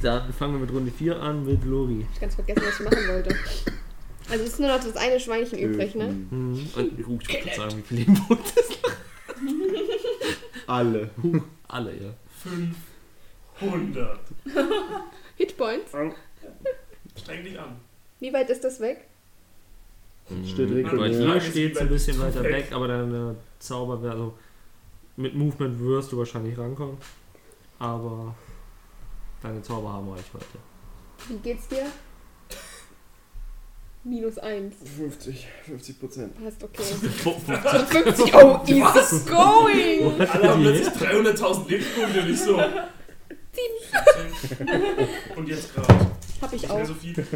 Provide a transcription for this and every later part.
Dann fangen wir mit Runde 4 an mit Lori. Ich ganz vergessen, was ich machen wollte. Also es ist nur noch das eine Schweinchen übrig, ne? Mhm. Und uh, ich wollte sagen, wie viele Leben wurde das? Alle. Uh, alle, ja. 500. Hitpoints. Streng dich an. Wie weit ist das weg? Steht Mhm. Rico Bei nicht. dir steht ein bisschen weiter Perfekt. weg, aber deine Zauber wäre also. Mit Movement wirst du wahrscheinlich rankommen. Aber deine Zauber haben Reichweite. Wie geht's dir? Minus eins. 50, 50 Prozent. Passt okay. 50, oh, easy going! Alle haben Die- plötzlich 300.000 Lebenspunkte und ich so. und jetzt gerade. Hab ich Nicht mehr auch. so viel.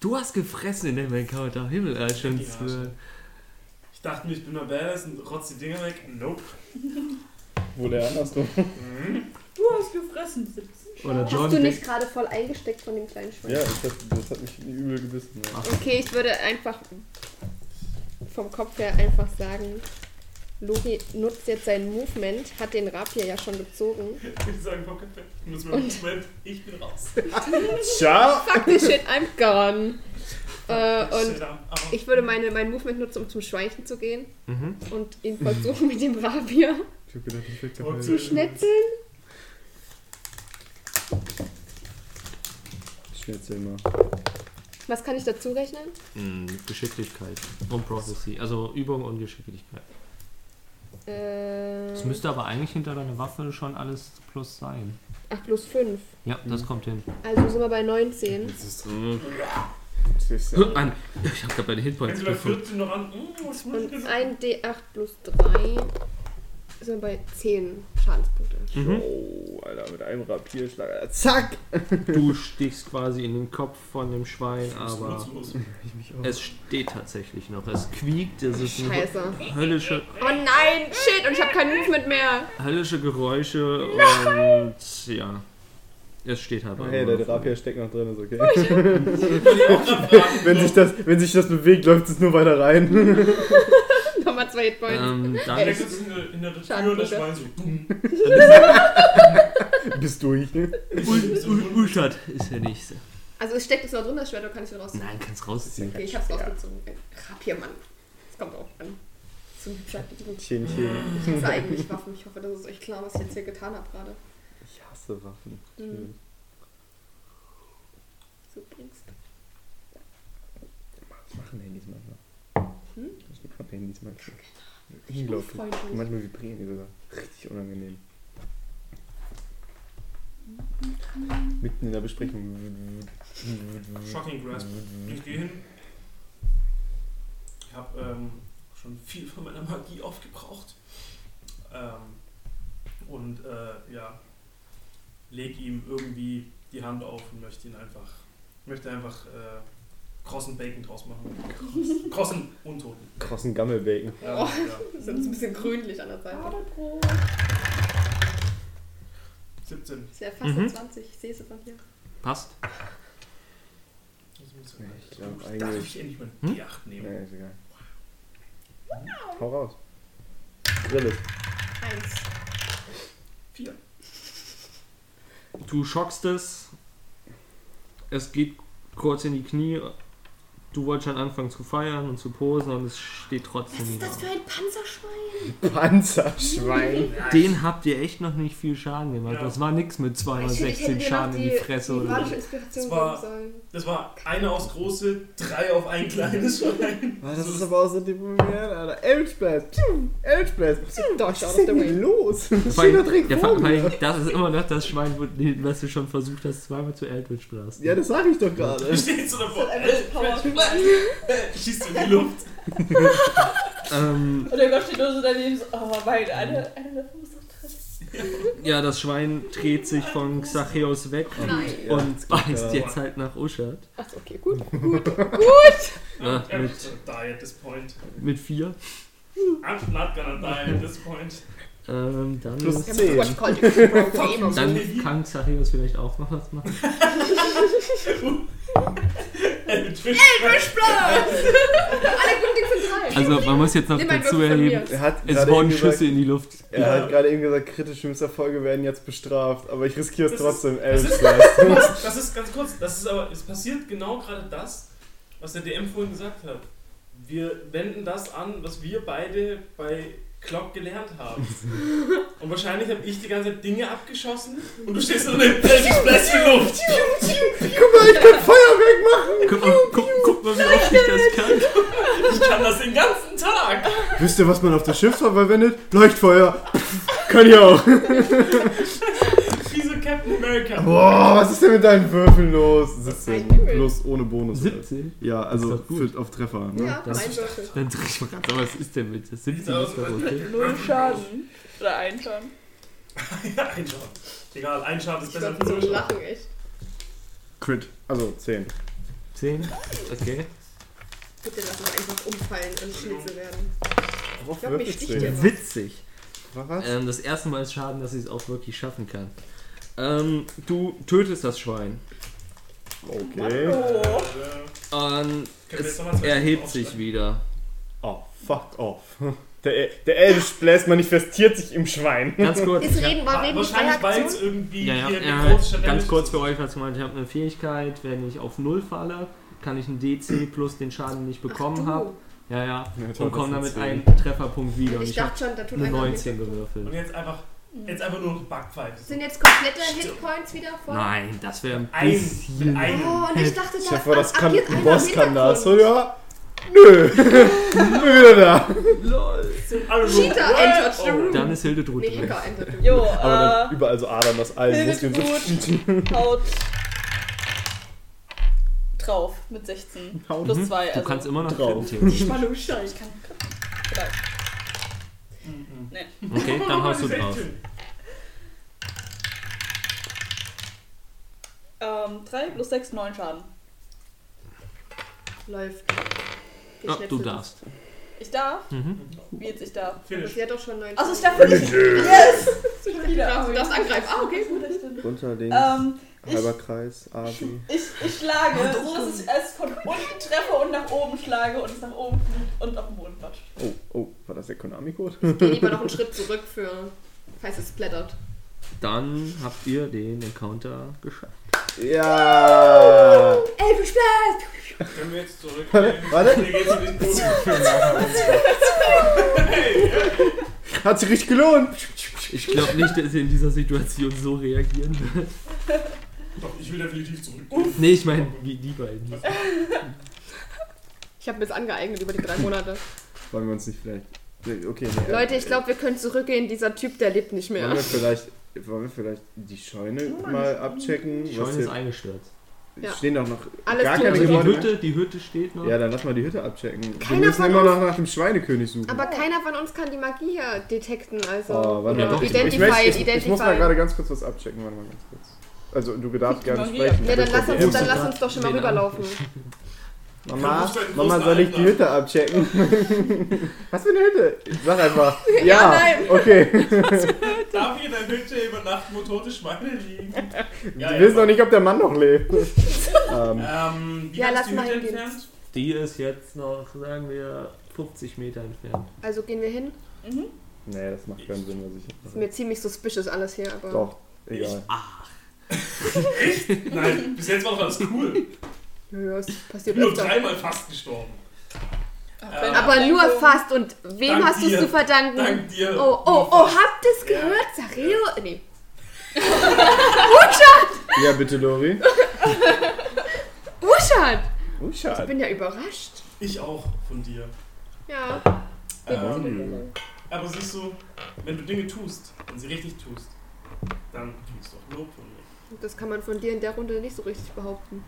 Du hast gefressen in dem Encounter. Himmel, äh, schon Die zu- Arschloch. Ich dachte mir, ich bin mal badass und rotz die Dinger weg. Nope. Wo der andersrum. Mhm. Du hast gefressen. Sitzen. Oder John Hast du nicht gerade voll eingesteckt von dem kleinen Ja, Schwein? ich hab, das hat mich übel gebissen. ne? Ja. Okay, ich würde einfach vom Kopf her einfach sagen, Loki nutzt jetzt sein Movement, hat den Rapier ja schon gezogen. Ich würde sagen, Pocket Pack. Ich muss mal Moment. Ich bin raus. Ciao! Fuck this shit, I'm gone. Äh, und Shut up. Aber- ich würde meine, mein Movement nutzen, um zum Schweinchen zu gehen Mhm. und ihn versuchen mit dem Rapier Ich hab gedacht, ich krieg Zurück dabei. zu- zu schnetzeln. Schnitzel mal. Was kann ich dazu rechnen? Mhm, Geschicklichkeit und Prophecy. Also Übung und Geschicklichkeit. Äh, Es müsste aber eigentlich hinter deiner Waffe schon alles plus sein. ach, plus 5. Ja, das kommt hin. Also sind wir bei 19. Das ist Mhm. siehst du. Ein, ich hab grad bei den Wenn Hitpoints sie bei gefunden. 14 noch an. Mm, was muss ich Und gesagt? ein D8 plus 3 sind wir bei 10 Schadenspunkte. Mhm. Oh, Alter, mit einem Rapierschlag. Äh, Zack! Du stichst quasi in den Kopf von dem Schwein, Was muss aber los? Ich mich auch. es steht tatsächlich noch. Es quiekt, es ist ein Scheiße. höllische, Oh nein, shit, und ich habe kein Movement mehr. höllische Geräusche und ja. Es steht halt Oh, Hey, einfach der noch. Rapier steckt noch drin, ist okay. Oh, Wenn Wenn sich das, wenn sich das bewegt, läuft es nur weiter rein. Nochmal zwei Hitpoints. ähm, dann Ey. Dann ist, sitzt in der- in der Tür und Schadenpunkte. das Schwein so. Boom. Bist durch. Ul- Ul- Ulstadt ist der nächste. Also es steckt jetzt noch drin, das Schwert, oder kann ich wieder rausziehen? Nein, kannst rausziehen. Okay, ich hab's rausgezogen. Ein Rapier, Mann. Das kommt auch an. Zum Schatten. Chin, chin. Ich hasse eigentlich Waffen. Ich hoffe, das ist euch klar, was ich jetzt hier getan habe gerade. Ich hasse Waffen. Mhm. So bringst Machen Handys manchmal. Hm? Ich hab Handys manchmal. du. Unglaublich. Manchmal vibrieren die sogar. Richtig unangenehm. Mitten in der Besprechung. Shocking Grasp. Ich gehe hin. Ich habe ähm, schon viel von meiner Magie aufgebraucht. Ähm, und äh, ja, leg ihm irgendwie die Hand auf und möchte ihn einfach, möchte einfach äh, krossen Bacon draus machen. Krossen Untoten. Krossen Gammelbacon. Ja, Oh. ja. Das ist ein bisschen grünlich an der Seite. Aderbrot. 17. Das wäre fast Mhm. 20. Ich sehe es von hier. Passt. Das muss ich Ich glaub, ich darf eigentlich- ich endlich mal Hm? die 8 nehmen. Nee, ist egal. Hau raus. Brille. Eins. 4. Du schockst es. Es geht kurz in die Knie. Du wolltest schon anfangen zu feiern und zu posen und es steht trotzdem wieder. auf. ein Panzerschwein? Panzerschwein. Den habt ihr echt noch nicht viel Schaden gemacht. Ja. Das war nix mit Natürlich 216 hätten wir Schaden noch Oh, in die Fresse die oder magische so. Inspiration Das war- geben sollen. Das war eine aufs große, drei auf ein kleines Schwein. Das ist aber auch so deprimiert, Alter. Elchblast. Piu. Elchblast. Piu. Dodge Was out of the ist denn way. hier los? Ich Vor allem- stehe da direkt ja, vor vor mir. allem, das ist immer noch das Schwein, wo- was du schon versucht hast, zweimal zu Eldritch Blast. Ja, das sag ich doch gerade. Stehst du davor? Einfach das Power. Schießt du in die Luft. ähm, Und der Gott steht nur so daneben so, oh mein, Mhm. eine, eine davon ist noch drin. ja, das Schwein dreht sich von Xacheus weg Nein. Ja, und das geht beißt ja. jetzt halt nach Uschat. Achso, okay, gut. Gut. Ja, I'm mit- just gonna die at this point. Mit vier. I'm not gonna die at this point. Ähm, dann Plus- Ja, Zehn. was called the program. dann kann Zachäus vielleicht auch noch was machen. Twitch. Alle guten Dinge sind drei. Also man muss jetzt noch Nimm einen dazu Würfel von mir. erheben, Er hat es gerade eben wurden gesagt, Schüsse in die Luft. er hat gerade eben gesagt, kritische Misserfolge werden jetzt bestraft, aber ich riskiere es Das trotzdem. das Elf ist- Slice. Das, das ist ganz kurz, das ist aber, es passiert genau gerade das, was der DM vorhin gesagt hat. Wir wenden das an, was wir beide bei Klopp gelernt haben. Und wahrscheinlich habe ich die ganze Zeit Dinge abgeschossen und du stehst da und nimmst die Luft. Guck mal, ich kann Feuerwerk Guck mal, guck, guck mal wie oft ich das kann. Ich kann das den ganzen Tag. machen! Wisst ihr, was man auf der Schiffsfahrt verwendet? Leuchtfeuer! Pff, Kann ich auch! Diese Captain America. Boah, was ist denn mit deinen Würfeln los? Ein 17 Himmel. plus ohne Bonus. 70? Ja, Ist also doch gut. für, auf Treffer. Ne? Ja, Das- mein Würfel. Dann dreh ich mal gerade, was ist denn mit? Das 70 ist doch okay. Null Schaden. Oder ein Schaden. Ja, ein Schaden. Egal, ein Schaden ist Ich besser würde so als null Schaden. lachen, echt. Crit. Also 10. 10? Okay. Bitte lass uns einfach umfallen und Schnitzel werden. Worauf glaub, mich würfelst sticht du? jetzt. Witzig. Was? Ähm, das erste Mal ist Schaden, dass ich es auch wirklich schaffen kann. Ähm, du tötest das Schwein. Okay. Oh. Äh, Und Können wir jetzt es noch mal zwei erhebt Stunden sich aufschreiben? wieder. Oh, fuck off. Der, der Elvish Blast manifestiert sich im Schwein. Ganz kurz. Ist ich hab- reden, war reden nicht wahrscheinlich weil es Reaktion? irgendwie ja, ja, hier ja, eine große ganz Challenge kurz ist. für euch was gemeint. Ich habe eine Fähigkeit, wenn ich auf Null falle, kann ich einen DC plus den Schaden, den ich bekommen habe. Ja, ja. Ja, Und toll, komme das damit ist einen zehn. Trefferpunkt wieder. Und Ich ich habe dachte schon, da tut eine einer 19 mit. Und gewürfelt. jetzt einfach, jetzt einfach nur Backpfeife. Sind jetzt komplette Hitpoints wieder voll? Nein, das wäre ein Ein, bisschen. mit einem. Oh, und ich dachte, Ich da hab vor, das kann, agiert einer ein im Boss kann das, Hintergrund. oder? Nö. Bin wieder da. Lol. Alle so, Cheater Oh, entered the room. Dann ist Hilde Drut Nee, drin. Hacker entered the room. Jo, Aber dann äh, überall so Adern aus allen Hilfe Muskeln. So äh, haut drauf mit 16. Haut- Plus 2. Mhm. ne? also Du kannst immer noch drauf. dritten die Spannung steigen. Ich kann genau. tippen. Okay, dann Oh. haust du drauf. Ah, Ähm, 3 plus 6, 9 Schaden. Läuft. Ja, Geschnetzeltes. du darfst. Ich darf? Mhm. Wie jetzt ich darf? Aber Finish. Sie hat doch schon 19. Achso, ich darf nicht. Yes! wieder. Du darfst angreifen. Ah, okay. Runter, links, Ähm, ich, halber Kreis, A, B. ich, ich schlage, so dass ich es von unten treffe und nach oben schlage und es nach oben fliegt und auf den Boden klatscht. Oh, oh, war das der Konami-Code? Geh lieber noch einen Schritt zurück für, falls es splattert. Dann habt ihr den Encounter geschafft. Ja! Elfisch Blast! Können wir jetzt zurück? Warte. Wir gehen zu den Boden. Hat sich richtig gelohnt! Ich glaube nicht, dass ihr in dieser Situation so reagieren würdet. Doch, ich will definitiv zurück. Nee, ich meine, die die beiden. Ich habe mir das angeeignet über die drei Monate. Wollen wir uns nicht vielleicht. Nee, Okay, nee, Leute, äh, ich glaube, wir können zurückgehen. Dieser Typ, der lebt nicht Wollen wir mehr. vielleicht, wollen wir vielleicht die Scheune Guck mal, mal die abchecken? Die Was Scheune ist hier, eingestürzt. Ja. Stehen doch noch Alles gar tot. keine Also die Gebäude mehr. Hütte, die Hütte steht noch. Ja, dann lass mal die Hütte abchecken. Keiner wir müssen von immer uns- noch nach dem Schweinekönig suchen. Aber keiner von uns kann die Magie hier detekten, also. oh, warte Ja, mal. doch. Ich, Identified, ich, möchte- ich, ich muss mal identified. gerade ganz kurz was abchecken. Warte mal ganz kurz. Also, du darfst gerne Maria. sprechen. Ja, dann Ich lass bin uns, der dann DM. lass uns doch schon mal Wen rüberlaufen. Mama, Ruf deinen Mama, großen soll ich die Alten Hütte abchecken? was für eine Hütte? Sag einfach. Ja, nein. okay. Darf ich in der Hütte über Nacht, wo tote Schweine liegen? Ja, du ja, wissen noch mach. nicht, ob der Mann noch lebt. ähm, Ähm, wie Ja, ja, lass lass die mal Hütte hingehen. entfernt? Die ist jetzt noch, sagen wir, 50 Meter entfernt. Also gehen wir hin. Mhm. nee, das macht keinen Sinn, was ich jetzt Ist sage. mir ziemlich suspicious alles hier, aber. Doch, egal. Nein, bis jetzt war doch alles cool. Ja, es passiert Nur öfter. dreimal fast gestorben. Wenn- Aber nur fast und wem Dank hast du es dir. zu verdanken? Dank dir. Oh, oh, oh, habt ihr's gehört? Zareo? Nee. Ja, bitte, Lori. Uschat! Oh, Ich schade. bin ja überrascht. Ich auch von dir. Ja. Ähm, Ähm, aber es ist so, wenn du Dinge tust und sie richtig tust, dann kriegst du auch Lob von mir. Das kann man von dir in der Runde nicht so richtig behaupten.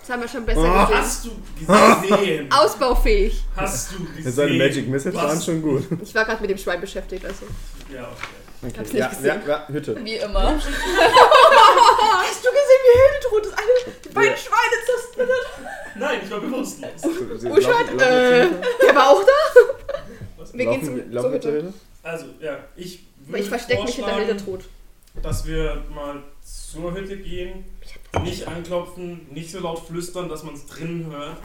Das haben wir schon besser Oh, Ah. gesehen. Hast du gesehen? Ausbaufähig. Hast du gesehen? Seine Magic Missiles was- waren schon gut. Ich war gerade mit dem Schwein beschäftigt, also. Ja, okay. Okay. Hab's nicht Ja, gesehen. ja, ja, Hütte. Wie immer. Hast du gesehen, wie Hilde droht ist? Alle die beiden Ja. Schweine zersplittert. Nein, ich war bewusstlos. Uschat, äh, der war auch da? Was? Wir gehen zum, zur Hütte. Hütte. Also, ja, ich alle vorschlagen, tot. dass wir mal zur Hütte gehen, nicht anklopfen, nicht so laut flüstern, dass man es drinnen hört.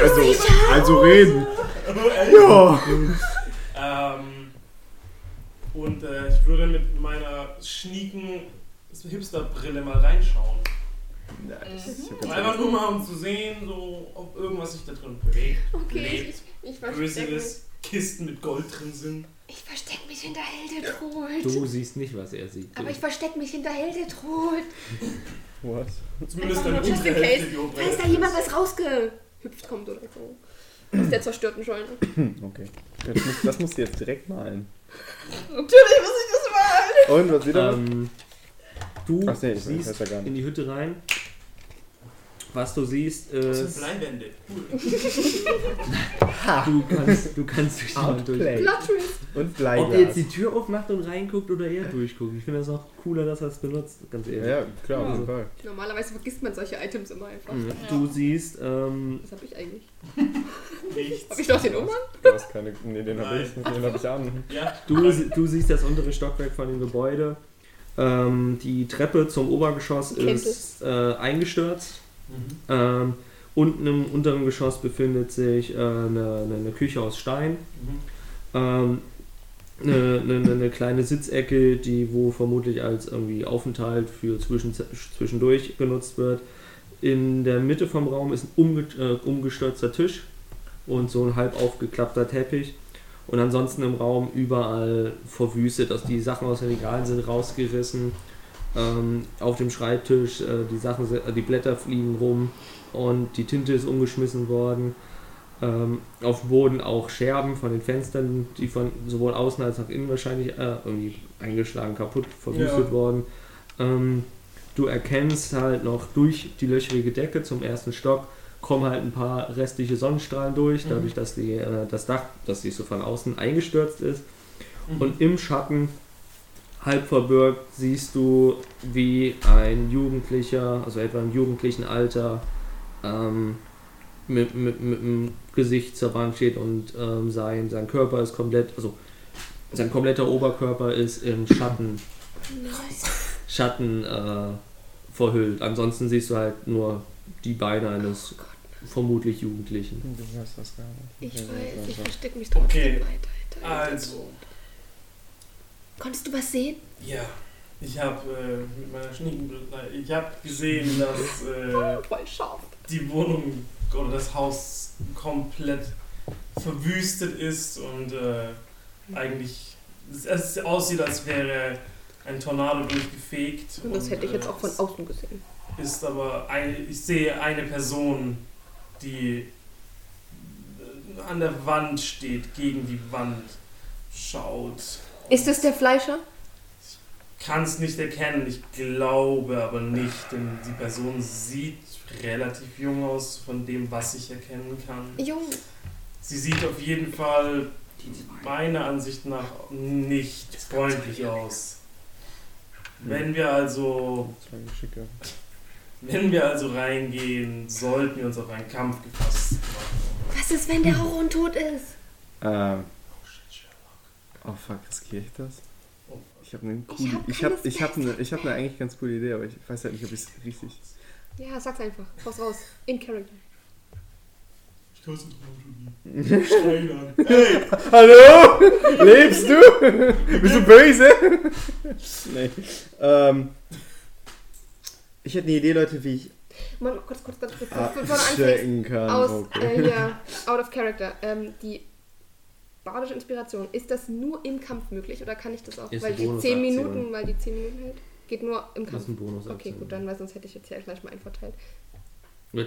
Also, also reden. Ja. Ähm, und äh, ich würde mit meiner schnieken Hipsterbrille mal reinschauen. Nice. Ich hab Einfach ganz- nur mal, um zu sehen, so, ob irgendwas sich da drin bewegt. Okay, Nee. ich, ich, ich verstecke mich. Größeres Kisten mit Gold drin sind. Ich versteck mich hinter Hildetrud. Du siehst nicht, was er sieht. Aber ich versteck mich hinter Hildetrud. What? Zumindest Einfach deine nur just untere in Hälfte, case. die obere Falls da Hälfte jemand was rausgehüpft kommt oder so. Aus der zerstörten Scheune. Okay. Das musst, das musst du jetzt direkt malen. Natürlich muss ich das machen. Und was wieder? ähm, du Ach nee, ich siehst weiß ja gar nicht. in die Hütte rein. Was du siehst, ist. Das ist, sind Leinwände. Cool. du kannst, du kannst durch die Wand durch. Outplay. Plot Twist. Ob Und ihr jetzt Bleiglas. die Tür aufmacht und reinguckt oder eher durchguckt. Ich finde das auch cooler, dass er es benutzt, ganz ehrlich. Ja, klar, auf jeden Fall. Normalerweise vergisst man solche Items immer einfach. Mhm. Du siehst, ähm, Was hab ich eigentlich? Nichts. Hab ich noch den Oma? Du hast keine. Nee, den hab Nein. ich. Den hab ich an. Ja, du, si- du siehst das untere Stockwerk von dem Gebäude. Ähm, die Treppe zum Obergeschoss Kennt ist äh, eingestürzt. Mhm. Ähm, unten im unteren Geschoss befindet sich äh, eine, eine, eine Küche aus Stein. Mhm. Ähm, eine, eine, eine- eine kleine Sitzecke, die wo vermutlich als irgendwie Aufenthalt für zwischen, zwischendurch genutzt wird. In der Mitte vom Raum ist ein umge äh, umgestürzter Tisch und so ein halb aufgeklappter Teppich. Und ansonsten im Raum überall verwüstet, dass die Sachen aus den Regalen sind rausgerissen. Ähm, auf dem Schreibtisch, äh, die, Sachen, sind- äh, die Blätter fliegen rum und die Tinte ist umgeschmissen worden. Ähm, auf dem Boden auch Scherben von den Fenstern, die von sowohl außen als auch innen wahrscheinlich äh, irgendwie eingeschlagen, kaputt, verwüstet Ja. worden. Ähm, du erkennst halt noch durch die löcherige Decke zum ersten Stock kommen halt ein paar restliche Sonnenstrahlen durch, Mhm. dadurch, dass die, äh, das Dach, das siehst du von außen, eingestürzt ist. Mhm. Und im Schatten, halb verbirgt, siehst du, wie ein Jugendlicher, also etwa im jugendlichen Alter, ähm, mit, mit, mit dem Gesicht zur Wand steht und ähm, sein, sein Körper ist komplett, also sein kompletter Oberkörper ist im Schatten, Schatten äh, verhüllt. Ansonsten siehst du halt nur die Beine eines Oh vermutlich Jugendlichen. Du weißt das gar nicht. Ich Ja, weiß, ich ja. versteck mich trotzdem Okay. weiter hinter Also, Konntest du was sehen? ja. Ich habe äh, mit meiner Schniekenbrille, nein, ich habe gesehen, dass äh, Voll scharf. die Wohnung oder das Haus komplett verwüstet ist und äh, Mhm. eigentlich es, es aussieht, als wäre ein Tornado durchgefegt. Und das hätte ich äh, jetzt auch von es außen gesehen. Ist aber ein, ich sehe eine Person, die äh, an der Wand steht, gegen die Wand schaut. Ist das der Fleischer? kann es nicht erkennen, ich glaube aber nicht, denn die Person sieht relativ jung aus von dem, was ich erkennen kann. Jung. Sie sieht auf jeden Fall meiner Ansicht nach nicht freundlich aus. Wenn wir also, Das war geschicker. wenn wir also reingehen, sollten wir uns auf einen Kampf gefasst machen. Was ist, wenn der Auron tot ist? Ähm. Oh fuck, riskiere ich das? Oh. Ich habe eine hab coole. Ich keine habe ich hab eine, ich hab eine Flashback. eigentlich ganz coole Idee, aber ich weiß halt nicht, ob ich es richtig. Ja, sag's einfach. Raus, raus. In Character. Ich kann es nicht Schrei an. Hey! Hallo? Lebst du? Bist du böse? nee. Ähm. Ich hätte eine Idee, Leute, wie ich Mann, kurz, kurz, kurz, kurz. Ah, kurz, bevor du anfängst. abchecken kann. Aus, okay. äh, ja, out of character. Ähm, die badische Inspiration, ist das nur im Kampf möglich oder kann ich das auch? Ist weil eine die 10 Bonusaktion. Minuten, weil die 10 Minuten hält, geht nur Das im ist Kampf. ein Bonus. Okay, gut, dann, weil sonst hätte ich jetzt hier gleich mal einen verteilt.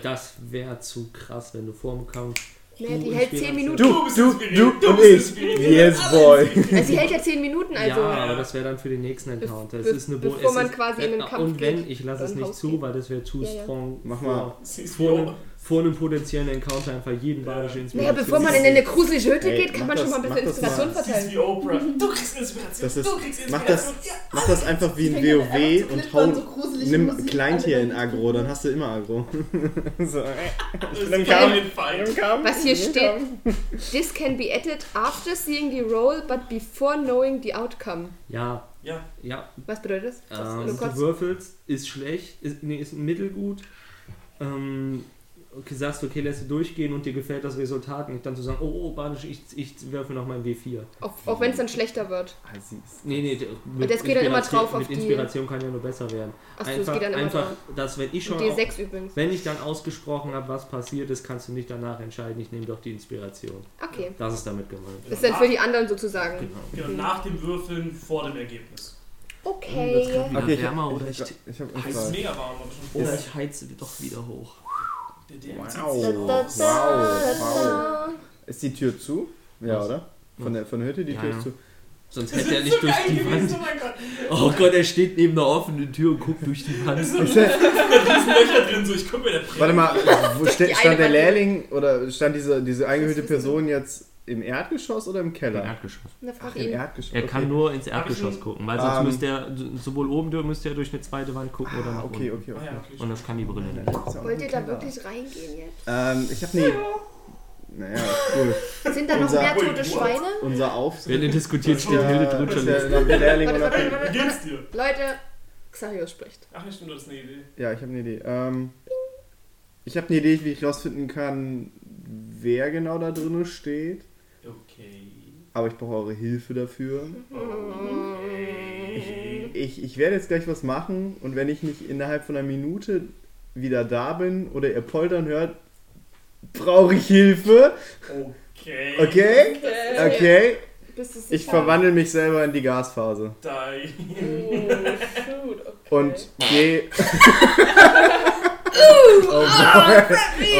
Das wäre zu krass, wenn du vor dem Kampf. Nee, die Du hält inspirierst 10 mich. Minuten. Du, bist du, inspiriert, du, du und bist ich. inspiriert. Yes, boy. Also sie hält ja 10 Minuten, also. ja, aber das wäre dann für den nächsten Bef- Encounter. Es bef- ist eine Bo- bevor es man ist, Äh, quasi in den Kampf Und wenn, geht, ich lasse es dann nicht Haus zu, geht. weil das wäre too Ja, ja. strong. Mach vor- mal. Sie ist Vor jung. einem, vor einem potenziellen Encounter einfach jeden badische Naja, Inspiration. bevor man in eine gruselige Hütte Ey, geht, kann mach man schon das- mal ein bisschen mach das Inspiration mal. Sie verteilen. ist wie Oprah. Du kriegst Inspiration. Das ist- du kriegst Inspiration. mach das- Ja. Mach das einfach wie in Fängt halt einfach WoW zu und flippern, hau. so gruselige Nimm Musik Kleintier an. in Agro, dann hast du immer Agro. so, äh, Ich bin im Kampf. Feind. Was hier steht, this can be added after seeing the role, but before knowing the outcome. Ja, Ja, Ja, Was bedeutet das? ähm, du du Also kotzt. würfelst, ist schlecht, ist, nee, ist mittelgut. Ähm, okay, sagst du, okay, lässt du durchgehen und dir gefällt das Resultat nicht, dann zu sagen, oh, oh Banisch, ich, ich werfe noch mein W4. Auch, auch wenn es dann schlechter wird. Ah, sie ist- Nee, nee, d- mit das geht dann immer Inspiration- drauf auf Mit die- Inspiration kann ja nur besser werden. Achso, es einfach, geht dann immer einfach drauf. dass wenn ich schon, Und D6 übrigens. wenn ich dann ausgesprochen habe, was passiert ist, kannst du nicht danach entscheiden, ich nehme doch die Inspiration. Okay. Das ist damit gemeint. Das ist dann für die anderen sozusagen. Genau. Genau, nach dem Würfeln, vor dem Ergebnis. Okay. Okay, ich wärmer hab, oder ich, ich- ich hab eine Es ist Frage. mega warm, aber schon Oder vor. ich heize doch wieder hoch. Der DM Wow. zieht sich Da, da, raus. da, Wow. Ist die Tür zu? Ja, Was? oder? Von der, von der Hütte die Ja, Tür ja. ist zu. Sonst Das hätte er ist nicht so durch geil die gewesen, Wand. oh mein Gott. Oh Gott, er steht neben einer offenen Tür und guckt durch die Da Wand. sind so riesen Löcher drin, so ich guck mir der Prä- Warte mal, wo ste eine stand der Wand- Lehrling oder stand diese, diese eingehüllte Das wissen wir. Person jetzt im Erdgeschoss oder im Keller? Erdgeschoss. Na, frag Ach, im ihn. Erdgeschoss. Er kann nur ins Hab Erdgeschoss ich gucken, weil sonst Ähm. müsste er, sowohl oben dür- müsste er durch eine zweite Wand gucken oder Ah, nach okay, unten. okay, Ah okay. ja, okay. Und das kann die Brille nicht. Dann ist ja auch Ah, Wollt ihr ein da Keller. wirklich reingehen jetzt? Ähm, ich hab nie. Naja, cool. Sind da noch Unser- mehr Ui, tote what? Schweine? Unser Auftritt. Wenn ihr diskutiert, steht Ja, Hilde das Trutscher ist links. ja der Lehrling Warte, oder warte, Wie geht's dir? Leute, Xarius spricht. Ach, ich finde, das ist eine Idee. Ja, ich habe eine Idee. Ähm, ich habe eine Idee, wie ich rausfinden kann, wer genau da drin steht. Okay. Aber ich brauche eure Hilfe dafür. Okay. Ich, ich werde jetzt gleich was machen und wenn ich nicht innerhalb von einer Minute wieder da bin oder ihr poltern hört, brauche ich Hilfe. Okay. Okay? Okay. Okay. Bist du sicher? Ich verwandle mich selber in die Gasphase. Dein. Oh, shoot, okay. Und gehe. oh boy.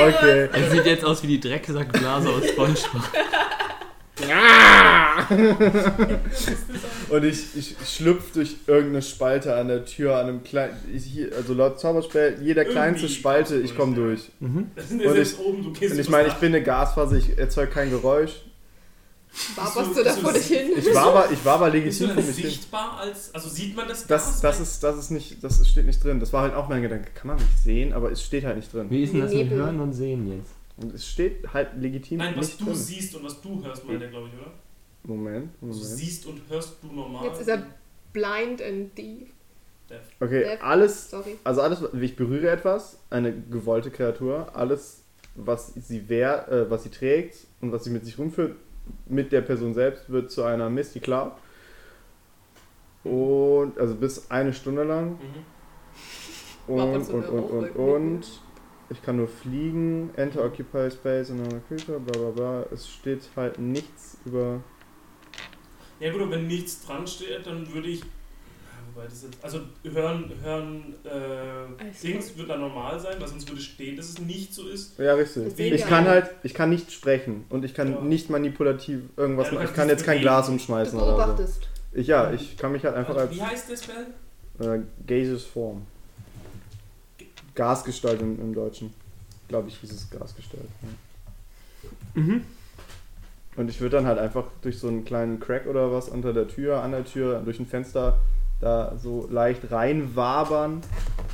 Okay. Er sieht jetzt aus wie die Drecksackblase aus SpongeBob. Und ich, ich schlüpfe durch irgendeine Spalte an der Tür, an einem kleinen. Ich, hier, also laut Zauberspell, jeder Irgendwie kleinste Spalte, ich komme kommst du durch. Mhm. Das sind ja Und selbst oben, du gehst Und ich übers meine, ich Dach. bin eine Gasphase, ich erzeug kein Geräusch. Barberst du da vor dich hin? Ich war aber, ich war aber Bist du legitim dann vor mich hin. sichtbar als. Also sieht man das? Das, das, ist, das ist nicht, das steht nicht drin. Das war halt auch mein Gedanke. Kann man nicht sehen, aber es steht halt nicht drin. Wie ist denn das mit Nebel. Hören und Sehen jetzt? Und es steht halt legitim Nein, was nicht du drin. siehst und was du hörst, meint er, glaube ich, oder? Moment, Also Moment. siehst und hörst du normal. Jetzt ist er blind and deep. Okay, Dev- alles, Sorry. also alles, ich berühre etwas, eine gewollte Kreatur, alles, was sie wehr, äh, was sie trägt und was sie mit sich rumführt, mit der Person selbst, wird zu einer Misty Cloud. Und, also bis eine Stunde lang. Mhm. Und, und, und, und, und. und. Ich kann nur fliegen, enter occupy space in another creature, bla bla bla. Es steht halt nichts über. Ja gut, und wenn nichts dran steht, dann würde ich. Ja, Wobei das jetzt. Also hören, hören äh, Alles Dings wird da normal sein, weil sonst würde stehen, dass es nicht so ist. Ja, Das richtig. sehen Ich wir kann alle. halt, ich kann nicht sprechen und ich kann Ja. nicht manipulativ irgendwas Ja, machen. du Ich kannst kann nicht jetzt kein bewegen. Glas Du umschmeißen oder so. beobachtest. Ich, ja, ich kann mich halt einfach als Wie heißt der äh, Spell? Gazes Form. Gasgestalt im, im Deutschen. Glaube ich, hieß es Gasgestalt. Ja. Mhm. Und ich würde dann halt einfach durch so einen kleinen Crack oder was unter der Tür, an der Tür, durch ein Fenster da so leicht reinwabern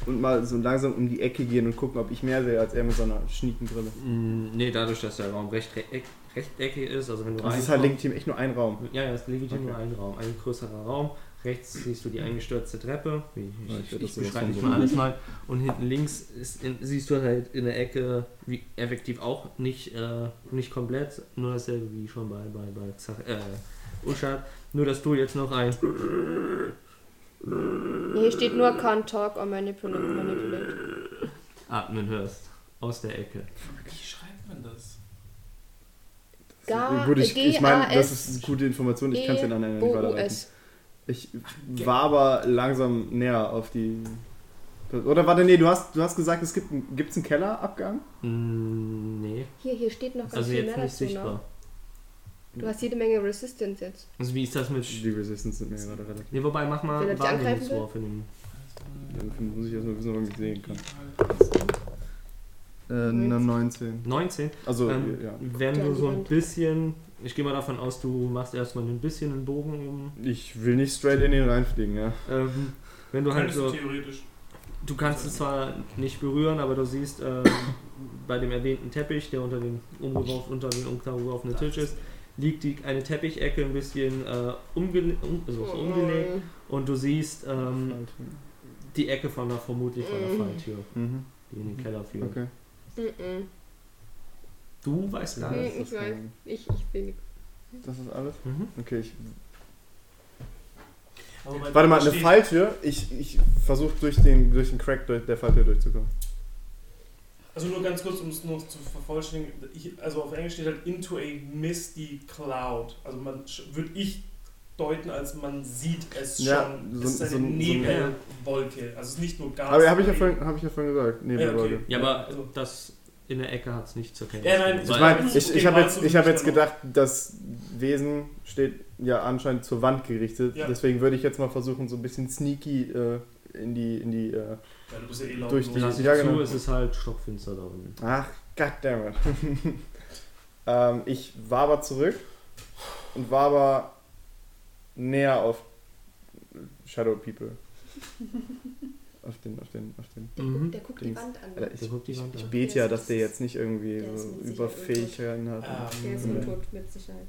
und mal so langsam um die Ecke gehen und gucken, ob ich mehr sehe als er mit seiner Schniekenbrille. Mm, Nee, dadurch, dass der Raum recht, recht, rechteckig ist, also wenn du Das ist halt reinkommst- legitim echt nur ein Raum. Ja, ja, es ist legitim nur Okay. ein Raum, ein größerer Raum. Rechts siehst du die eingestürzte Treppe. Ja, ich Ich, werd ich, das ich sowas beschreibe von nicht so mal alles mal. Und hinten links ist in, siehst du halt in der Ecke, wie effektiv auch nicht, äh, nicht komplett, nur dasselbe wie schon bei, bei, bei Zach, äh, Uschad. Nur, dass du jetzt noch ein Hier steht nur can't talk or manipulate. manipulate. Atmen hörst. Aus der Ecke. Wie schreibt man das? Ga- Gut, ich, ich meine, das G-A-S- ist gute Information, ich kann es den anderen ja nicht E weiterleiten. O-U-S. Ich war aber langsam näher auf die. Oder warte, nee, du hast, du hast gesagt, es gibt einen, gibt's einen Kellerabgang? Mm, nee. Hier, hier steht noch ganz Also viel jetzt mehr nicht dazu. sichtbar. Ne? Du hast jede Menge Resistance jetzt. Also wie ist das mit. Die Resistance sind mir gerade relativ. Nee, wobei mach mal Wenn er einen dich angreifen will? Wahrnehmungswurf in den. Dann muss ich erstmal wissen, ob ich sehen kann. Äh, na, 19. 19. Also, Ähm, ja. Wenn Dann du so ein Wand. bisschen, ich gehe mal davon aus, du machst erstmal ein bisschen einen Bogen um. Ich will nicht straight in den reinfliegen, ja. Ähm, wenn du halt Könntest so, du theoretisch. du kannst es zwar nicht berühren, aber du siehst ähm, bei dem erwähnten Teppich, der unter dem umgeworfen, unter dem umgeworfenen Tisch ist, liegt die, eine Teppichecke ein bisschen äh, umge um, also ist umgelegt Mhm. und du siehst ähm, die Ecke von der vermutlich von der Mhm. Falltür, Mhm. die in den Keller führt. Okay. Mhm. Du weißt gar Mhm. nicht. ich das, ist weiß. kein- Ich, ich sehe nichts. das ist alles? Mhm. Okay, ich Aber Warte weil da mal, eine steht- Falltür. Ich, ich versuche durch den, durch den Crack durch, der Falltür durchzukommen. Also nur ganz kurz, um es noch zu vervollständigen. Ich, also auf Englisch steht halt into a misty cloud. Also man würde ich deuten, als man sieht es schon. Ja, so- es ist eine so- so- Nebelwolke. Also es ist nicht nur Gas. Aber habe ich, ja sondern vorhin- hab ich ja vorhin gesagt. Nee, Ja, okay. Leute. Ja, aber Also- das in der Ecke hat es nicht zur Kenntnis. Ja, nein, genommen, Ich weil- mein- meine, Ja. ich, ich habe Den jetzt, meinst du ich hab nicht jetzt dann gedacht, das Wesen steht ja anscheinend zur Wand gerichtet. Ja. Deswegen würde ich jetzt mal versuchen, so ein bisschen sneaky äh, in die. In die äh, eben- Ja, du bist ja eh laut. Durch die- Lass dich Ja, zu, genau. es ist halt stockfinster da unten. ach, goddammit. ähm, ich war aber zurück und war aber näher auf Shadow People. auf den, auf den, auf den. Der, Mhm. guckt, der guckt die Links. Wand an. Alter, Da ich, guckt die Wand ich an. bete ja, dass der jetzt nicht irgendwie Der ist so mit Sicherheit Überfähigkeiten hat. der ist Ähm, Mhm. untot, mit Sicherheit.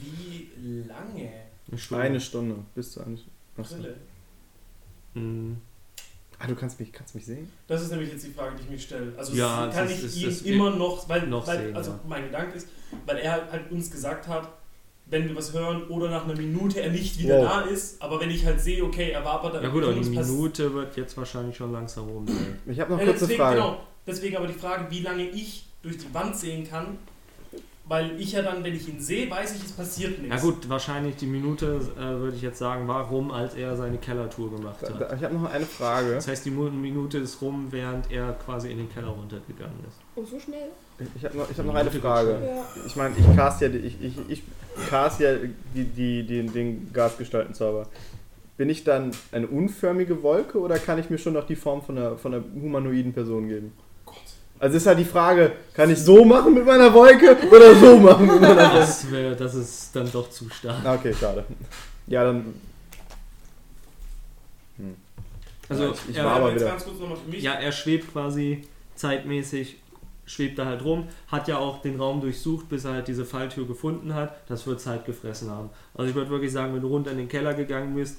wie lange? Eine Stunde. Eine Stunde, bis zu eine Stunde. Achso. Brille? Mhm. Ah, du kannst mich, kannst mich sehen? Das ist nämlich jetzt die Frage, die ich mich stelle. Also Ja, kann es ich ist- ihn es ist- eh immer noch, weil, noch weil sehen, also ja. mein Gedanke ist, weil er halt, halt uns gesagt hat, wenn wir was hören oder nach einer Minute er nicht wieder Wow. da ist, aber wenn ich halt sehe, okay, er war aber da. Ja gut, aber die irgendwas pass- Minute wird jetzt wahrscheinlich schon langsam rum sein. Ich habe noch Ja, eine kurze deswegen, Frage. Genau, deswegen aber die Frage, wie lange ich durch die Wand sehen kann, weil ich ja dann, wenn ich ihn sehe, weiß ich, es passiert nichts. Ja gut, wahrscheinlich die Minute, äh, würde ich jetzt sagen, war rum, als er seine Kellertour gemacht Da, hat. da, ich habe noch eine Frage. Das heißt, die Mu- Minute ist rum, während er quasi in den Keller runtergegangen ist. Oh, so schnell? Ich habe noch, ich hab noch eine Frage. Ja. Ich meine, ich cast ja, die- ich, ich, ich cast ja die, die, die, den Gasgestaltenzauber. Bin ich dann eine unförmige Wolke oder kann ich mir schon noch die Form von einer, von einer humanoiden Person geben? Oh Gott. Also ist halt die Frage, kann ich so machen mit meiner Wolke oder so machen mit meiner Wolke? Das, wär, das ist dann doch zu stark. Ah, Okay, schade. Ja, dann Also ich- ich er, war aber jetzt wieder- ganz kurz nochmal für mich. ja, er schwebt quasi zeitmäßig, schwebt er halt rum, hat ja auch den Raum durchsucht, bis er halt diese Falltür gefunden hat. Das wird Zeit gefressen haben. Also ich würde wirklich sagen, wenn du runter in den Keller gegangen bist,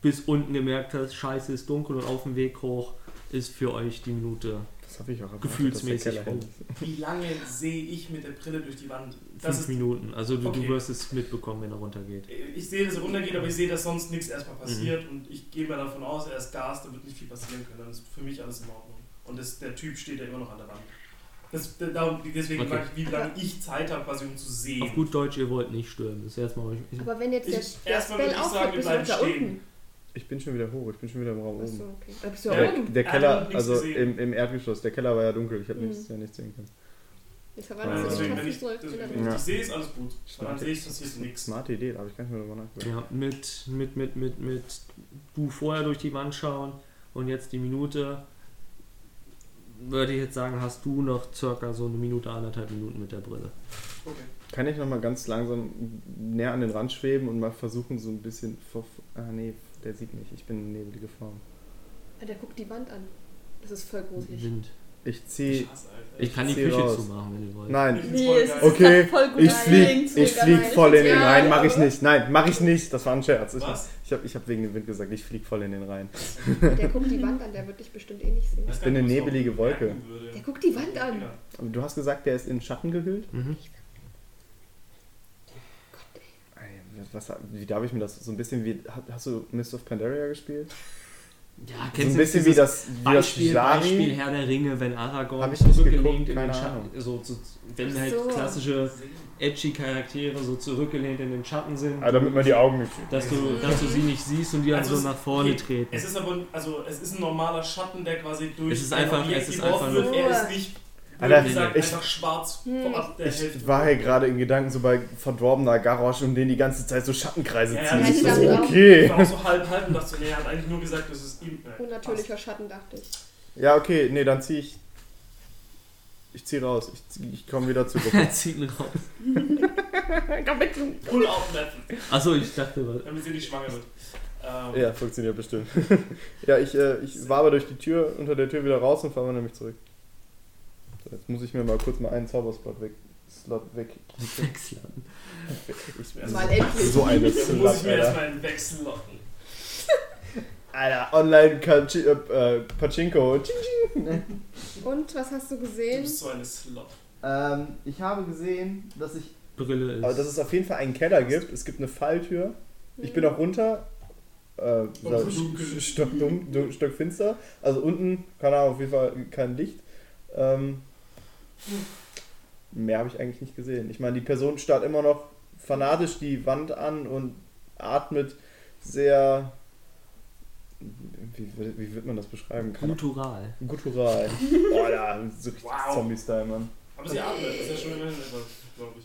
bis unten gemerkt hast, scheiße ist dunkel und auf dem Weg hoch ist für euch die Minute Das habe ich auch erwartet, Gefühlsmäßig dass der Keller rum. hell ist. Wie lange sehe ich mit der Brille durch die Wand? Das fünf ist Minuten. Also du, Okay. du wirst es mitbekommen, wenn er runtergeht. Ich sehe, dass er runtergeht, aber ich sehe, dass sonst nichts erstmal passiert und ich gehe mal davon aus, er ist Gas, da wird nicht viel passieren können. Dann ist für mich alles in Ordnung. Und das, der Typ steht ja immer noch an der Wand. Das, da- darum, deswegen Okay. frage ich, wie lange ich Zeit habe, quasi um zu Auf sehen. gut Deutsch, ihr wollt nicht stören. Das ist erstmal euch. Aber wenn jetzt der, Ich- der erstmal würde Spell ich sagen, aufhört, wir bist du bleiben doch da stehen. unten. Ich bin schon wieder hoch, ich bin schon wieder im Raum Achso, oben. okay. Da bist du ja Der, oben. der Ja, Keller, nichts also gesehen. im, im Erdgeschoss, der Keller war ja dunkel, ich habe Mhm. nichts, ja, nichts sehen können. Jetzt Ja, verwandelst du deswegen dich wenn ich, fast zurück. Also deswegen, oder? wenn ich Ja. dich sehe, ist alles gut. Weil dann Smarte- sehe ich, passiert nichts. Smarte Idee, da habe ich gar nicht mehr drüber nachgedacht. Ja, mit, mit, mit, mit, mit du vorher durch die Wand schauen und jetzt die Minute. Würde ich jetzt sagen, hast du noch circa so eine Minute, anderthalb Minuten mit der Brille. Okay. Kann ich nochmal ganz langsam näher an den Rand schweben und mal versuchen, so ein bisschen. Vor, ah, nee, der sieht nicht, ich bin eine nebelige Form. Ah, der guckt die Wand an. Das ist voll gruselig. Wind. Ich ziehe. Scheiße, Alter. Ich kann die zieh Küche raus. zumachen, wenn ihr wollt. Nein, Nee, es ist Okay, grad voll gut ich angelegt, flieg, ich mega flieg nice. voll in den Ja, Rhein, mach ich aber- nicht, nein, mach ich nicht, das war ein Scherz. Ich, Was? ich habe ich hab wegen dem Wind gesagt, ich flieg voll in den Rhein. Der guckt die Wand an, der wird dich bestimmt eh nicht sehen. Ich weiß gar bin nicht, eine ob ich's nebelige auch Wolke. merken würde. Der guckt die Wand an. Ja. Aber du hast gesagt, der ist in Schatten gehüllt? Mhm. Gott, ey. Ey, Was, wie darf ich mir das so ein bisschen wie. Hast, hast du Mist of Pandaria gespielt? Ja, So ein kennst du bisschen dieses wie das, wie Beispiel, das Jari? Beispiel Herr der Ringe, wenn Aragorn Hab ich nicht zurückgelehnt geguckt, in den keine Schatten, Ahnung. so, so, wenn Ach halt so. klassische edgy Charaktere so zurückgelehnt in den Schatten sind, Ah, damit man die Augen nicht sieht. dass, du, dass du sie nicht siehst und die dann Also so es- nach vorne okay, treten. Es ist aber, also es ist ein normaler Schatten, der quasi durch Es ist einfach- ein Objekt es ist geworfen einfach wird. nur- Er ist nicht, Alter, wie gesagt, ich- einfach schwarz Hm. vom ab der Ich Hälfte. war hier gerade in Gedanken so bei verdorbener Garrosch und den die ganze Zeit so Schattenkreise Ja, ziehen. ja, ich ja, so, ja. Ich okay. war auch so halb halb und dachte so, nee, er hat eigentlich nur gesagt, das ist ihm. äh, Nein, Unnatürlicher Schatten, dachte ich. Ja, okay, nee, dann zieh ich. Ich zieh raus. Ich, zieh- ich komme wieder zu. Er zieht ihn raus. Komm mit. passt. Pull out Metal, Achso, ich dachte, was- damit sie nicht schwanger wird. Ähm, ja, funktioniert bestimmt. ja, ich, äh, ich war aber durch die Tür, unter der Tür wieder raus und fahre nämlich zurück. So, jetzt muss ich mir mal kurz mal einen Zauberspot weg Slot weg. Wechseln. Ich Mal endlich. So eine Da muss ich Slot, mir Alter. erstmal einen Wechsel locken. Alter, online Kachi- äh, äh, Pachinko. Und was hast du Du gesehen? bist so eine Slot. Ähm, ich habe gesehen, dass ich Brille ist. Aber dass es auf jeden Fall einen Keller gibt. Es gibt eine Falltür. Ich Mhm. bin auch runter. Äh, sag- Stock, dun- dun- stockfinster. Also unten keine Ahnung, auf jeden Fall kein Licht. Ähm, mehr habe ich eigentlich nicht gesehen. Ich meine, die Person starrt immer noch fanatisch die Wand an und atmet sehr. Wie, wie wird man das beschreiben? Keine Guttural. Guttural. Boah, da Oh so richtig Wow. Zombie-Style, Mann. Aber sie atmet, das ist ja schon immerhin etwas, glaube ich.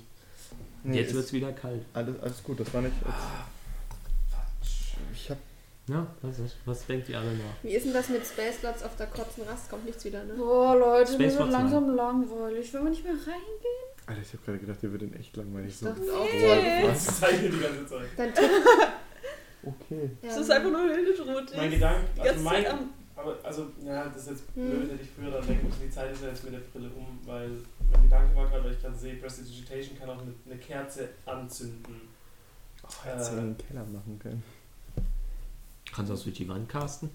Nee, Jetzt ist- wird es wieder kalt. alles, alles gut, das war nicht. Quatsch. Ich habe Ja, was, ist- was denkt ihr alle nach? Wie ist denn das mit Space Lots auf der kurzen Rast? Kommt nichts wieder, ne? Boah, Leute, Space mir wird Fox langsam langweilig. Will man nicht mehr rein? Alter, ich habe gerade gedacht, ihr wird in echt langweilig. Ich dachte Nee. Das zeigt mir die ganze Zeit. Dann tipp, Okay. Das ist einfach nur Hildetrud. Mein Gedanke, also Jetzt mein, am aber, also, ja, das ist jetzt Hm. blöd, hätte ich früher dann denken müssen, die Zeit ist ja jetzt mit der Brille um, weil mein Gedanke war gerade, weil ich gerade sehe, Prestidigitation kann auch mit einer Kerze anzünden. Äh, Ach, hättest du einen Keller machen können. Kannst du das durch die Wand casten?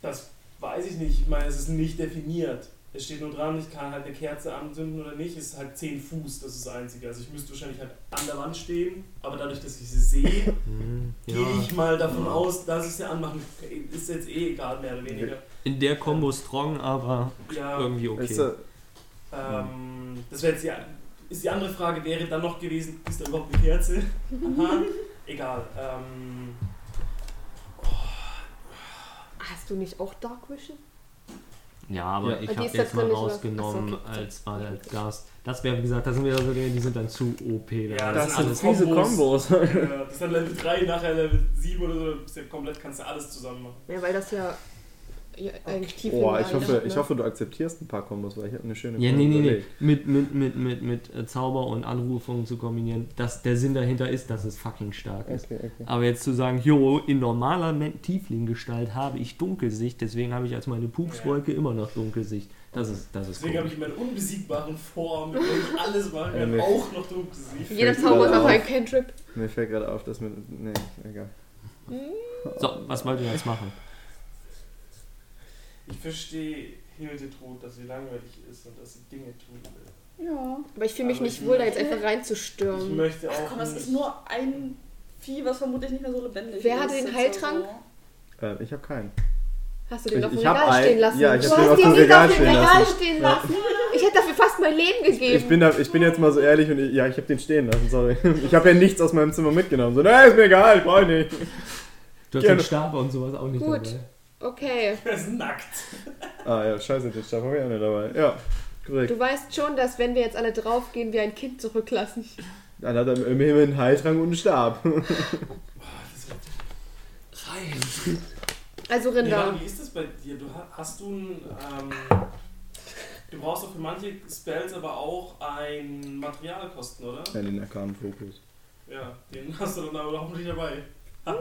Das weiß ich nicht, ich meine, es ist nicht definiert. Es steht nur dran, ich kann halt eine Kerze anzünden oder nicht, es ist halt 10 Fuß, das ist das Einzige. Also ich müsste wahrscheinlich halt an der Wand stehen, aber dadurch, dass ich sie sehe, Hm, gehe ja. ich mal davon Ja. aus, dass ich sie anmachen kann. Ist jetzt eh egal, mehr oder weniger. In der Combo strong, aber Ja, irgendwie okay. Weißt du, Ähm, das wäre jetzt die, ist die andere Frage, wäre dann noch gewesen, ist da überhaupt eine Kerze? Aha, egal. Ähm, Ähm, Hast du nicht auch Dark Vision? Ja, aber Ja. ich Aber die habe ist da jetzt mal drin nicht, oder? rausgenommen Ach so, okay. als war der Gast. Das wäre, wie gesagt, das sind wieder so Dinge, die sind dann zu OP. Da. Ja, das, das ist sind alles. fiese Kombos. äh, das ist dann Level 3, nachher Level 7 oder so, bist ja komplett kannst du alles zusammen machen. Ja, weil das ja, ja eigentlich tief Boah, ich hinein hoffe, ist, ich ne? hoffe, du akzeptierst ein paar Kombos, weil ich habe eine schöne Ja, nee, Kombo nee, nee. überlegt. Mit, mit, mit, mit, mit äh, Zauber und Anrufungen zu kombinieren, dass der Sinn dahinter ist, dass es fucking stark ist. Okay, okay. Aber jetzt zu sagen, jo, in normaler Men- Tieflinggestalt habe ich Dunkelsicht, deswegen habe ich als meine Pupswolke immer noch Dunkelsicht. Das ist, das ist Deswegen habe ich cool. in meiner unbesiegbaren Form, mit der ich alles machen kann, Ja, auch noch dunkelsicht. Jeder Fällt Zauber ist gerade auch auf. ein Cantrip. Mir fällt gerade auf, dass mit. Nee, egal. So, was wollt ihr jetzt machen? Ich verstehe Hildetrud, dass sie langweilig ist und dass sie Dinge tun will. Ja. Aber ich fühle mich Aber nicht ich- wohl, da jetzt einfach Ich reinzustürmen. möchte auch. Ähm, Ach komm, das nicht- ist nur ein Vieh, was vermutlich nicht mehr so lebendig ist. Wer hatte den Jetzt Heiltrank? also. Äh, ich habe keinen. Hast du den Ich- auf dem ich hab Regal ein- stehen lassen? ja, ich du hab den hast auf dem nicht Regal stehen Regal lassen. stehen Ja. lassen. Ich hätte dafür fast mein Leben gegeben. Ich bin, da, ich bin jetzt mal so ehrlich und ich, ja, ich habe den stehen lassen, sorry. Ich habe ja nichts aus meinem Zimmer mitgenommen. So, nee, ist mir egal, brauch ich nicht. Du hast Gerne. den Stab und sowas auch nicht Gut. dabei. okay, Er ist nackt. Ah ja, scheiße, den Stab habe ich auch nicht dabei. Ja, korrekt. du weißt schon, dass wenn wir jetzt alle draufgehen, wir ein Kind zurücklassen. Dann hat er im Himmel einen Heiltrank und einen Stab. Rein. Also Ja, Genau. Rinder. wie ist das bei dir? Du ha- hast du ein, ähm, Du brauchst doch für manche Spells aber auch ein Materialkosten, oder? Ja, den arkanen Fokus. Ja, den hast du dann aber hoffentlich dabei. Oh,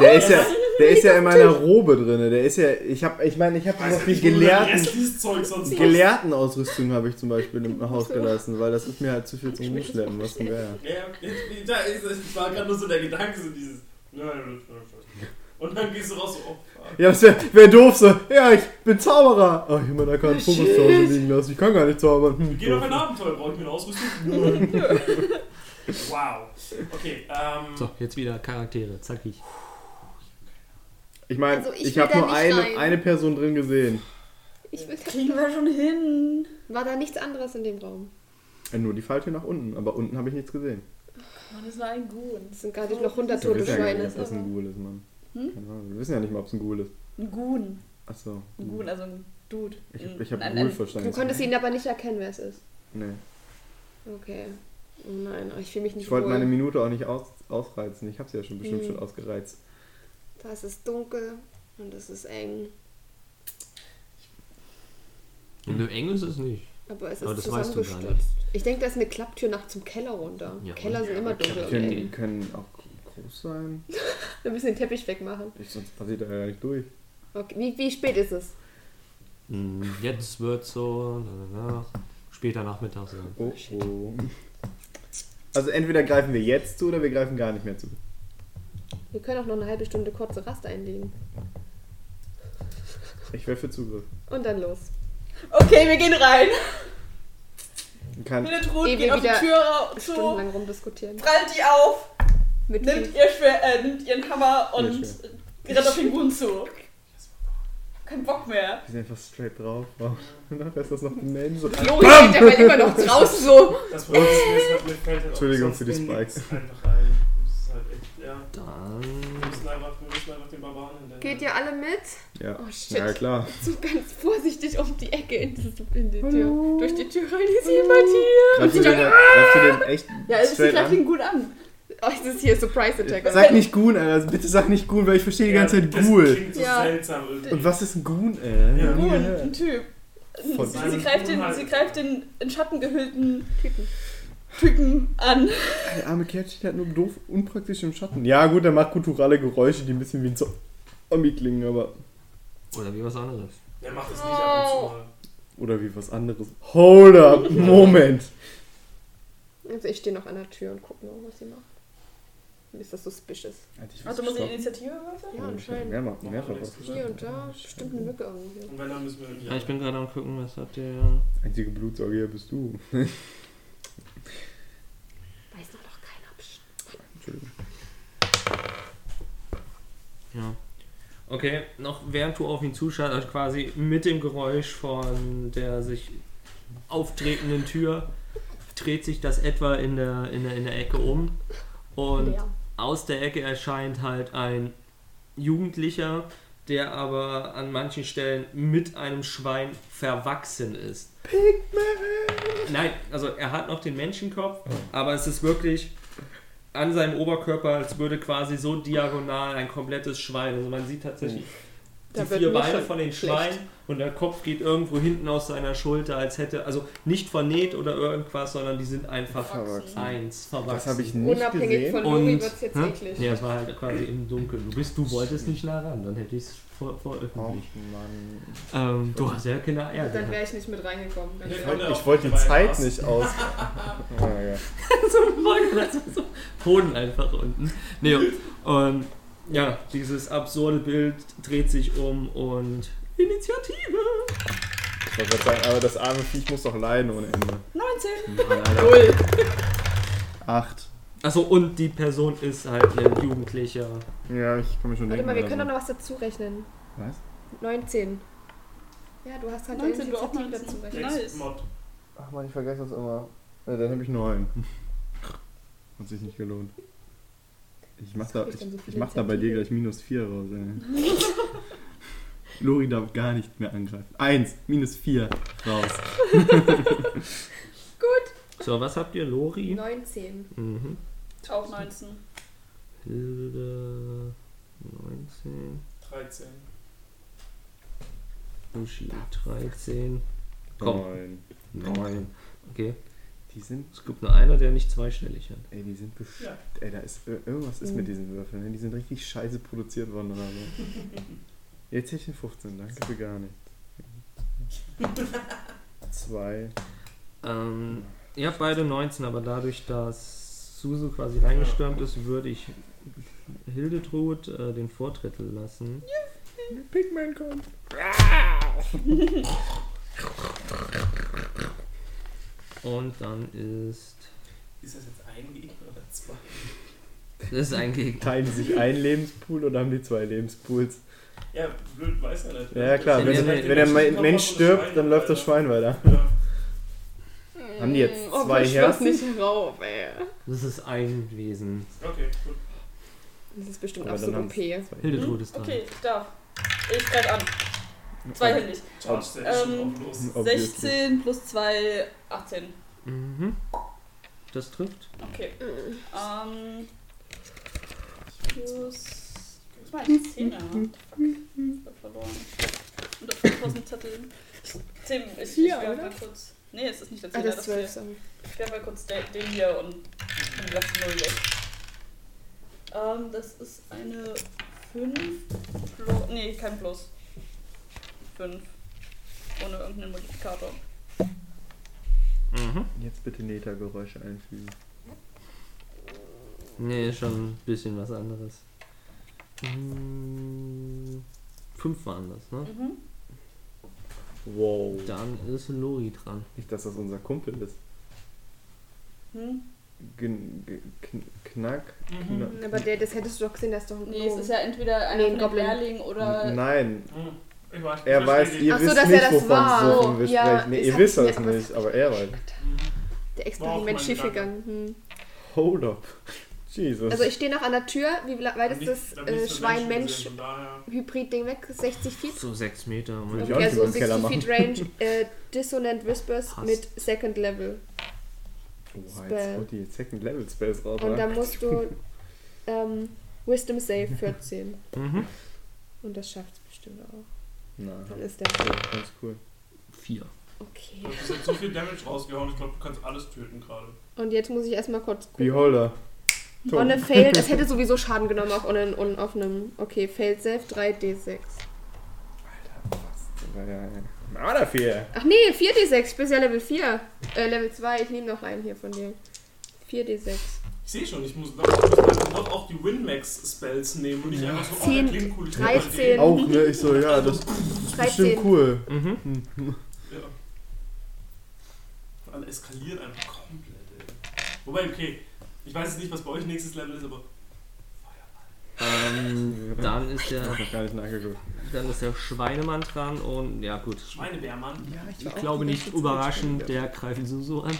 Der ist ja, der ist ja in meiner Robe drin. Der ist ja, ich habe, ich meine, ich habe noch die nicht, wo du dein Gelehrten, restliches Zeug sonst hast. Gelehrtenausrüstung habe ich zum Beispiel im Haus gelassen, weil das ist mir halt zu viel zum Rumschleppen. Was denn wäre? Ja, okay. Da ist, es war gerade nur so der Gedanke, so dieses. "Nein, nein, nein, nein." Und dann gehst du raus so, oh, fuck. Ja, das wäre wär doof so. Ja, ich bin Zauberer. Oh, ich habe meinen arkanen Fokus zu Hause liegen lassen. Ich kann gar nicht zaubern. Hm, Wir gehen auf doof. ein Abenteuer, brauche ich mir eine Ausrüstung? Nö. wow. Okay, ähm. So, jetzt wieder Charaktere, zackig. ich meine, Also, ich ich, will habe da nur nicht eine, rein. eine Person drin gesehen. Ich will, Kriegen wir schon hin. war da nichts anderes in dem Raum? Ja, Äh, nur die Falltür nach unten, aber unten habe ich nichts gesehen. Mann, das war ein Gun. Es sind gerade noch 100 Wir tote wissen ja gar nicht, Schweine. ob das ein Ghoul ist, Mann. Hm? Keine Ahnung, Wir wissen ja nicht mal, ob es ein Ghoul ist. Ein Gun. Achso. Ein Gun, also ein Dude. Ich, Ein- ich habe ein- Ghoul ein- verstanden. Du konntest ihn aber nicht erkennen, wer es ist. Nee. Okay. Oh nein, oh, ich fühle mich nicht Ich wollte wohl. meine Minute auch nicht aus, ausreizen. Ich habe sie ja schon bestimmt Hm. schon ausgereizt. Das ist dunkel und es ist eng. Nö, eng ist es nicht. Aber es ist Aber das weißt du gar zusammengestürzt. Ich denke, da ist eine Klapptür nach zum Keller runter. Ja, Keller sind ja, immer aber dunkel und Klapptüren eng. gehen. Können, können auch groß sein. Wir müssen den Teppich wegmachen. Ich, sonst passiert da ja gar nicht durch. Okay. Wie, wie spät ist es? Hm, Jetzt wird so. Na, na, na. später Nachmittag sein. Oh, oh. Also entweder greifen wir jetzt zu oder wir greifen gar nicht mehr zu. Wir können auch noch eine halbe Stunde kurze Rast einlegen. Ich wäre für Zugriff. Und dann los. Okay, wir gehen rein. Kann, Hildetrud Ehe geht wir auf die wieder Tür zu, Stundenlang rumdiskutieren. prallt die auf, Mit nimmt, Nimmt ihr Schwer, äh, nimmt ihren Hammer und Ja, schön. rennt auf den Boden zu. Kein Bock mehr. wir sind einfach straight drauf. Wow. Wer ist das noch benennen? So, Flori steht dabei immer noch draußen so. Das Problem ist, halt, mir fällt halt auch Entschuldigung sonst für die Spikes. nichts Einfach ein. Das ist halt echt, ja. Wir Dann. müssen einfach, wir müssen einfach den Barbaren hinterher. Geht ihr alle mit? ja. Oh shit. ja, klar. So ganz vorsichtig um die Ecke in, dieses, in die Tür. Hallo. Durch die Tür rein ist Hm. jemand hier. Greifst du den, greifst du den echt Hm. Ja, es straight greift an? ihn gut an. Oh, es ist hier Surprise Attack. Sag nicht Goon, Alter. Bitte sag nicht Goon, weil ich verstehe die ganze Zeit Das Ghoul. klingt so Ja. seltsam irgendwie. Und was ist ein Goon, ey? Ja. Gut, Nie ein gehört. Typ. Von- Sie greift, den, sie greift den in Schatten gehüllten Typen. Typen an. Der arme Kerl steht halt nur doof, unpraktisch im Schatten. Ja, gut, er macht kulturelle Geräusche, die ein bisschen wie ein Zombie klingen, aber. Oder wie was anderes. Der macht das nicht ab und zu mal. Oder wie was anderes. Hold up, Moment. Also ich stehe noch an der Tür und gucke noch, was sie macht. Mir ist das suspicious. Also muss ich Initiative würfeln? Ja, Ja, anscheinend. Mehrfach, mehrfach was. Hier und da bestimmt eine Lücke irgendwo. Und wenn, dann müssen wir irgendwie. Ja, ich bin gerade am gucken, was habt ihr. Einzige Blutsorge hier bist du. Weiß doch noch keiner. Psst. Entschuldigung. Ja. Okay, noch während du auf ihn zuschaust, also quasi mit dem Geräusch von der sich auftretenden Tür, dreht sich das etwa in der, in der, in der Ecke um. Und Leer. aus der Ecke erscheint halt ein Jugendlicher, der aber an manchen Stellen mit einem Schwein verwachsen ist. Nein, also er hat noch den Menschenkopf, aber es ist wirklich an seinem Oberkörper, als würde quasi so diagonal ein komplettes Schwein. Also man sieht tatsächlich Da die wird vier mir Beine schon von den schlecht. Schweinen und der Kopf geht irgendwo hinten aus seiner Schulter, als hätte, also nicht vernäht oder irgendwas, sondern die sind einfach Verwachsen. eins verwachsen. Das habe ich nicht Unabhängig gesehen. von Lori Und, wird es jetzt hä? eklig. Nee, das war halt quasi im Dunkeln. Du bist, du wolltest nicht nah ran, dann hätte ich es ver Oh veröffentlicht. Mann. Ähm, du hast ja keine Eier Dann gehabt. wäre ich nicht mit reingekommen. Ganz Ja, ehrlich. komm. Ich wollte die Zeit nicht aus. Oh, ja. so ein Bock, das ist so Boden einfach unten. Nee, und ja, dieses absurde Bild dreht sich um und Initiative! Ich wollte gerade sagen, aber das arme Viech muss doch leiden ohne Ende. 19. Mann, Alter. Null. Acht. Achso, Also, und die Person ist halt ein Jugendlicher. Ja, ich kann mir schon Warte denken. mal, wir oder können doch so. noch was dazu rechnen. Was? 19. Ja, du hast halt 19, du auch 19 dazu 19. rechnen. Nice. Nice. Mod. Ach man, ich vergesse das immer. Ja, dann habe ich neun. Hat sich nicht gelohnt. Ich mach, Was da, hab ich ich, denn so viele ich mach da bei dir Zettel? gleich minus vier raus, ey. Lori darf gar nicht mehr angreifen. Eins, minus vier, raus. So, was habt ihr? Lori? 19. Mhm. Auch 19. Hilde 19. 13. Uschi 13. Komm. Neun. Nein. Okay. Die sind, Es gibt nur einer, der nicht zweistellig hat. ey, die sind bestimmt, Ja. ey, da ist, ir- irgendwas ist mit diesen Würfeln, ne? Die sind richtig scheiße produziert worden oder so. Jetzt hätte ich den 15, danke für gar nichts. Zwei. Ähm, ihr habt beide 19, aber dadurch, dass Susu quasi reingestürmt ist, würde ich Hildetrud äh, den Vortritt lassen. Pigman kommt. Und dann ist. Ist das jetzt ein Gegner oder zwei? Das ist ein Gegner. Teilen die sich einen Lebenspool oder haben die zwei Lebenspools? Ja, blöd weiß er nicht. Ja klar, Wenn wenn, der- wenn, wenn der Me- Mensch stirbt, dann läuft das Schwein. Schwein weiter. Ja. Haben die jetzt Oh, zwei ich schwör's Herzen? nicht rauf, ey. Das ist ein Wesen. Okay, gut. Das ist bestimmt Aber dann absolut haben's- OP. Ja, Hildetrud ist dran. Okay, ich darf. Ich greif an. Zweihändig. Charge Station Ähm, auf los. Obviously. 16 plus 2, 18. Mhm. Das trifft. Okay. Ähm. Plus. Was war eigentlich? Zehner. Fuck. Ich hab verloren. Und auf 5000 Zettel. Zehn. Ich, ich Vier, werf oder? mal kurz. Nee, es ist nicht Also der ah, Zehner. das ist das ist 12, vier. sorry. Ich werf mal kurz de- den hier und und lass die Null weg. Ähm, das ist eine 5. Plus, nee, kein Plus. 5. Ohne irgendeinen Modifikator. Mhm. Jetzt bitte Neta-Geräusche einfügen. Nee, ist schon ein bisschen was anderes. Hm, Fünf waren das, ne? Mhm. Wow. Dann ist Lori dran. Nicht, dass das unser Kumpel ist. Hm? Gen- ge- kn- Knack? Mhm. knack- Aber der, das hättest du doch gesehen, das ist doch ein Nee, es ist Gnom. ja entweder einer Nee, von ein den Goblin. Lehrlingen oder. Nein, Hm. Ich weiß, er ich weiß, nicht. ihr Ach so, wisst dass er nicht, das wovon war. wovon wir Ja, sprechen. Nee, das ihr hab ich wisst mir das aber- nicht, aber er weiß. Mhm. Der War auch mein Experiment schiefgegangen. Hm. Hold up. Jesus. Also ich stehe noch an der Tür. Wie weit Hab ist nicht- das hab nicht äh, so gesehen, von daher- Schwein-Mensch-Hybrid-Ding weg? 60 Feet? So sechs Meter. Würde ich Okay, auch nicht also über den Keller 60 Feet Range. Äh, Dissonant Whispers Passt. mit Second Level. Boah, Oh, jetzt Spell. holt die Second Level Spells raus. Und oder? dann musst du ähm, Wisdom Save 14. Mhm. Und das schafft es bestimmt auch. Na, Dann ist der. ganz cool. Vier. Okay. Du hast jetzt so viel Damage rausgehauen, ich glaube, du kannst alles töten gerade. Und jetzt muss ich erstmal kurz gucken. Beholder. On a failed, es hätte sowieso Schaden genommen, auch on, an- on auf einem. Okay, failed save 3d6. Ja, ja, ja. Ah, dafür. Ach nee, 4d6, ich bin ja Level 4. Äh, Level 2, ich nehme noch einen hier von dem. 4d6. Ich sehe schon, ich muss noch, ich muss noch auch die Winmax-Spells nehmen und nicht einfach so, oh, Zehn, der klingt cool. ich nehme mal den. 13. Auch, ne? Ich so, ja, das ist 13. bestimmt cool. Mhm. Ja. Alle eskalieren einfach komplett, ey. Wobei, okay, ich weiß jetzt nicht, was bei euch nächstes Level ist, aber Ähm, dann ist der, Ich hab gar nicht nachgeguckt. dann ist der Schweinemann dran und ja gut. Schweinebärmann. Ja, Ich glaube nicht überraschend, der greift ihn so an.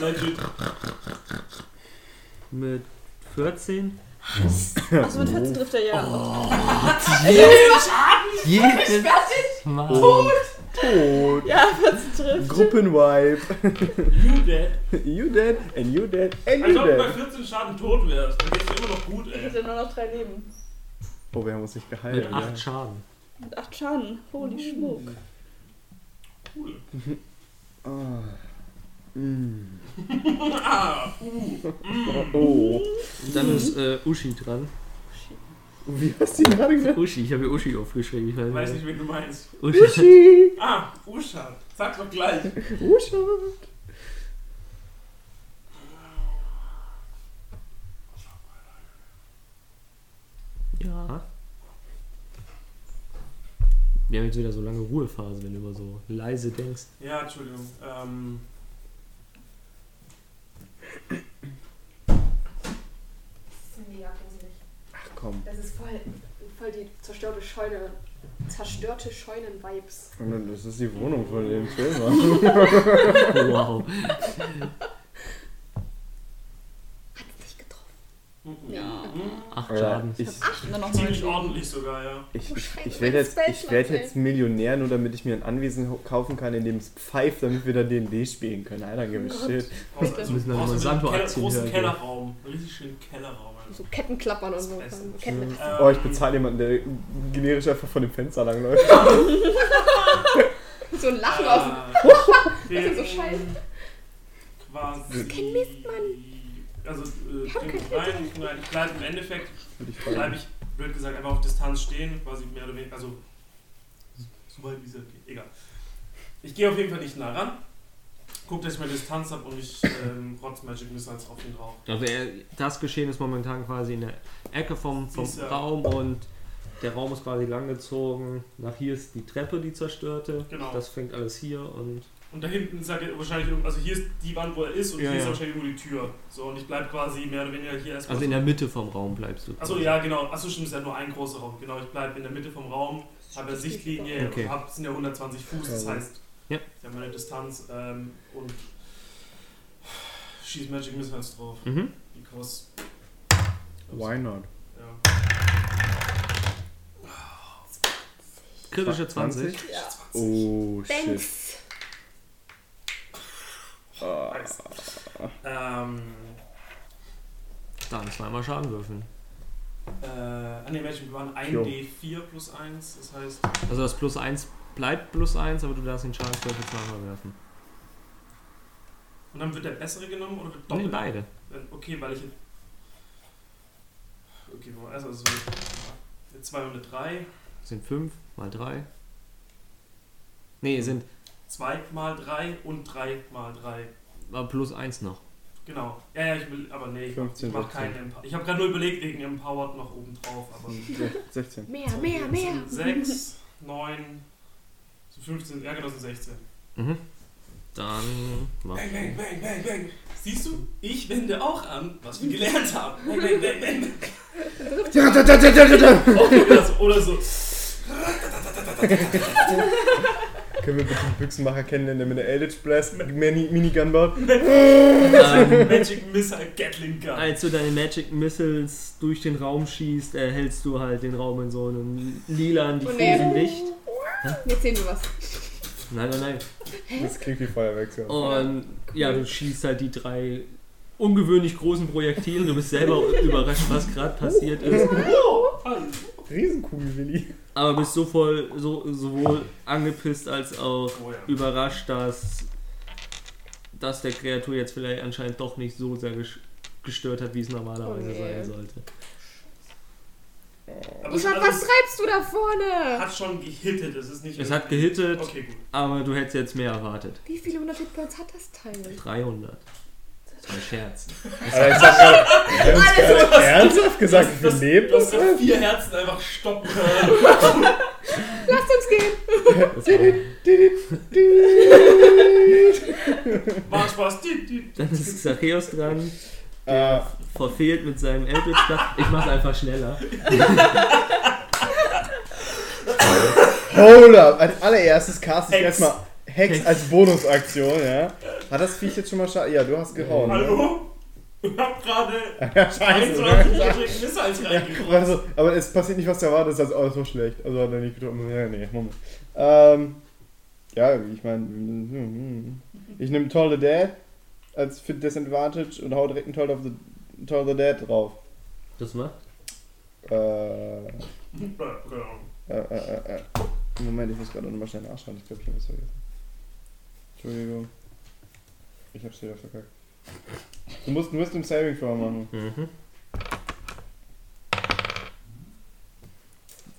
Legit. Mit 14. Achso, Also mit 14 trifft er oh. ja. Jedes Mal. Tot. Ja, 14 trifft. Gruppenwipe. You dead. You dead, and you dead, and Als you Also, ob du Also, bei dead. 14 Schaden tot wärst. Dann geht's dir immer noch gut, Ich ey. hätte nur noch drei Leben. Oh, wir haben uns nicht Mit geheilt. Ja. 8 Schaden. Mit 8 Schaden. Holy Hm. Schmuck. Cool. Ah. Mm. Ah, Oh. Dann ist äh, Uschi dran. Wie hast du ihn gerade gesagt? Uschi, ich habe hier Uschi aufgeschrieben. Ich ich weiß weiß nicht, wen du meinst. Uschi. Uschi. Ah, Usha. Sag doch gleich. Uschi. Ja. Wir haben jetzt wieder so lange Ruhephase, wenn du immer so leise denkst. Ja, Entschuldigung. Ähm. Mega gruselig. Ach komm. Das ist voll, voll die zerstörte Scheune. Zerstörte Scheunen-Vibes. Das ist die Wohnung von dem Film. Wow. Hat es dich getroffen? mhm. Ja. Acht Oh, Ja, Schaden. ich, Dann noch Ziemlich neun Leben. ordentlich sogar, ja. ich, Oh, ich, scheiße, ich werde jetzt, mein ich werd Spellslot, jetzt Millionär, nur damit ich mir ein Anwesen ho- kaufen kann, in dem es pfeift, damit wir da D&D spielen können. Alter, give a shit. Brauchst also, Müssen wir brauchst mal so einen Keller, Santo-Aktien großen hören, Kellerraum. Einen richtig schönen Kellerraum. also. So Kettenklappern und so. Das Beste. Ketten. Ähm, Oh, ich bezahle jemanden, der generisch einfach von dem Fenster langläuft. So Ähm, ein Lachen aus Ah, dem. aus dem. Das ist so scheiße. Quasi. Kein Mistmann. Also, äh, ich rein, ich rein. Ich bleibe im Endeffekt, Würde ich bleibe fragen. ich, blöd gesagt, einfach auf Distanz stehen, quasi mehr oder weniger. Also, soweit wie es geht. Egal. Ich gehe auf jeden Fall nicht nah ran. Guck, dass ich meine Distanz habe und ich ähm, rotz Magic Missiles auf ihn drauf. Also er, das Geschehen ist momentan quasi in der Ecke vom, vom Ist ja- Raum und der Raum ist quasi langgezogen. Nach hier ist die Treppe, die zerstörte. Genau. Das fängt alles hier und Und da hinten ist ja wahrscheinlich, irgend- also hier ist die Wand, wo er ist und Ja, hier ist ja. wahrscheinlich nur die Tür. So, und ich bleibe quasi mehr oder weniger hier erstmal. also in der Mitte vom Raum bleibst du. Achso, ja, genau. Achso, stimmt, ist ja nur ein großer Raum. Genau, ich bleibe in der Mitte vom Raum, habe ja Sichtlinie, Okay. hab, sind ja 120 Fuß, das Ja. heißt, Ja. ich habe meine Distanz ähm, und schieß Magic Missiles drauf. Mhm. Because. Why not? Ja. Kritische 20. Ja. Oh, shit. Thanks. Ah. Nice. Ähm, Dann zweimal Schaden würfeln. äh, an den Magic waren Jo. 1d4 plus 1, das heißt, Also das Plus 1 bleibt Plus 1, aber du darfst den Schadenswürfel zweimal werfen. und dann wird der bessere genommen oder wird Nee, doppelt? beide. Wenn- Okay, weil ich. Okay, wo- also es war 203. Sind 5 mal 3. Nee, sind 2 mal 3 und 3 mal 3. War äh, plus eins noch. Genau. Ja, ja, ich will, aber nee, ich, mach- 15, ich mach 16. keinen Empowered. Ich habe gerade nur überlegt, wegen Empowered noch oben drauf, aber. 16. Mehr, mehr, mehr. 6, 9, 15, ja genau, so 16. Mhm. Dann mach. Bang, bang, bang, bang, bang. Siehst du, ich wende auch an, was wir gelernt haben. Bang, bang, bang, bang, bang. Okay, oder so. Oder so. Können wir bitte einen Büchsenmacher kennenlernen, der mit einer Eldritch Blast Mini Minigun baut? Ähm, Magic Missile Gatling Gun. als du deine Magic Missiles durch den Raum schießt, erhältst du halt den Raum in so einem lilan, Und diffusen er- Licht. Jetzt sehen wir was. Nein, oh, nein, nein. Das klingt wie Feuerwerkskörper. Und ja, du schießt halt die drei ungewöhnlich großen Projektile. Du bist selber überrascht, was gerade passiert ist. Riesenkugel, Willi. Aber bist so voll, so, sowohl angepisst als auch Oh ja. überrascht, dass, dass der Kreatur jetzt vielleicht anscheinend doch nicht so sehr ges- gestört hat, wie es normalerweise Oh nee. sein sollte. Aber Ich es hab, hat- was treibst du da es vorne? Hat schon gehittet, es ist nicht. Es hat gehittet, Okay, gut. aber du hättest jetzt mehr erwartet. Wie viele hundert Hitpoints hat das Teil? 300. Das war ein Scherz. Alter, ich sag grad, wir haben uns gerade ernsthaft gesagt, wie viel lebt Du das? hast grad vier Herzen einfach stoppen können. Lasst uns gehen! Das war, War Spaß. Die, die. dann ist Zachäus dran, Äh, verfehlt mit seinem Eldritch-Platz. Ich mach's einfach schneller. hold up! Als allererstes cast ich Hex. erstmal Hex als Bonusaktion, ja? Hat das Viech jetzt schon mal Schaden? Ja, du hast gehauen. ne? Hallo? Ich hab gerade Ja, scheiße, ne? 21 Magic Missiles reingekommen. Also, aber es passiert nicht, was du erwartest, also alles war schlecht. Also hat er nicht getroffen. Ja, nee, Moment. Ähm, ja, ich meine, ich nehme Toll the Dead als für Disadvantage und hau direkt einen Toll of the, Toll the Dead drauf. Das macht. Äh, äh, Genau. äh, äh, äh. Moment, ich muss gerade nochmal schnell nachschauen. Ich glaube, ich habe was vergessen. Entschuldigung. Ich hab's wieder verkackt. Du musst, du musst einen Saving Throw machen. Mhm.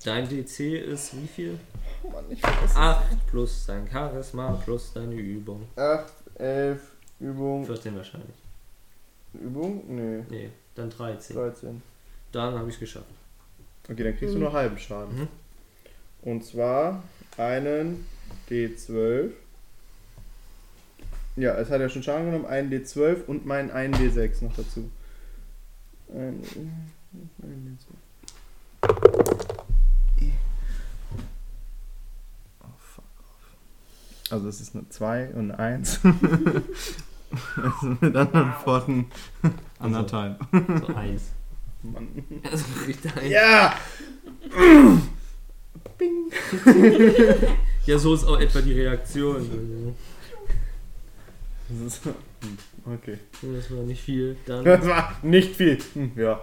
Dein DC ist wie viel? Oh Mann, Ah. ich vergesse. 8 plus dein Charisma plus deine Übung. 8, 11, Übung. 14 wahrscheinlich. Übung? Nee. Nee, dann 13. 13. Dann habe ich geschafft. Okay, dann kriegst Mhm. du nur halben Schaden. Mhm. Und zwar einen D12. Ja, es hat ja schon Schaden genommen. Einen D12 und meinen einen D6 noch dazu. Ein, ein D12. Oh, fuck off. Also es ist eine 2 und eine 1. also mit anderen Worten anderthalb. So 1. Mann. Also kriegt er eins. Ja! Ja, so ist auch etwa die Reaktion. Das ist- hm, Okay. Also, Das war nicht viel. Dann Das war nicht viel. Hm, Ja.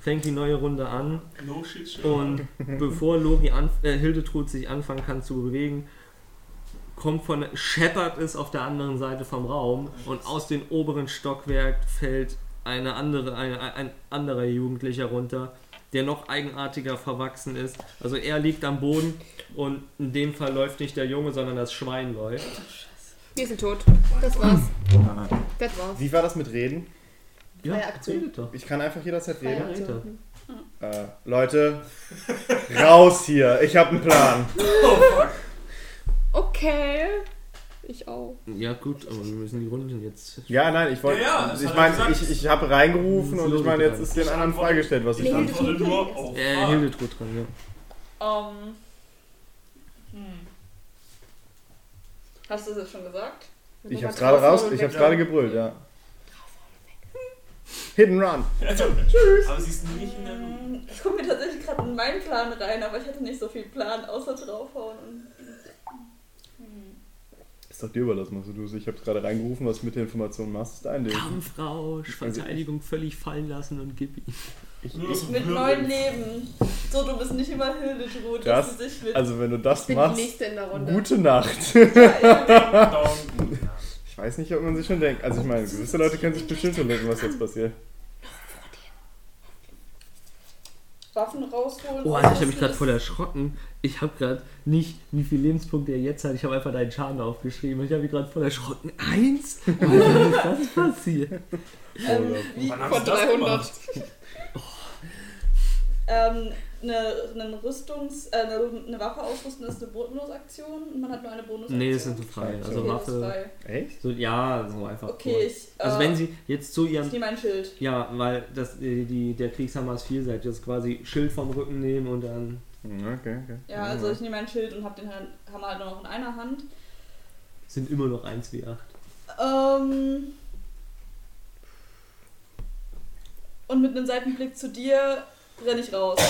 fängt die neue Runde an. No shit, shit. Und bevor Logi anf- äh, Hildetrud sich anfangen kann zu bewegen, kommt von scheppert es auf der anderen Seite vom Raum und aus dem oberen Stockwerk fällt eine andere, ein, ein anderer Jugendlicher runter, der noch eigenartiger verwachsen ist. Also er liegt am Boden und in dem Fall läuft nicht der Junge, sondern das Schwein läuft. Wir sind tot. Das war's. Das war's. Wie war das mit Reden? Ja, Freie Aktion. redet doch. Ich kann einfach jederzeit Freie reden. Aktion. Äh, Leute, raus hier. Ich habe einen Plan. Oh fuck. Okay. Ich auch. Ja gut, aber wir müssen die Runden jetzt... Ja, nein, ich wollte. Ja, ja, das ich hat er meine, gesagt. ich, ich habe reingerufen Das ist und ich meine, Logik jetzt ist den anderen freigestellt, was ich Ich Nee, habe. antworte nur auf. Äh, Hildetrud dran, ja. Ähm. Hm. Hast du das jetzt schon gesagt? Ich Nochmal habe gerade draußen raus. und Ich weg. habe gerade gebrüllt, ja. Hidden Run. Tschüss. Aber sie ist nicht in der Ruhe. Hm, Ich gucke mir tatsächlich gerade in meinen Plan rein, aber ich hatte nicht so viel Plan, außer draufhauen und. Hm. Ist doch dir überlassen, was du tust. Ich habe gerade reingerufen, was du mit der Information machst, ist dein Ding. Kampfrausch, Verteidigung völlig fallen lassen und gib ihm. Nur das Mit Wirbel. neun Leben. So, du bist nicht immer Hildetrud, Das- dass du dich mit. Also wenn du Ich das bin die machst, nächste in der Runde. gute Nacht. Down. Ich weiß nicht, ob man sich schon denkt. Also ich meine, gewisse Leute können sich bestimmt schon denken, was jetzt passiert. Waffen rausholen. Oh, und Alter, ich das habe mich gerade ist- voll erschrocken. Ich habe gerade nicht, wie viel Lebenspunkte er jetzt hat. Ich habe einfach deinen Schaden aufgeschrieben. Ich habe mich gerade voll erschrocken. Eins? Alter, was ist das passiert? Ähm, wie, Wann Von hast du das 300. gemacht? ähm, eine, eine Rüstungs-, äh, eine, eine Waffe ausrüsten ist eine Bonusaktion und man hat nur eine Bonusaktion. Nee, das sind so frei. Also Okay, das Waffe. ist frei. Echt? So, ja, so einfach. Okay, so. ich. Äh, Also wenn sie jetzt zu ihrem Ich nehme ein Schild. Ja, weil das, äh, die, der Kriegshammer ist vielseitig. Das ist quasi Schild vom Rücken nehmen und dann. Hm, Okay, okay. Ja, also ich nehme ein Schild und habe den Han- Hammer halt nur noch in einer Hand. sind immer noch 1 wie 8. Ähm. Und mit einem Seitenblick zu dir renne ich raus.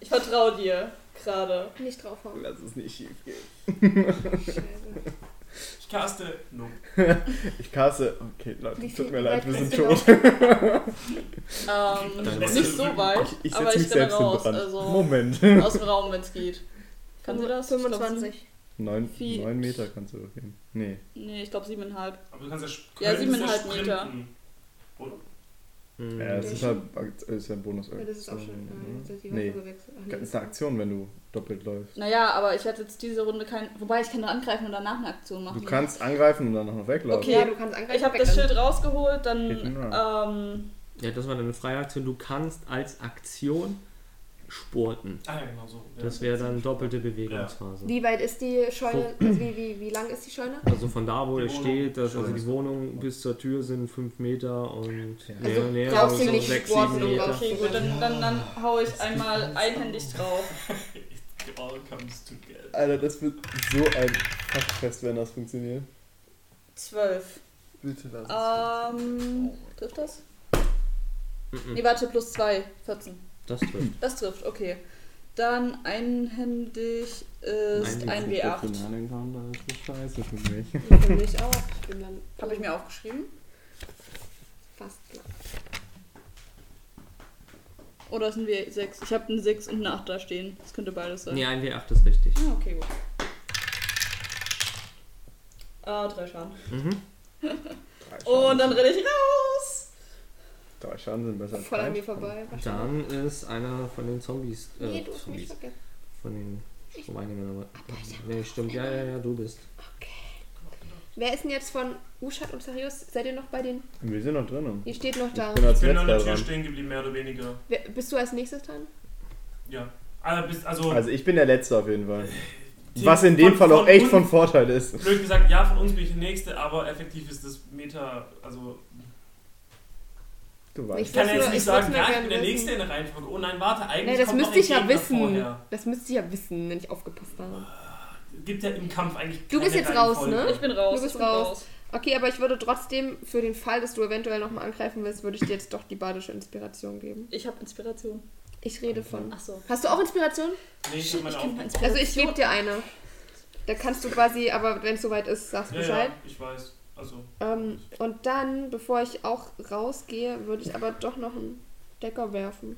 Ich vertraue dir gerade. Nicht draufhauen. Lass es nicht schief gehen. Scheiße. Ich caste. No. Ich caste. Okay, Leute, Wie viel- tut mir wie leid, weit wir sind bist du tot. Ähm, Dann nicht so weit, Ich, ich aber setze mich ich renne selbst in raus. Brand. Also Moment. aus dem Raum, wenn es geht. Kann sie das? Ich glaub, 25. Neun, Wie- neun Meter kannst du doch gehen. Nee. sie- Nee, ich glaube siebeneinhalb. Aber du kannst ja sp- Ja, könntest siebeneinhalb sprinten. Oder? Mhm. Mhm. Ja, das Nee. ist halt das ist ja ein Bonus. Mhm. Ja, das ist auch schon. Äh, jetzt ist die Waffe Nee, gewechselt. Ach, nee, das ist eine Aktion, wenn du doppelt läufst. Naja, aber ich hatte jetzt diese Runde kein. Wobei ich kann nur angreifen und danach eine Aktion machen. Du kannst angreifen und dann noch weglaufen. Okay. Ja, du kannst angreifen. Ich habe das wegrennen. Schild rausgeholt, Hit and dann. Ähm, ja, das war dann eine freie Aktion. Du kannst als Aktion sporten. Ah ja, genau so. Ja. Das wäre dann doppelte Bewegungsphase. Wie weit ist die Scheune? Also wie, wie, wie lang ist die Scheune? Also von da, wo Die ihr Wohnung. steht, das, also die Wohnung bis zur Tür sind 5 Meter und Ja. Also nee, aber brauchst du nicht sechs, sporten, sieben um Meter. raus- Okay, gut, dann, dann, dann hau ich einmal einhändig drauf. It all comes together. Alter, das wird so ein Fachfest, wenn das funktioniert. Ah, Zwölf. Bitte lass Ähm, trifft das? Mhm. Nee, warte, plus zwei. 14. Das trifft. Das trifft, okay. Dann einhändig ist ein W8. ne? Das ist scheiße für mich. Für mich auch. Ich bin dann Habe ich mir aufgeschrieben? fast lang. Oder ist ein W6? Ich habe eine 6 und eine 8 da stehen. Das könnte beides sein. Nee, ein W8 ist richtig. Ah, okay, gut. Ah, drei Schaden. Mhm. Oh, Und dann renne ich raus! Drei Schaden sind besser als Voll an keins. mir vorbei. wahrscheinlich. Dann ist einer von den Zombies. Äh, Nee, du hast mich Zombies. vergessen. Von den Ich- Schweinern. ich hab Nee, stimmt. Ja, ja, ja, du bist. Wer ist denn jetzt von Ushat und Sarius? Seid ihr noch bei den? Wir sind noch drinnen. Ihr steht noch da. Ich bin als Ich bin an letzter der Tür dran. stehen geblieben, mehr oder weniger. Wer, bist du als nächstes dran? Ja. Also, bist, also, Also ich bin der Letzte auf jeden Fall. Team- Was in dem von- Fall auch von echt uns- von Vorteil ist. Blöd gesagt, ja, von uns bin ich der Nächste, aber effektiv ist das Meta. Also, Du weißt. ich Ich würd's kann ja nur- jetzt nicht ich würd's sagen, nur ja, ich gern bin der wissen. Nächste in der Reihenfolge. Oh nein, warte, eigentlich. Nee, das kommt noch müsste ein ich ja Gegner wissen. Vorher. Das müsste ich ja wissen, wenn ich aufgepasst habe. Gibt ja im Kampf eigentlich. Du bist keine jetzt raus, Reihenfolge. ne? Ich bin raus. Du bist ich bin raus. Okay, aber ich würde trotzdem für den Fall, dass du eventuell nochmal angreifen willst, würde ich dir jetzt doch die badische Inspiration geben. Ich habe Inspiration. Ich rede von. Achso. Hast du auch Inspiration? Nee, ich hab Shit, ich meine kann Aufgabe. mal Inspiration. Also ich gebe dir eine. Da kannst du quasi, aber wenn es soweit ist, sagst du Ja, Bescheid. ja, ich weiß. Also, Ähm, und dann, bevor ich auch rausgehe, würde ich aber doch noch einen Decker werfen.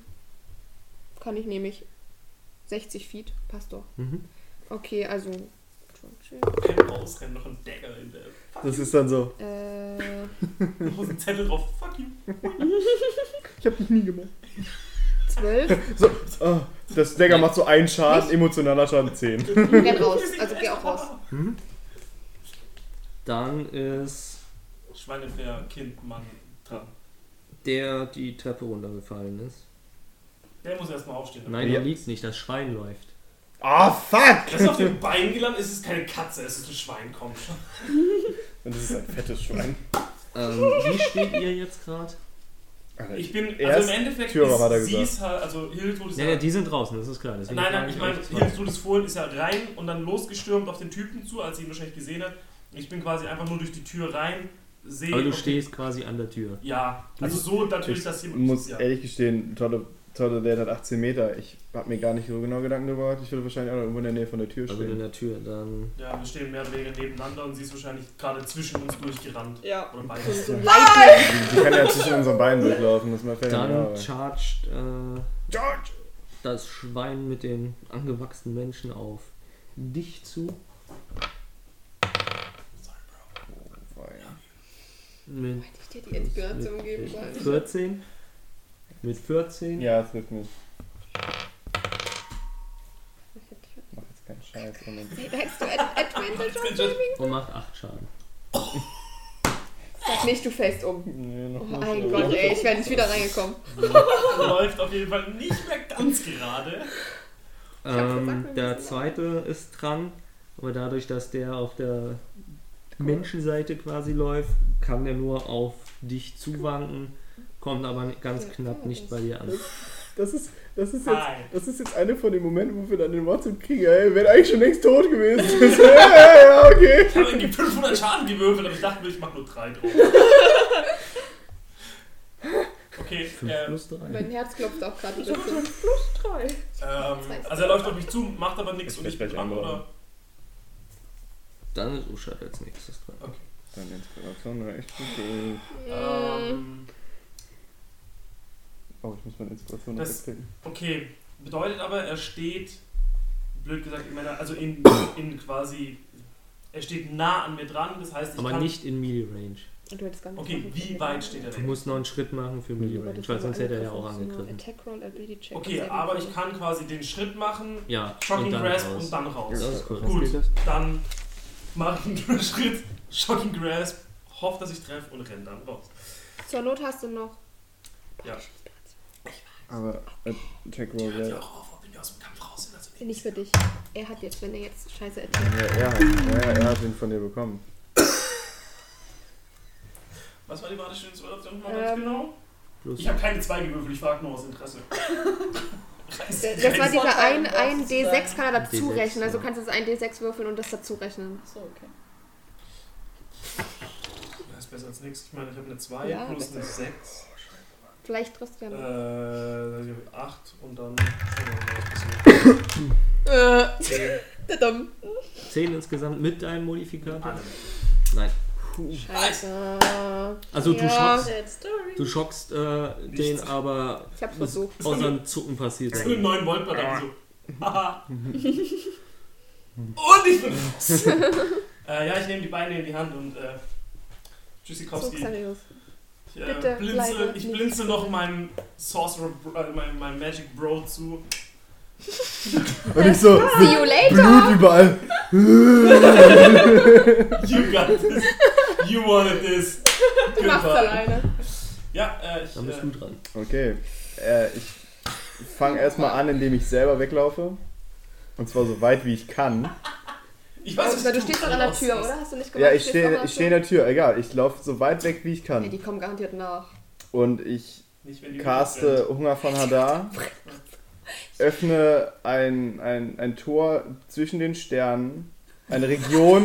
Kann ich nämlich 60 Feet. Passt doch. Mhm. Okay, also. kein Rausrennen, noch ein Dagger in der. Das ist dann so. Äh, Noch ein Zettel drauf. Fuck you. Ich hab dich nie gemacht. 12. So, oh, das Dagger macht so einen Schaden, emotionaler Schaden 10. Renn raus. Also geh auch raus. Mhm. Dann ist Schweinebär, Kind, Mann, dran. der, die Treppe runtergefallen ist. Der muss erstmal aufstehen. Nein, Ja. der liegt nicht, das Schwein läuft. Ah, fuck! Das ist auf dem Bein gelandet, es ist keine Katze, es ist ein Schwein, komm schon. Und das ist ein fettes Schwein. Ähm, wie steht ihr jetzt gerade? Alter, Ich bin, Halt. Erst also im Endeffekt Türe, hat er ist, sie gesagt. ist halt, also Hildrud ist Ja, ja, ja, die sind draußen, das ist klar. deswegen nein, nein, frage ich meine, euch zwei. Hildrud ist vorhin, ist ja rein und dann losgestürmt auf den Typen zu, als sie ihn wahrscheinlich gesehen hat. Ich bin quasi einfach nur durch die Tür rein, sehe... Aber du okay, stehst quasi an der Tür. Ja, Du- also so natürlich, ich dass jemand... muss ja. ehrlich gestehen, tolle, tolle Date hat 18 Meter. Ich hab mir gar nicht so genau Gedanken darüber gemacht. Ich würde wahrscheinlich auch irgendwo in der Nähe von der Tür Also in stehen. der Tür, dann. ja, wir stehen mehr oder weniger nebeneinander und sie ist wahrscheinlich gerade zwischen uns durchgerannt. Ja. Oder So, beides. so Lightning. Die kann ja zwischen unseren Beinen durchlaufen, das macht ja genau. nicht Dann mehr. charged äh, George! das Schwein mit den angewachsenen Menschen auf dich zu. Mit Hätte ich dir die Inspiration geben sollen. 14. Mit 14. Ja, das hilft nicht. Hättest du Ad Advantage auf Advantage. Saving? Und macht 8 Schaden. Sag nicht, du fällst um. Nee, noch Oh nicht. mein Gott, ey, ich wäre nicht wieder reingekommen. Läuft auf jeden Fall nicht mehr ganz gerade. hab's gesagt, wir Ähm, müssen der lachen. zweite ist dran, aber dadurch, dass der auf der Menschenseite quasi läuft, kann der nur auf dich zuwanken, kommt aber ni- ganz Ja, knapp ja, nicht das- bei dir an. Das ist, das ist Ah. jetzt, Hi. das ist jetzt einer von den Momenten, wo wir dann den WhatsApp kriegen. Ey, wäre eigentlich schon längst tot gewesen. so, ja, ja, okay. Ich habe irgendwie 500 Schaden gewürfelt, aber ich dachte mir, ich mache nur 3 drauf. Okay, 5 äh, plus 3. Mein Herz klopft auch gerade ein bisschen. Plus drei. Ähm, also er läuft auf mich zu, macht aber nichts Ich und werd ich bin gleich dran, eingeordnet. oder? Dann ist Usha als nächstes dran. Okay. Dann Inspiration war echt gut. Ähm, Oh, ich muss meine Inspiration noch Das- wegklicken. okay, bedeutet aber, er steht, blöd gesagt, in meiner, also in, in quasi, er steht nah an mir dran, das heißt, ich Aber kann... nicht in Melee Range. Und du hättest gar nicht Okay, machen wie können. weit steht er Du denn? musst noch einen Schritt machen für Melee Aber Range, das weil ist sonst nur hätte er ja auch Angriff, das ist nur angegriffen. Attack Roll, Ability Check. Okay, und Saving aber Throw. ich kann quasi den Schritt machen, Ja, Shocking und dann Grasp raus. und dann raus. Das ist cool. Gut, dann mache ich einen Schritt, Shocking Grasp, hoffe, dass ich treffe und renne dann raus. Zur Not hast du noch. Ja. Aber äh, Attack Roll Hört wäre. ja oh, auch auf, ob wir aus dem Kampf raus sind, also nicht. Nicht für dich. Er hat jetzt, wenn er jetzt scheiße Ja, Attack. er hat, ja, er hat den von dir bekommen. Was war die badische Inspiration nochmal ganz Ähm, genau? Plus Ich habe keine zwei gewürfelt, ich frage nur aus Interesse. Reiß- Das, reiß- das war dieser ein, Vorteil, ein das D6 zu kann er dazu D6, rechnen. Also ja. kannst du das ein D6 würfeln und das dazu rechnen. Achso, okay. Das ist besser als nichts. Ich meine, ich habe eine 2 Ja, plus eine besser. Genau. 6. Vielleicht triffst du Äh, ja noch. dann habe ich 8 und dann. Oh, Äh, das ist ein dadam. 10 insgesamt mit deinem bisschen- Modifikator. Alle. Nein. Scheiße. Also du Ja. schockst, Sad story. du schockst äh, den, Nichts. aber Ich hab's versucht. aus seinem Zucken passiert. Das ist ein 9 Volt Ah. Batterie. So. Haha. und ich bin raus. äh, ja, ich nehme die Beine in die Hand und. So, Äh, Tschüssikowski. Xarius. Ich, äh, Bitte, blinze, bleibe ich nicht. blinze noch meinem Sorcerer, Bro- äh, meinem, meinem Magic Bro zu. Und ich so, Ah, See you later! Blut überall. You got this. You wanted this. Du machst Goodbye. alleine. Ja, äh, ich, Dann bist äh, du dran. Okay, äh, ich fange erstmal an, indem ich selber weglaufe. Und zwar so weit wie ich kann. ich weiß Also, nicht. du stehst doch an der Tür, oder? Hast du nicht gemacht? Ja, ich Stehst doch an der stehe ich steh in der Tür, egal. Ich laufe so weit weg wie ich Ey, kann. die kommen garantiert nach. Und ich Nicht, wenn die caste Hunger von Hadar, öffne ein, ein, ein Tor zwischen den Sternen, eine Region,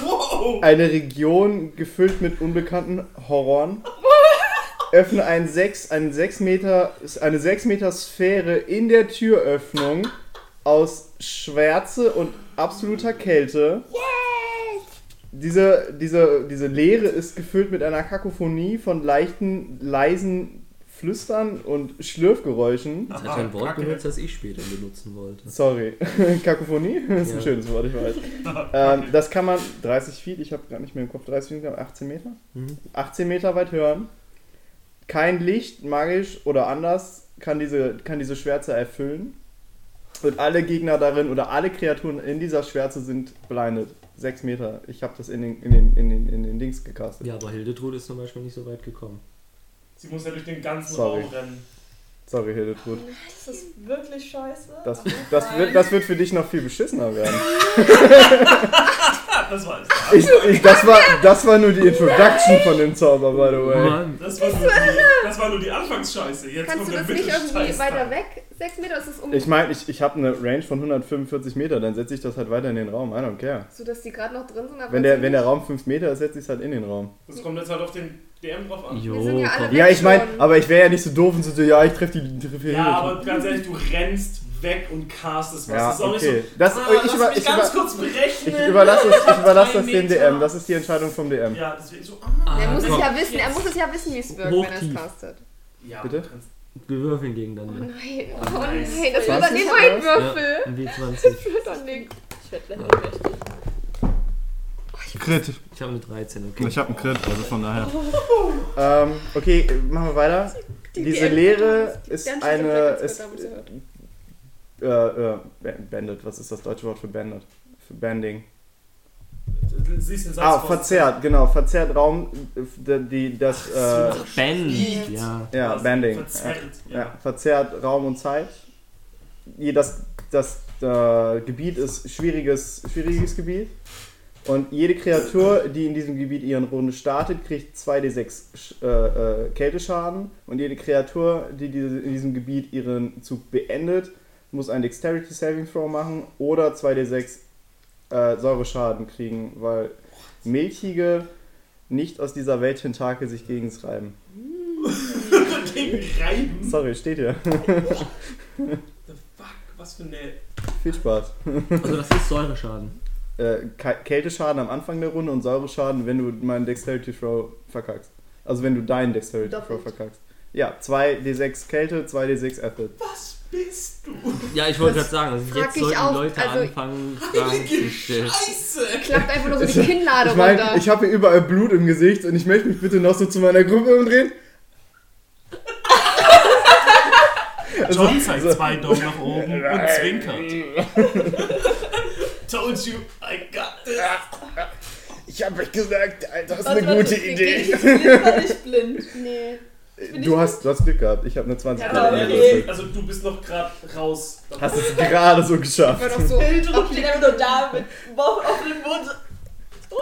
Wow! eine Region gefüllt mit unbekannten Horroren. Öffne ein 6, einen 6 Meter, eine 6 Meter Sphäre in der Türöffnung aus Schwärze und absoluter Kälte. Diese, diese, diese Leere ist gefüllt mit einer Kakophonie von leichten, leisen Flüstern und Schlürfgeräuschen. Das hat ein Wort benutzt, das ich später benutzen wollte. Sorry, Kakophonie ist ein Ja. schönes Wort, ich weiß. Ähm, das kann man 30 Feet, ich habe gerade nicht mehr im Kopf, 30 Feet, 18 Meter? Mhm. 18 Meter weit hören. Kein Licht, magisch oder anders, kann diese, kann diese Schwärze erfüllen. Und alle Gegner darin oder alle Kreaturen in dieser Schwärze sind blinded. 6 Meter. Ich habe das in den, in, den, in, den, in den Dings gecastet. Ja, aber Hildetrud ist zum Beispiel nicht so weit gekommen. Sie muss ja durch den ganzen Sorry. Raum rennen. Sorry, Hildetrud. Das ist wirklich scheiße. Das, aber das, fein. wird, das wird für dich noch viel beschissener werden. Ah, das war es. Ich, ich, das, war, das war nur die Introduction von dem Zauber, by the way. Mann! Das war, nur die, das war nur die Anfangsscheiße. Jetzt Kannst kommt du der das nicht irgendwie Mittelscheiß weiter dann. weg? Sechs Meter ist es um. Ich meine, ich, ich habe eine Range von 145 Meter, dann setze ich das halt weiter in den Raum. I don't care. so, dass die gerade noch drin sind, aber. Wenn der, sie wenn der nicht- Raum 5 Meter ist, setze ich es halt in den Raum. Das kommt jetzt halt auf den DM drauf an. Jo, Wir sind ja alle komm. weg. Ja, ich meine, schon. aber ich wäre ja nicht so doof und so, so ja, ich treffe die treffe Ja, aber ganz ehrlich, du rennst weg und castest was. Ja, das ist auch okay. nicht so. Das- äh, ah, ich lass über- mich ich ganz über- kurz berechnen. ich überlasse es, ich überlasse Drei das dem Meter. DM. Das ist die Entscheidung vom DM. Ja, deswegen so. Ah, Ah, Er muss es komm, ja wissen, er Jetzt. muss es ja wissen, wie es wirkt, Hoch, wenn er es tief. castet. Ja, Bitte? du kannst- Wir würfeln Oh gegeneinander. nein, oh Oh nein, nein. das wird dann 20 die oder was? Weitwürfel. Ein W20. Das wird dann nichts. Ich werde gleich ohnmächtig. Crit. Ich habe eine 13, okay. habe einen Crit, also von daher. Ähm, okay, machen wir weiter. Die Diese DM Leere die ist Dungeons and eine. Dragons wird Ist, damit gehört. äh, äh, Bandit, was ist das deutsche Wort für Bandit? Für Banding. Siehst den Satz Ah, raus. verzerrt, genau, verzerrt Raum, äh, die, die, das, äh, Band, ja. ja, Das Banding. Ja, Verzerrt, ja. ja, verzerrt Raum und Zeit. Je- Das, das äh, Gebiet ist schwieriges, schwieriges Gebiet. Und jede Kreatur, die in diesem Gebiet ihren Runde startet, kriegt 2d6 Sch- äh, äh, Kälteschaden. Und jede Kreatur, die diese, in diesem Gebiet ihren Zug beendet, muss einen Dexterity Saving Throw machen oder 2d6 äh, Säureschaden kriegen, weil milchige nicht aus dieser Welt Tentakel sich gegen es reiben. Gegen Reiben. What Sorry, steht hier. the fuck? Was für eine. Viel Spaß. Also das ist Säureschaden. Äh, Ka- Kälteschaden am Anfang der Runde und Säureschaden, wenn du meinen Dexterity Throw verkackst. Also wenn du deinen Dexterity Throw Doppelt. verkackst. Ja, 2d6 Kälte, 2d6 Acid. Was bist du? Ja, ich wollte gerade sagen, also frag jetzt ich sollten auch, Leute also- anfangen, Fragen zu stellen. Scheiße! Klappt einfach nur so die Kinnlade Ich meine, runter. ich habe hier überall Blut im Gesicht und ich möchte mich bitte noch so zu meiner Gruppe umdrehen. Also, John zeigt zwei Daumen nach oben und zwinkert. Told you, I got this. Ich habe euch gesagt, Alter, das Warte, warte, wir gehen jetzt jedenfalls nicht blind. nee. Äh, Du hast, du hast Glück gehabt, ich habe eine 20 Ja, Minuten aber gehabt. okay. Also, du bist noch gerade raus. Hast es gerade so Ich geschafft. war doch so. Bildung steht einfach nur da mit Wort auf dem Mund. What?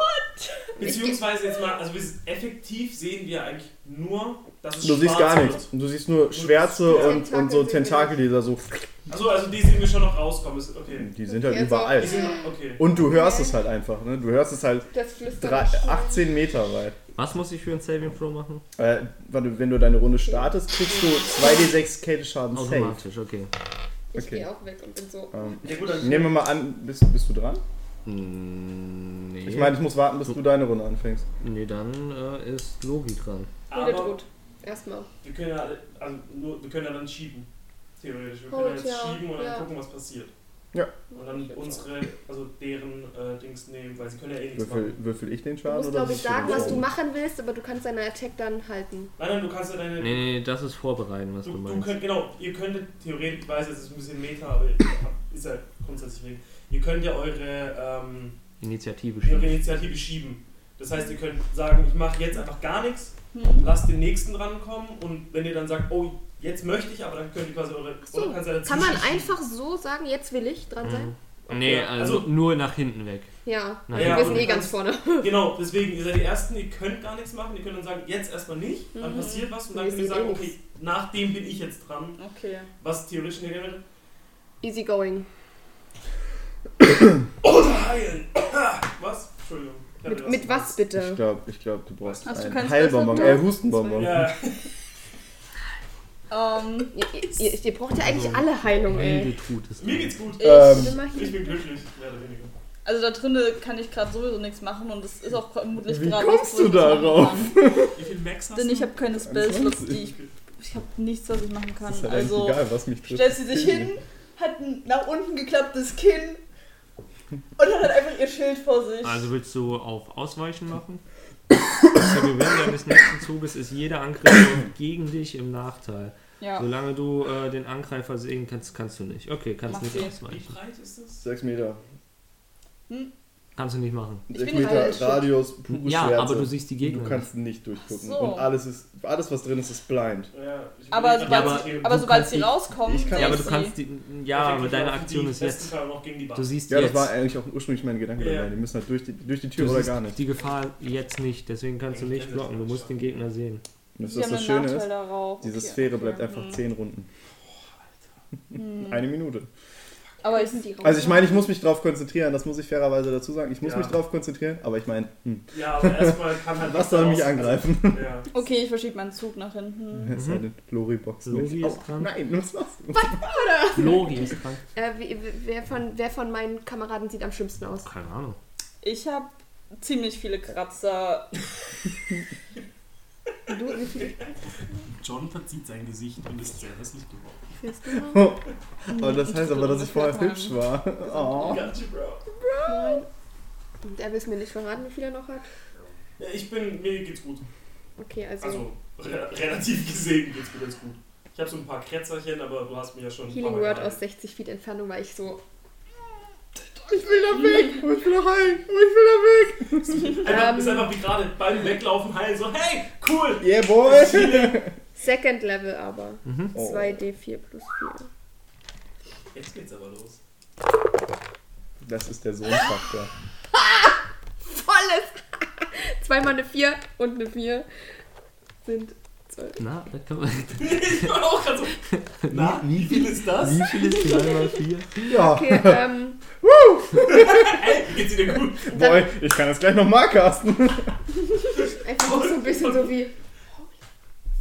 Beziehungsweise jetzt mal, also wir sind, effektiv sehen wir eigentlich nur, dass es Du siehst schwarz gar wird. nichts. Du siehst nur Schwärze Ja. und, und so Tentakel, die da so. Achso, also die sehen wir schon noch rauskommen. Ist, okay. Die sind halt Jetzt auch. Die überall. sind noch, okay. Und du hörst es halt einfach, ne? Du hörst es halt Das flüstert. drei, 18 Meter weit. Was muss ich für ein Saving Throw machen? Äh, warte, wenn du deine Runde startest, kriegst du 2d6 Kälteschaden safe. Automatisch, okay. Ich Okay. gehe auch weg und bin so. Ähm, Ja, gut, dann nehmen wir mal an, bist, bist du dran? Mm, nee. Ich meine, ich muss warten, bis du deine Runde anfängst. nee, dann äh, ist Logi dran. Nur der aber Tod. Erstmal. wir können ja, alle- also nur, wir können ja dann schieben. Theoretisch. Wir Oh, können ja jetzt tja, schieben und dann ja. gucken, was passiert. Ja. Und dann unsere, also deren äh, Dings nehmen, weil sie können ja eh nichts machen. Würfel, würfel ich den Du Schaden musst, oder glaube ich, soll sagen, den was du Schaden? machen willst, aber du kannst deine Attack dann halten. Nein, nein, du kannst ja deine. Nee, nee, das ist vorbereiten, was du, Du, du meinst. könnt, genau, ihr könntet theoretisch, ich weiß, es ist ein bisschen Meta, aber ist halt grundsätzlich regel. Ihr könnt ja eure, ähm, Initiative eure schieben. Initiative schieben. Das heißt, ihr könnt sagen, ich mache jetzt einfach gar nichts, Hm. lasst den nächsten rankommen und wenn ihr dann sagt, oh, jetzt möchte ich, aber dann könnt ihr quasi eure. So, kannst du ja Kann man dazwischen schieben. einfach so sagen, jetzt will ich dran sein? Mhm. Nee, Ja, also, also- nur nach hinten weg. Ja. Nach Wir Ja, hinten sind aber weg. eh du ganz kannst- vorne. Genau, deswegen, ihr seid die Ersten, ihr könnt gar nichts machen, ihr könnt dann sagen, jetzt erstmal nicht, dann Mhm. passiert was und Nee, dann könnt ihr ist sagen, eh okay, nach dem bin ich jetzt dran, Okay. was theoretisch nicht wäre. Easy going. Oder heilen! Was? Entschuldigung. Ich hatte Mit, das mit was Ich bitte? glaube, ich glaub, du brauchst Hast du einen keinen Heilbonbon, Stress, ne? äh, Hustenbonbon. Ja, Ähm, Ihr, ihr, ihr, ihr braucht ja eigentlich Also, alle Heilung, ey. Milde tut es. mir geht's gut. ich, Ähm, Immer Ich hier. bin glücklich, mehr oder weniger. also da drinnen kann ich gerade sowieso nichts machen und es ist auch vermutlich Wie gerade kommst nichts, was du ich machen darauf? kann. Wie viel Max hast Denn du? ich habe keine Spells, was die ich, Okay. ich habe nichts, was ich machen Das kann. ist halt also eigentlich egal, was mich trifft. stellt sie sich hin, hat ein nach unten geklapptes Kinn und hat halt einfach ihr Schild vor sich. Also willst du auf Ausweichen machen? Zu Gewinn deines nächsten Zuges ist jeder Angriff gegen dich im Nachteil. ja. Solange du äh, den Angreifer sehen kannst, kannst du nicht. Okay, kannst Mach nicht sie. Wie ausweichen. breit ist das? 6 Meter. Kannst du nicht machen. Ich 6 bin Meter heilig. Radius, pure ja, Schwärze. aber du siehst die Gegner. Du kannst nicht durchgucken. Ach so. Und alles, ist, alles, was drin ist, ist blind. Ja, ich Aber überleg Ja, aber- grad, sobald, was ich hier- aber du sobald kannst sie die- rauskommen, Ich kann- sehe ja, aber ich du sie. kannst die, ja, aber Effektiv deine laufen Aktion die ist besten jetzt. Fall noch gegen die Wand. Du siehst Ja, das jetzt. war eigentlich auch ursprünglich mein Gedanke Ja. dabei. Die müssen halt durch die, durch die Tür du oder siehst gar nicht. die Gefahr jetzt nicht, deswegen kannst du Eigentlich nicht kann das blocken. Du musst den Gegner sehen. Und das Sie ist das, haben das einen Schöne Nachteil ist, darauf. diese Okay, Sphäre okay. bleibt einfach Hm. 10 Runden. Hm. Eine Minute. Aber ich, die raus. Also ich meine, ich muss mich drauf konzentrieren, das muss ich fairerweise dazu sagen. Ich muss Ja. mich drauf konzentrieren, aber ich meine, hm, Ja, aber erstmal kann halt was nichts soll mich raus- angreifen? Ja. okay, ich verschiebe meinen Zug nach hinten. Das ist eine Glory-Box. Logi nicht. ist Aua, dran. Oh, Nein, was machst du? Logi ist dran. Äh, wie- wer, von, wer von meinen Kameraden sieht am schlimmsten aus? Keine Ahnung. Ich habe ziemlich viele Kratzer. Du, wie viel John verzieht sein Gesicht und ist sehr hässlich geworden. führst du noch? Oh, das heißt aber, dass ich vorher hübsch war. Oh. Gotcha, bro. Nein. Und er will es mir nicht verraten, wie viel er noch hat. Ja, ich bin, mir geht's gut. Okay, also, Also, re relativ gesehen geht's mir ganz gut. Ich habe so ein paar Kretzerchen, aber du hast mir ja schon. ein Healing paar Word Mal- aus 60 Feet Entfernung, weil ich so. Ich will da weg! Und ich will da rein! Und ich will da weg! Einfach, Ähm. ist einfach wie gerade beim Weglaufen heilen, so, hey, cool! Yeah, boy! Second Level aber. Oh. 2d4 plus 4. Jetzt geht's aber los. Das ist der Sohnfaktor. Volles! Zweimal eine 4 und eine 4 sind 12. Na, das kann man. ich war auch gerade so. Na, wie viel ist das? Wie viel ist 3 mal 4? Ja, Okay, ähm, Ey, geht's dir denn gut? boy, ich kann das gleich nochmal casten. einfach so ein bisschen so wie.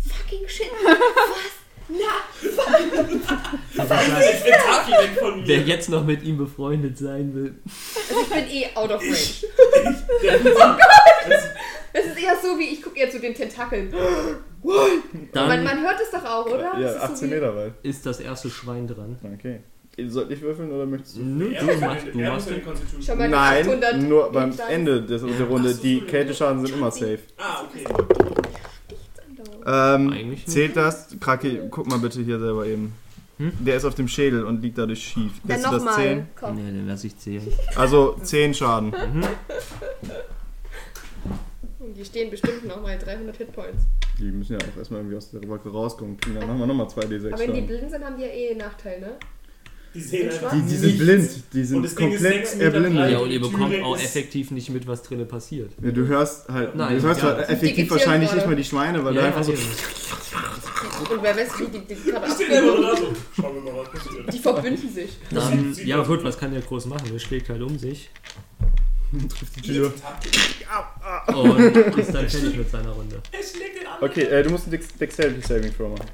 Fucking shit! Was? Ich bin Tafel weg von Wer mir. jetzt noch mit ihm befreundet sein will. Na! Also ich bin eh out of range. Der, Das ist eher so wie, ich gucke eher zu den Tentakeln. Man, Dann man hört es doch auch, oder? Das Ja, ist so 18 wie- Meter weit. ist das erste Schwein dran. Okay. Sollte ich würfeln oder möchtest du? Nö, er du muss machst, du ja den- er muss machst. ja den Constitution. Schon mal eine 800 Nein, nur beim Meter. Ende des, der Runde. Ach so, Die so, ja. Kälteschaden sind immer safe. Ah, okay. Ähm, Eigentlich nicht. zählt das? Kraki, guck mal bitte hier selber eben. Hm? Der ist auf dem Schädel und liegt dadurch schief. Dann Lässt du das nochmal. zählen? Komm. Nee, dann lass ich zählen. Also 10 Schaden. Und die stehen bestimmt nochmal 300 Hitpoints. Die müssen ja auch erstmal irgendwie aus der Wolke rauskommen. Kriegen dann nochmal nochmal 2d6 Aber wenn die Schaden. blind sind, haben die ja eh einen Nachteil, ne? Die sehen einfach Die, die sind nichts. blind. Die Und sind das Ding komplett ist sechs Meter breit. erblindet. Ja, und ihr Die bekommt Türe auch ist- effektiv nicht mit, was drinnen passiert. Ja, du hörst halt, Nein, du hörst ja. halt effektiv Digitieren wahrscheinlich gerade. nicht mal die Schweine, weil du einfach so. eben. Und wer weiß, wie die, die gerade Die stehen immer abgehen. da so. Schauen wir mal, was passiert. Die verbünden sich. Dann, Ähm, ja, gut, was kann der groß machen? Der schlägt halt um sich Die Tür. und ist dann fertig mit seiner Runde. Er schlägt den anderen. Okay, äh, du musst einen Dex- Dexterity Saving Throw machen.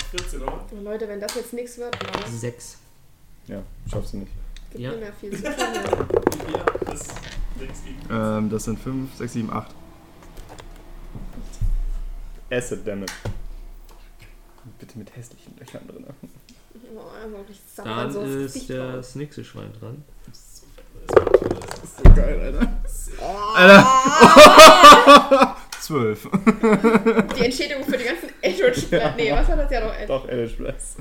Auf 14, oder? Oh, Leute, wenn das jetzt nichts wird, Mann, Sechs. Ja, schaffst du nicht. gibt Ja. mir mehr viel zu tun. Ja, das ist nichts gegen. Ähm, das sind 5, 6, 7, 8. Acid Damage. Bitte mit hässlichen Löchern drin. Oh, also ich sag mal Dann so, es ist riecht das nächste Schwein dran. So geil, Alter. Alter! 12. raus. Die Entschädigung für die ganzen Eldritch ja. Nee, was war das ja noch? Eld- Doch, Eldritch Blast.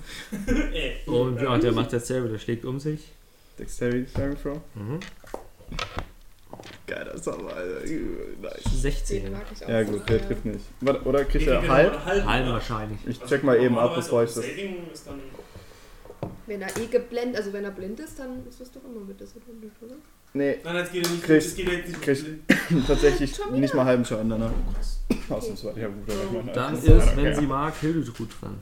Ey, Und ja, der macht dasselbe, der schlägt um sich. Dexterity Saving Throw. Mhm. Geiler Sommer, Alter. Nice. 16. Den mag ich auch. Ja, so gut, sehr. der trifft nicht. Warte, Oder kriegt die er kriegen halb? aber halb. Halb ja. wahrscheinlich. Ich check mal eben ab, Normalerweise bevor ich das. Saving ist dann- Wenn er eh geblendet, also wenn er blind ist, dann ist das doch immer mit dieser Runde, oder? Nee, Nein, jetzt geht er nicht. Kriegst- Es geht jetzt nicht. um kriegst- tatsächlich Schon wieder? nicht mal halben Schaden danach. Ausnahmsweise. Ja, gut, aber ich meine. Dann so. ist, wenn sie mag, Hildetrud dran.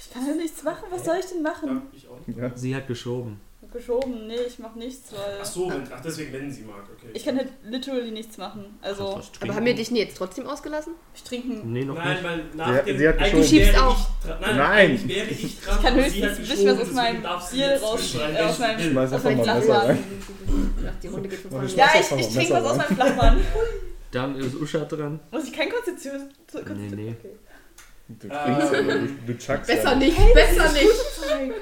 Ich kann ja nichts machen. Was soll ich denn machen? Ja, ich auch. Ja. Sie hat geschoben. Geschoben. Nee, ich mach nichts, weil. Ach so, wenn, ach deswegen, wenn sie mag, okay. Ich kann halt literally nichts machen. Also, Aber haben wir dich jetzt trotzdem ausgelassen? ich trinken. Nee, noch Nein, nicht. weil Sie nach hat- dem... sie hat eigentlich Du geschoben. schiebst wäre auf. ich dran- Nein, Nein. eigentlich wäre ich dran. Ich kann aber sie höchstens hat ein geschoben, bisschen was aus deswegen meinem darf sie Bier jetzt rausschneiden, nicht äh, aus meinem- schneiden. Schmeiß Auf einfach mein mal Glas Messer rein. Ach, die Runde geht von ne? vorne Mach los. ich Ja, ich, einfach mal ich trinke Messer was aus rein. meinem Flachmann. Dann ist Usha dran. Muss ich kein Konstitution. zu- Nee, nee. Du trinkst Ähm, ja nur, du- chuckst Besser nicht, besser nicht.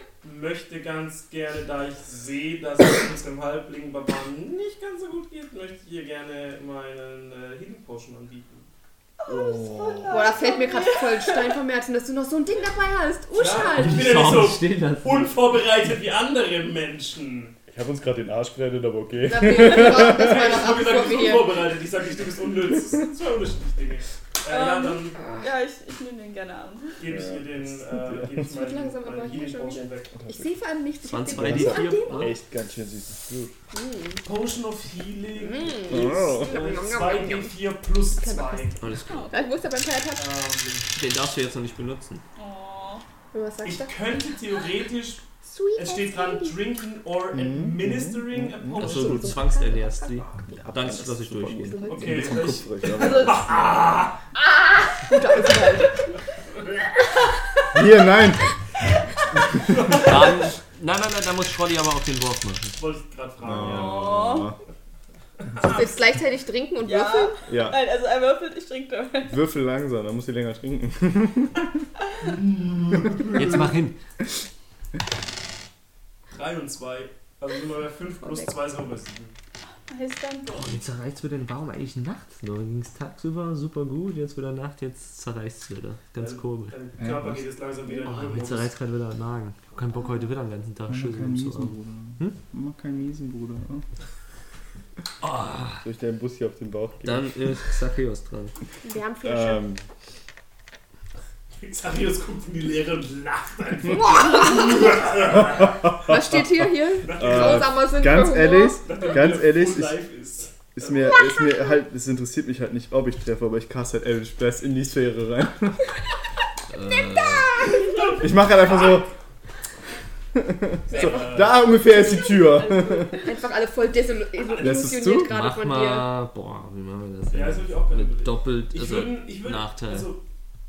möchte ganz gerne, da ich sehe, dass es unserem halblingen Barbaren nicht ganz so gut geht, möchte ich ihr gerne meinen äh, Healing Potion anbieten. Oh. Boah, da fällt mir gerade voll ein Stein vom Herzen, dass du noch so ein Ding dabei hast. Uschal! Ich bin ja nicht so stehen lassen. Unvorbereitet wie andere Menschen. Ich hab uns gerade den Arsch gerettet, aber okay. Na, wir rocken das mal Ich noch ab, habe bevor gesagt, du wir bist hier. unvorbereitet. Ich sage nicht, du bist unnütz. Das sind zwei unterschiedliche Dinge. Äh, ja, Ähm. dann Ja, ich, ich nehme den gerne an. gebe ich Ja. ihr den äh, gebe ich wird meinen- langsam, aber meinen hier Healing schon Potion weg. Ich sehe vor allem nichts. Ich Das waren hab den zwei, Ja. die Fuß an vier. ne? Echt ganz schön süßes Blut. dem- Potion of Healing Mhm. ist hm. Oh. äh, 2d4 plus 2. Alles klar. Ja, Ich wusste beim Feiertag. Ähm, Den darfst du jetzt noch nicht benutzen. Oh. Und Was sagst ich du? könnte theoretisch Sweet Es steht dran, drinking or administering a potion. Achso, du zwangsernährst sie. Dann lass ich durchgehen. Okay, Ein bisschen ich, kupferig, aber- Also, das Ah. Hier, nein! Dann, nein, nein, nein, da muss Schrodi aber auch den Wurf machen. wollte ich gerade Ah. fragen. Oh. Du willst gleichzeitig trinken und ja. würfeln? Ja, Nein, also er würfelt, ich trinke dabei. würfel langsam, dann musst du länger trinken. Jetzt mach hin. 3 und 2. Also sind wir bei 5 plus 2 ist auch bei 7. Heißt dann Oh, Block. jetzt zerreißt wieder den Baum eigentlich nachts. Ne? Ging es tagsüber super gut, jetzt wieder Nacht, jetzt zerreißt es wieder. Ganz Ja. komisch. Dein Ja, Körper was? geht jetzt langsam wieder Oh, in aber den jetzt zerreißt gerade wieder den Magen. Ich hab keinen Bock heute wieder den ganzen Tag Schüssel kein umzuhauen. Miesenbruder. Hm? Mach kein Miesenbruder. Oh. Durch den Bus hier auf den Bauch gehen. Ah, Dann ist Zacchaeus dran. Wir haben Flasche. Ähm, Xarius guckt in die Leere und lacht einfach. Was steht hier? Hier? Nach Äh, Grausamer Sinn ganz für Humor. ehrlich, Nachdem ganz er ehrlich, full ich- live ist. ist mir, ist mir halt, es interessiert mich halt nicht, ob ich treffe, aber ich cast halt Eldritch Blast in die Sphäre rein. Ich mache halt einfach so, so, da ungefähr ist die Tür. Einfach alle voll desil- Lässt es illusioniert zu? gerade Mach von dir. mal, boah, wie machen wir das Ja, das denn? hab ich auch gerne Mit überlegt. doppelt, Ich also würde, ich würde, Nachteil. also,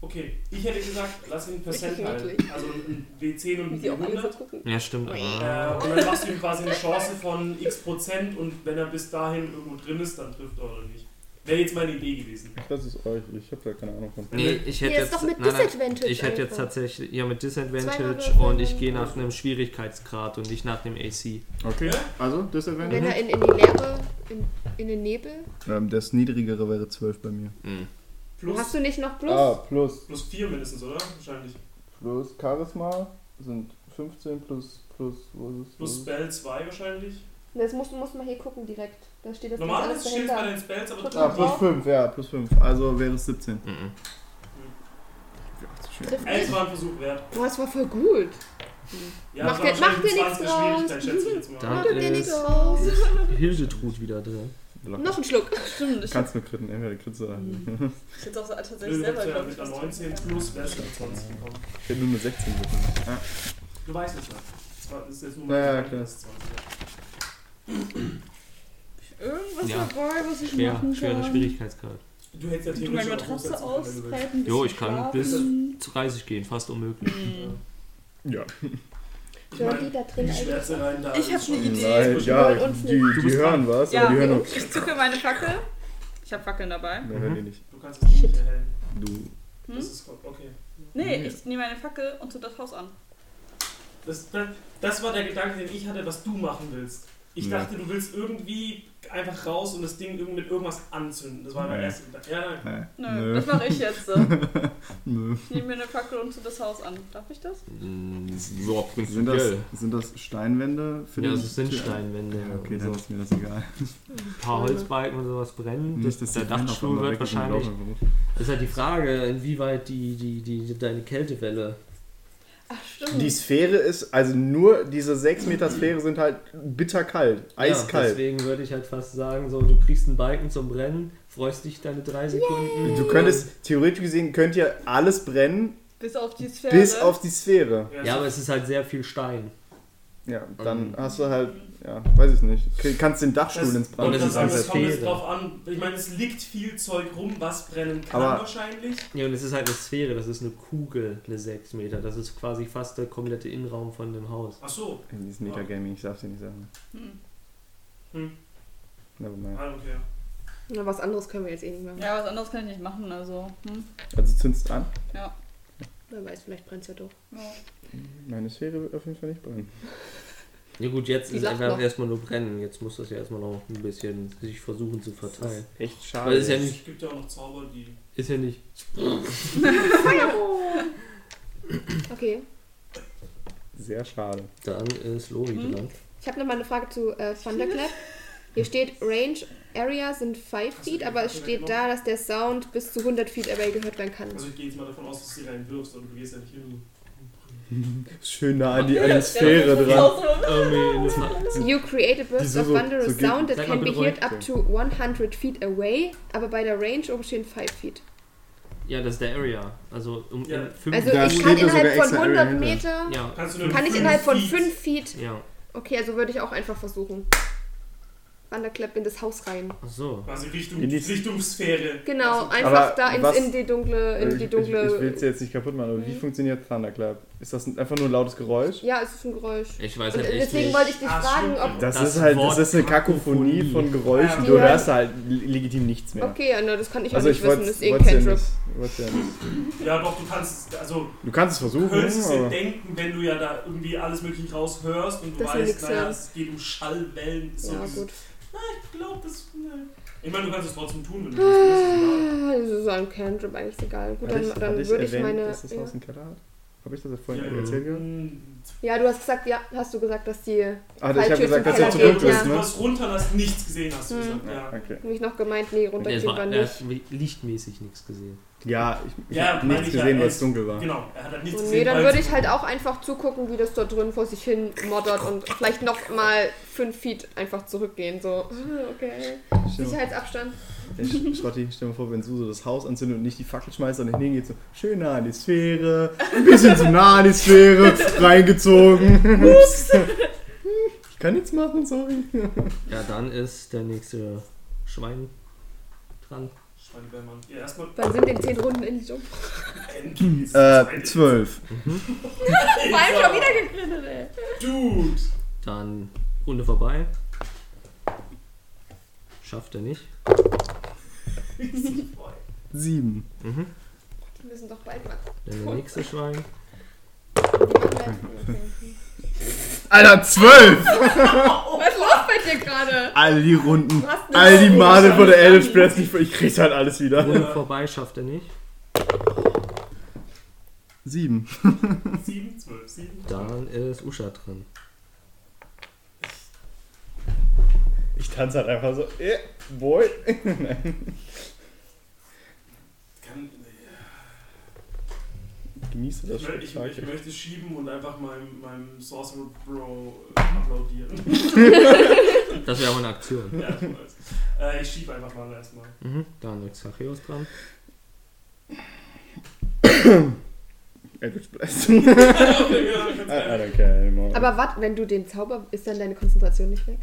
okay, ich hätte gesagt, lass ihn einen Percent Richtig halten. eklig. Also ein W10 und Wie ein sie auch alle so W100. gucken. Ja, stimmt. Äh, Aber und dann machst du ihm quasi eine Chance von x Prozent und wenn er bis dahin irgendwo drin ist, dann trifft er oder nicht. Wäre jetzt meine Idee gewesen. Das ist euch, ich hab da keine Ahnung von. nee, ich hätte Hier ist jetzt, doch mit nein, nein, Disadvantage. ich hätte jetzt einfach. tatsächlich, ja, mit Zweimal Disadvantage würfeln. und ich gehe nach einem Schwierigkeitsgrad und nicht nach dem AC. Okay, also Wenn Disadvantage. er Mhm. in, in die Leere, in, in den Nebel. Ähm, das niedrigere wäre 12 bei mir. Mhm. Plus, Hast du nicht noch plus? Ah, plus, plus 4 mindestens, oder? Wahrscheinlich. plus Charisma sind 15 plus, plus, was ist Plus Spell 2 wahrscheinlich. Das musst, musst du mal hier gucken direkt. Da steht das jetzt alles Normalerweise steht es bei dahinter. den Spells, aber Total. Ah, plus 5, ja, plus 5. Also wäre es 17. Mhm. Ja, zu schwer. Trifft es nicht. war ein Versuch wert. Boah, das war voll gut. Ja, Macht das dir- war wahrscheinlich macht dir die nichts 20er draus. Schwierigkeit, schätze ich jetzt mal. Dann Macht dir nichts ist aus. Hildetrud wieder drin. Noch ein Schluck. Stimmt, ich Kannst nur kritten, entweder kritten oder halt- nicht. ich hätte auch so, tatsächlich Nö, selber, mit der- glaube mit ich, der was 19 plus wärst du mit 20 gekommen. Ich hätte nur eine 16 gekritten. Ja. Du weißt es ja. Das war- das ist jetzt nur Ja, ja, meine klar. 20. Irgendwas Ja. dabei, was ich Schwer, machen schwerer kann. Schwierigkeitsgrad. Du hättest ja Ich tu meine theoretisch auch Matratze hochsetzen können, aus, wenn du willst. bleib ein bisschen Jo, ich kann bis- schlafen. Zu 30 gehen, fast unmöglich. Hm. Ja. Hören Ich die meine, da die drin eigentlich? Schwärze rein da. Ich ist hab schon- eine Idee. Oh Nein, ja, wollen uns die, nicht. Du die bist hören was, aber die hören Ja, auch. ich zucke meine Fackel. Ich habe Fackeln dabei. Nein, Mhm. hören die nicht. Du kannst es nicht Shit. erhellen. Du. Hm? Das ist okay. Nee, ich nehme meine Fackel und zünd das Haus an. Das, das, das war der Gedanke, den ich hatte, was du machen willst. Ich Ja. dachte, du willst irgendwie einfach raus und das Ding irgend- mit irgendwas anzünden. Das war mein Nee. erster Gedanke. Ja, nein. Nein. Nö, Nö. das mache ich jetzt. so. Ich Nö. nehme mir eine Fackel und zünd das Haus an. Darf ich das? Mm, Ja, Sind das, sind das Steinwände? Für Ja, den- es sind für- Steinwände. Ja, okay, und dann so. ist mir das egal. Ein paar Holzbalken und sowas brennen. Nicht, dass der die Wände auf Dachstuhl einmal wird weg ist und wahrscheinlich. laufen. Das ist halt die Frage, inwieweit die, die, die, deine Kältewelle. Ach, stimmt. Die Sphäre ist, also nur diese 6 Meter Sphäre sind halt bitterkalt, Ja, eiskalt. deswegen würde ich halt fast sagen, so, du kriegst einen Balken zum Brennen, freust dich deine drei Sekunden. du könntest, theoretisch gesehen, könnt ihr alles brennen, bis auf die Sphäre. ne? bis auf die Sphäre. Ja, aber es ist halt sehr viel Stein. Ja, dann Mhm. hast du halt, ja, weiß ich nicht, k- kannst den Dachstuhl ins Und Brand es das, ist das, alles das setzen. kommt jetzt Sphäre. drauf an. Ich meine, es liegt viel Zeug rum, was brennen kann Aber- wahrscheinlich. Ja, und es ist halt eine Sphäre, das ist eine Kugel, eine 6 Meter. Das ist quasi fast der komplette Innenraum von dem Haus. Ach so. Die ist Metagaming, ich darf dir nicht sagen. Hm. Hm. Nevermind. Ah, okay. Na, was anderes können wir jetzt eh nicht mehr machen. Ja, was anderes kann ich nicht machen, also. Hm? Also zündst an. Ja. Wer weiß, vielleicht brennt es ja doch. ja. Meine Sphäre wird auf jeden Fall nicht brennen. Ja gut, jetzt Die ist lacht einfach noch. erstmal nur brennen. Jetzt muss das ja erstmal noch ein bisschen sich versuchen zu verteilen. Echt schade. Weil es ist ja nicht, Es gibt ja auch noch Zauber, die. ist ja nicht Okay. Sehr schade. Dann ist Lori Hm? dran. Ich habe noch mal eine Frage zu äh, Thunderclap. Hier steht, Range Area sind 5 Hast du Feet, die aber es Karte steht da, dass der Sound bis zu 100 Feet away gehört werden kann. Also ich gehe jetzt mal davon aus, dass du sie reinwirfst, aber du gehst ja nicht hin. Schön nah an die, an die Sphäre dran. Ähm, You create a burst Wieso of so- thunderous so geht- sound that Sag mal can be bitte ruhig. heard up to 100 feet away, aber bei der Range oben stehen 5 Feet. Ja, das ist der Area. Also um Ja. in fünf Also Hm, Da ich steht kann da sogar innerhalb von extra Area 100 Meter, Ja, Kannst du nur kann ich fünf innerhalb von Feet- 5 Feet. ja. Okay, also würde ich auch einfach versuchen. Thunderclap in das Haus rein. Ach so. Quasi Richtung, In die- Richtung Sphäre. Genau, Also, einfach aber da ins, was- Äh, in die dunkle, in ich die ich, dunkle. ich will es jetzt nicht kaputt machen, aber wie Mhm. funktioniert Thunderclap? Ist das ein- einfach nur ein lautes Geräusch? ja, es ist ein Geräusch. Ich weiß Und halt echt deswegen nicht. wollte ich dich Ah, fragen, stimmt, ob. ja. Das, Das ist halt das Wort ist eine Kakophonie Kakophonie. von Geräuschen. Ja. Du hörst halt legitim nichts mehr. Okay, na, das kann ich Also auch nicht ich wollte wissen, es das ist ja eh ein nicht. Cantrip. wollt's ja nicht. Ja, doch, du kannst es. Also, Du kannst es du versuchen, könntest es dir aber denken, wenn du ja da irgendwie alles Mögliche raushörst und du Dass wir weißt, nix naja, hören. es geht um Schallwellen. So Ja, dieses- gut. Ich glaube, das. Ne. Ich meine, du kannst es trotzdem tun, wenn du das willst. Ah, Das ist ein Cantrip eigentlich ist egal. Gut, Hatte dann, hatte dann würde ich erwähnt, meine. dass das Ja. Haus einen Keller hat? Habe ich das ja vorhin Ja, ja. erzählt Ah, gehabt? Mhm. ja, du hast gesagt, ja, hast du gesagt, dass die. Ah, ich habe Falltür gesagt, zum dass er Keller zurück geht, du ist, ja. hast ne? was runter und hast nichts gesehen, hast du Mhm. gesagt. Ja, Ja, okay. Mich noch gemeint, nee, Und er, runtergeht war, man er nicht. hat lichtmäßig nichts gesehen. ja ich, ich Ja, habe meine nichts ich ja, gesehen, weil er es ist- dunkel war. Genau, er hat halt nichts So, gesehen. nee, dann weil- würde ich halt auch einfach zugucken, wie das dort drin vor sich hin moddert und vielleicht noch mal fünf Feet einfach zurückgehen. So, Ah, okay. Stimmt. Sicherheitsabstand. Ey, Schrotti, stell dir mal vor, wenn Suso das Haus anzündet und nicht die Fackel schmeißt, sondern hingeht so schön nah an die Sphäre, ein bisschen zu nah an die Sphäre, reingezogen. Ups. Ich kann nichts machen, sorry. Ja, dann ist der nächste Schwein dran. Schweinebärmann. Ja, erstmal. Wann sind denn zehn Runden endlich um? Endlich. Äh, zwölf. Vor allem schon wieder gegrindet, ey. Dude! Dann Runde vorbei. Schafft er nicht. Boy. Sieben. Mhm. Die müssen doch bald mal. Dann der nächste Schwein. Die machen wir jetzt. Alter, zwölf! Was ist los bei dir gerade? All die Runden, Du hast eine all die Male von der Elvis Presley, ich krieg's halt alles wieder. Runde vorbei schafft er nicht. Sieben. 7, 12, 7. Dann ist Usha dran. Ich tanze halt einfach so, eh, boy. Kann, Genieße das ich, schon. mö- ich, ich danke. möchte schieben und einfach meinem, meinem Sorcerer Bro äh, applaudieren. Das wäre aber eine Aktion. ja, ich weiß. Äh, ich schiebe einfach mal erstmal. Mhm. Dann ist Zachäus dran. Elvis Presley. I, I don't care anymore. Aber was, wenn du den Zauber, ist dann deine Konzentration nicht weg?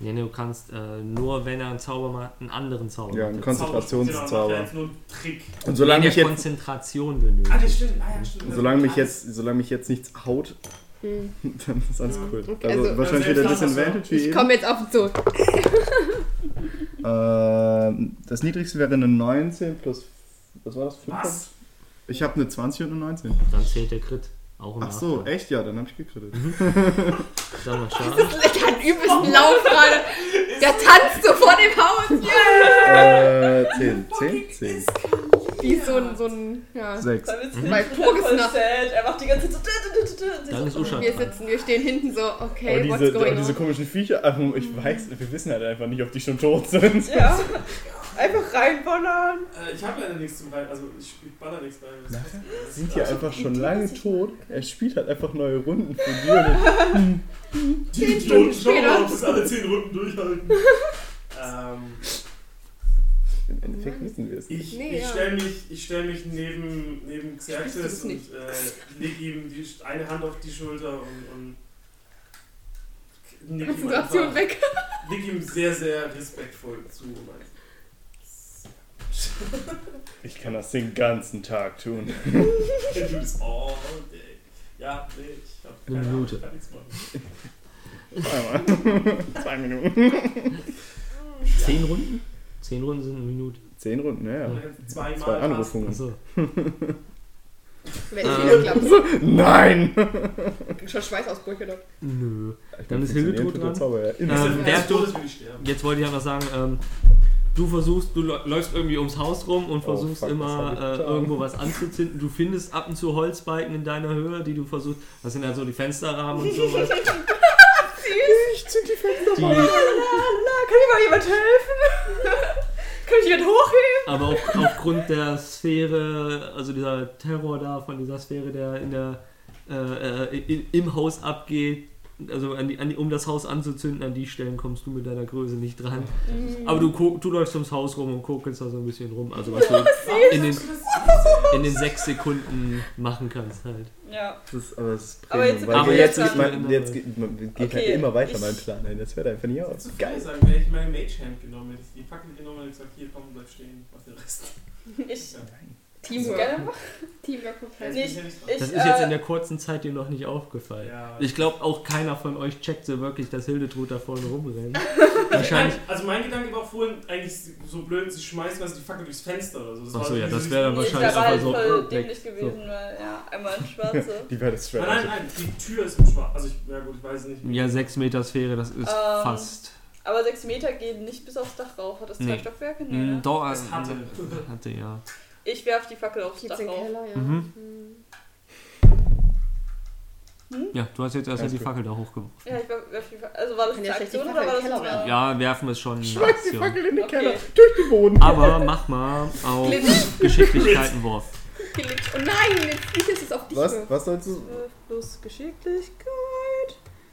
Nee, nee, du kannst äh, nur, wenn er einen Zauber macht, einen anderen Zauber Ja, macht. ein Konzentrationszauber. Genau, macht ja jetzt nur einen Trick. und solange Nee, ich der jetzt Konzentration Ah, benötigt. das stimmt. Ah, ja, stimmt. Solange mich, jetzt, solange mich jetzt nichts haut, Hm. dann ist alles Ja. cool. Okay, also, also- wahrscheinlich Also wieder selbst dann Disadvantage wie Ich eben. komme jetzt auf den Zoo. Ähm, das niedrigste wäre eine 19 plus. Was war das? Was? Ich habe eine 20 und eine Oh, 19. Dann zählt der Crit. Auch im Ach so, Nachteil. echt? Ja, dann habe ich gekrittet. Mhm. Dann mal Schaden. Ich hat übelsten Lauf gerade. Der tanzt so vor dem Haus. äh, 10. 10? 10. Die ist so ein, so ein, ja. 6. Weil wir sind Weil Pog ist voll nach- sad. Er macht die ganze Zeit so. tü- tü- tü- tü- und sie Mhm. Dann ist so- Usha Wir dran. sitzen, wir stehen hinten so, okay, Aber what's diese, aber going diese on? komischen Viecher, also ich weiß, wir wissen halt einfach nicht, ob die schon tot sind. Ja. Einfach reinballern. Äh, ich habe leider nichts zum Rein. Also, ich, ich baller nichts rein. Das äh, passt nicht. Die sind ja einfach schon lange tot. Er spielt halt einfach neue Runden für die. und- Die Stunden Idioten schauen später. mal, ob es alle 10 Runden durchhalten. ähm, Im Endeffekt wissen wir es. ich Nee, ich ja. stelle mich, ich stell mich neben, neben Xerxes Sprichst du und das äh, leg ihm die, eine Hand auf die Schulter und. und nick ihm, Konzentration einfach, weg. nick ihm sehr, sehr respektvoll zu. um und einfach, Ich kann das den ganzen Tag tun. Can do this all day. Oh, Ja, nee, ich hab Eine keine Ahnung, Minute. ich kann nichts machen. Einmal. Zwei Minuten. Zehn Runden? Zehn Runden sind eine Minute. Zehn Runden, ja. ja. Zweimal. Zwei Anrufungen. Achso. Wenn Ah. ich wieder Nein! klappe. Schon Schweißausbrüche dort. Nö. Dann ist Hilgetrud dran. Zauber, ja. Ähm, Ähm, der der hat ist tot, dass wir nicht sterben. Jetzt wollte ich einfach sagen, ähm, du versuchst, du lä- läufst irgendwie ums Haus rum und Oh, versuchst fuck, immer das hab ich äh, getan. irgendwo was anzuzünden. Du findest ab und zu Holzbalken in deiner Höhe, die du versuchst. Das sind ja so die Fensterrahmen und sowas. Süß. Die, Lala, kann mir mal jemand helfen? kann ich jemand hochheben? aber auf, aufgrund der Sphäre, also dieser Terror da von dieser Sphäre, der in der äh, äh, i- im Haus abgeht, also an die, an die, um das Haus anzuzünden, an die Stellen kommst du mit deiner Größe nicht dran. Hm. Aber du, guck- du läufst ums Haus rum und guckst da so ein bisschen rum. Also was du in den, in den sechs Sekunden machen kannst halt. Ja. Das ist, aber das ist Premium, Aber jetzt- weil aber wir jetzt- jetzt, mein, jetzt geht, man, geht halt Okay, immer weiter ich- mein Plan. Nein, das hört einfach nicht Das aus. ist geil sagen, wenn ich meine Mage Hand genommen hätte. Ich die Fackel genommen und gesagt, hier komm, bleib stehen, mach den Rest. Ich. Kannst du gerne Teamwork. machen? Teamwork komplett. Nee, Jetzt bin ich ja nicht dran. Ich, Das ist jetzt äh, in der kurzen Zeit dir noch nicht aufgefallen. Ja. Ich glaube, auch keiner von euch checkt so wirklich, dass Hildetrud da vorne rumrennt. Nein, Wahrscheinlich. also mein Gedanke war vorhin eigentlich so blöd, sie schmeißen also die Fackel durchs Fenster oder so. Das Ach war so, so ja, dieses- das wäre dann ich wahrscheinlich war einfach halt so voll weg. dämlich gewesen, weil ja, einmal ein Schwarze. Die wäre das Nein, nein, straight. Also nein, die Tür ist im Schwarz. Also, ich, ja gut, ich weiß es nicht. Ja, 6 Meter Sphäre, das ist Ähm, fast. Aber 6 Meter gehen nicht bis aufs Dach rauf. Hat das zwei Nee. Stockwerke? Nee, Hm, ne? doch, Es hatte. hatte, ja. Ich werf die Fackel aufs Geht's Dach in den rauf. Keller, ja. Mhm. Hm. Ja, du hast jetzt erstmal Ganz die gut. Fackel da hochgeworfen. Ja, ich werf, werf die Fackel. Also war das Kann eine ja schlecht die Aktion oder Fackel war in das den Keller jetzt eine Ja, werfen ist schon eine Schmeiß die Aktion. Fackel in den Okay. Keller, durch den Boden. Aber mach mal auf Glitz. Geschicklichkeitenwurf. Gelegt. Oh nein, jetzt nicht, dass es auf dich Was? wirft. Was sollst du. Äh, Plus Geschicklichkeit.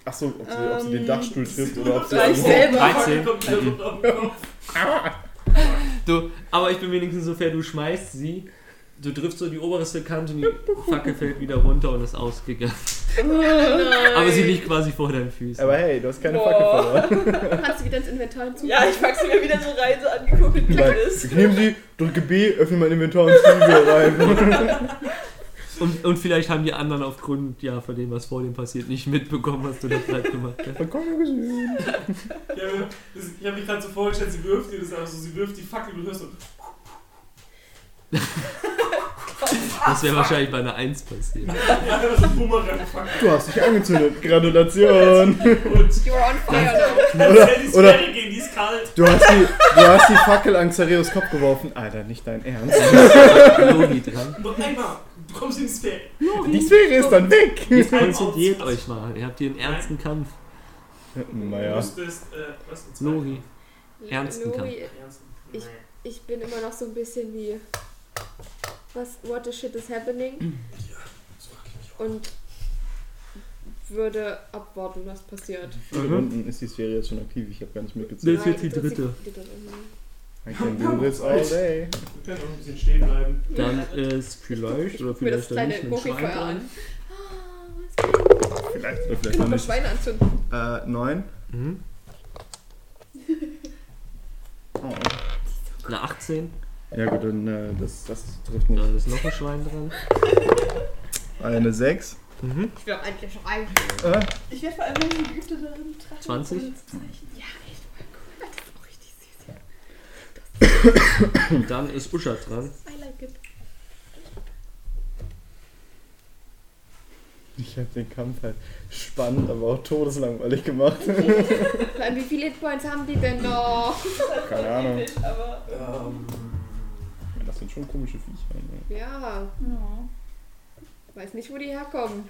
Achso, ob, sie- ob sie den Ähm, Dachstuhl trifft oder ob sie. gleich irgendwo- selber. 13. Komplett unterm Kopf. Du, aber ich bin wenigstens so fair, du schmeißt sie, du triffst so die oberste Kante und die Fackel fällt wieder runter und ist ausgegangen. Aber sie liegt quasi vor deinen Füßen. Aber hey, du hast keine Boah. Fackel verloren. Kannst du wieder ins Inventar hinzufügen? Ja, ich pack sie mir wieder so rein, so angeguckt und Nein. ist. Ich nehme sie, drücke B, öffne mein Inventar und ziehe wieder rein. und, und vielleicht haben die anderen aufgrund ja, von dem, was vor dem passiert, nicht mitbekommen, was du da gerade gemacht hast. Dann komm, Junge. Ich habe ich hab mich gerade so vorgestellt, sie wirft dir das einfach so, sie wirft die Fackel und du hörst so. Das wäre wahrscheinlich bei einer 1 passiert. Ja, das ist ein Bumerang-Fackel. Du hast dich angezündet. Gratulation. Und You are on fire now. dann hält die oder- Sperre gegen, die ist kalt. Du hast die, du hast die Fackel an Xareos Kopf geworfen. Alter, nicht dein Ernst. Logi dran. Noch einmal, du kommst in die Sperre. Die Sphäre ist dann weg. Konzentriert euch mal. Ihr habt hier einen ernsten Kampf. Du Naja. müsstest, äh, was ist Logi. Ernsten Lori, Ich, ich bin immer noch so ein bisschen wie. Was, what the shit is happening? Und würde abwarten, was passiert. Wie viele Runden ist die Sphäre jetzt schon aktiv? Ich habe gar nicht Das mitgezählt. ist jetzt die dritte. I can do this all day. wir können noch ein bisschen stehen bleiben. Dann ist vielleicht oder Ich mir das vielleicht dann kleine nicht ein Schwein Gurkenfeuer dran. an. Ah, Vielleicht, oder Ich vielleicht kann noch doch nicht. Schweine anzünden. Äh, neun. Mhm. Oh. Eine 18. Ja gut, dann äh, das, das trifft nicht. Dann ist noch ein Schwein dran. Eine sechs. Mhm. Ich will auch endlich Schweine. Äh, Ich werde vor allem meine Geübte darin tragen. 20? Ja, echt voll cool. Das ist auch richtig süß. Dann ist Uscha dran. I like it. ich habe den Kampf halt spannend, aber auch todeslangweilig gemacht. Dann, wie viele Hit Points haben die denn noch? Keine Ahnung. Aber. Ähm, Das sind schon komische Viecher. Ne? Ja, Ja. weiß nicht, wo die herkommen.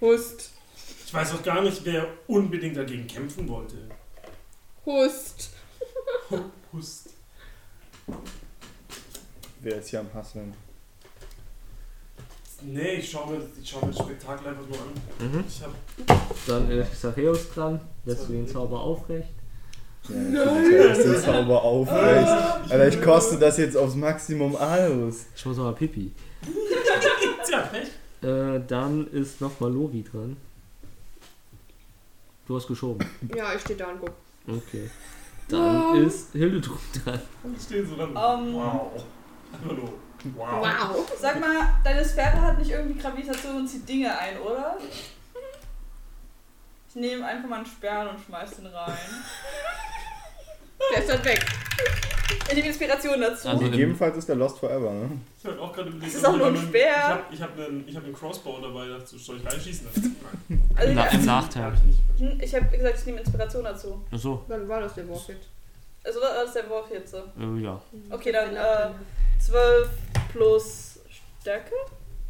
Hust, ich weiß auch gar nicht, wer unbedingt dagegen kämpfen wollte. Hust. Hust. Wer ist hier am Hasseln? Nee, ich schaue mir, ich schau mir das Spektakel einfach nur an. Mhm. Ich hab, Dann ist Xareus dran. Lässt du den Zauber aufrecht. Ja, natürlich ist der Zauber Ah. aufrecht. Alter, ich koste das jetzt aufs Maximum aus. Ich muss aber pipi. Tja, Pech. Äh, dann ist nochmal Lori dran. Du hast geschoben. Ja, ich stehe da und guck. Okay. Dann Wow. ist Hildetrud dran. Und ich stehe so dran. Ähm. wow. Einfach nur. Wow. Wow. Sag mal, deine Sphäre hat nicht irgendwie Gravitation und zieht Dinge ein, oder? Ich nehme einfach mal einen Sperr und schmeiß den rein. Der ist dann weg. Ich nehme Inspiration dazu. Also im- Gegebenenfalls ist der Lost Forever, ne? Ich hab auch gerade überlegt, Das ist auch ob nur ein jemand- Speer. Ich hab, ich hab einen, ich hab einen Crossbow dabei, dachte, so, soll ich reinschießen? Nein, Also, Na, Im ich hab Nachteil. ich nicht. hm, ich habe gesagt, ich nehme Inspiration dazu. Achso, Wann war das der Wurf jetzt? Also das ist der Wurf jetzt. so. äh, ja. Okay, dann äh, 12 plus Stärke,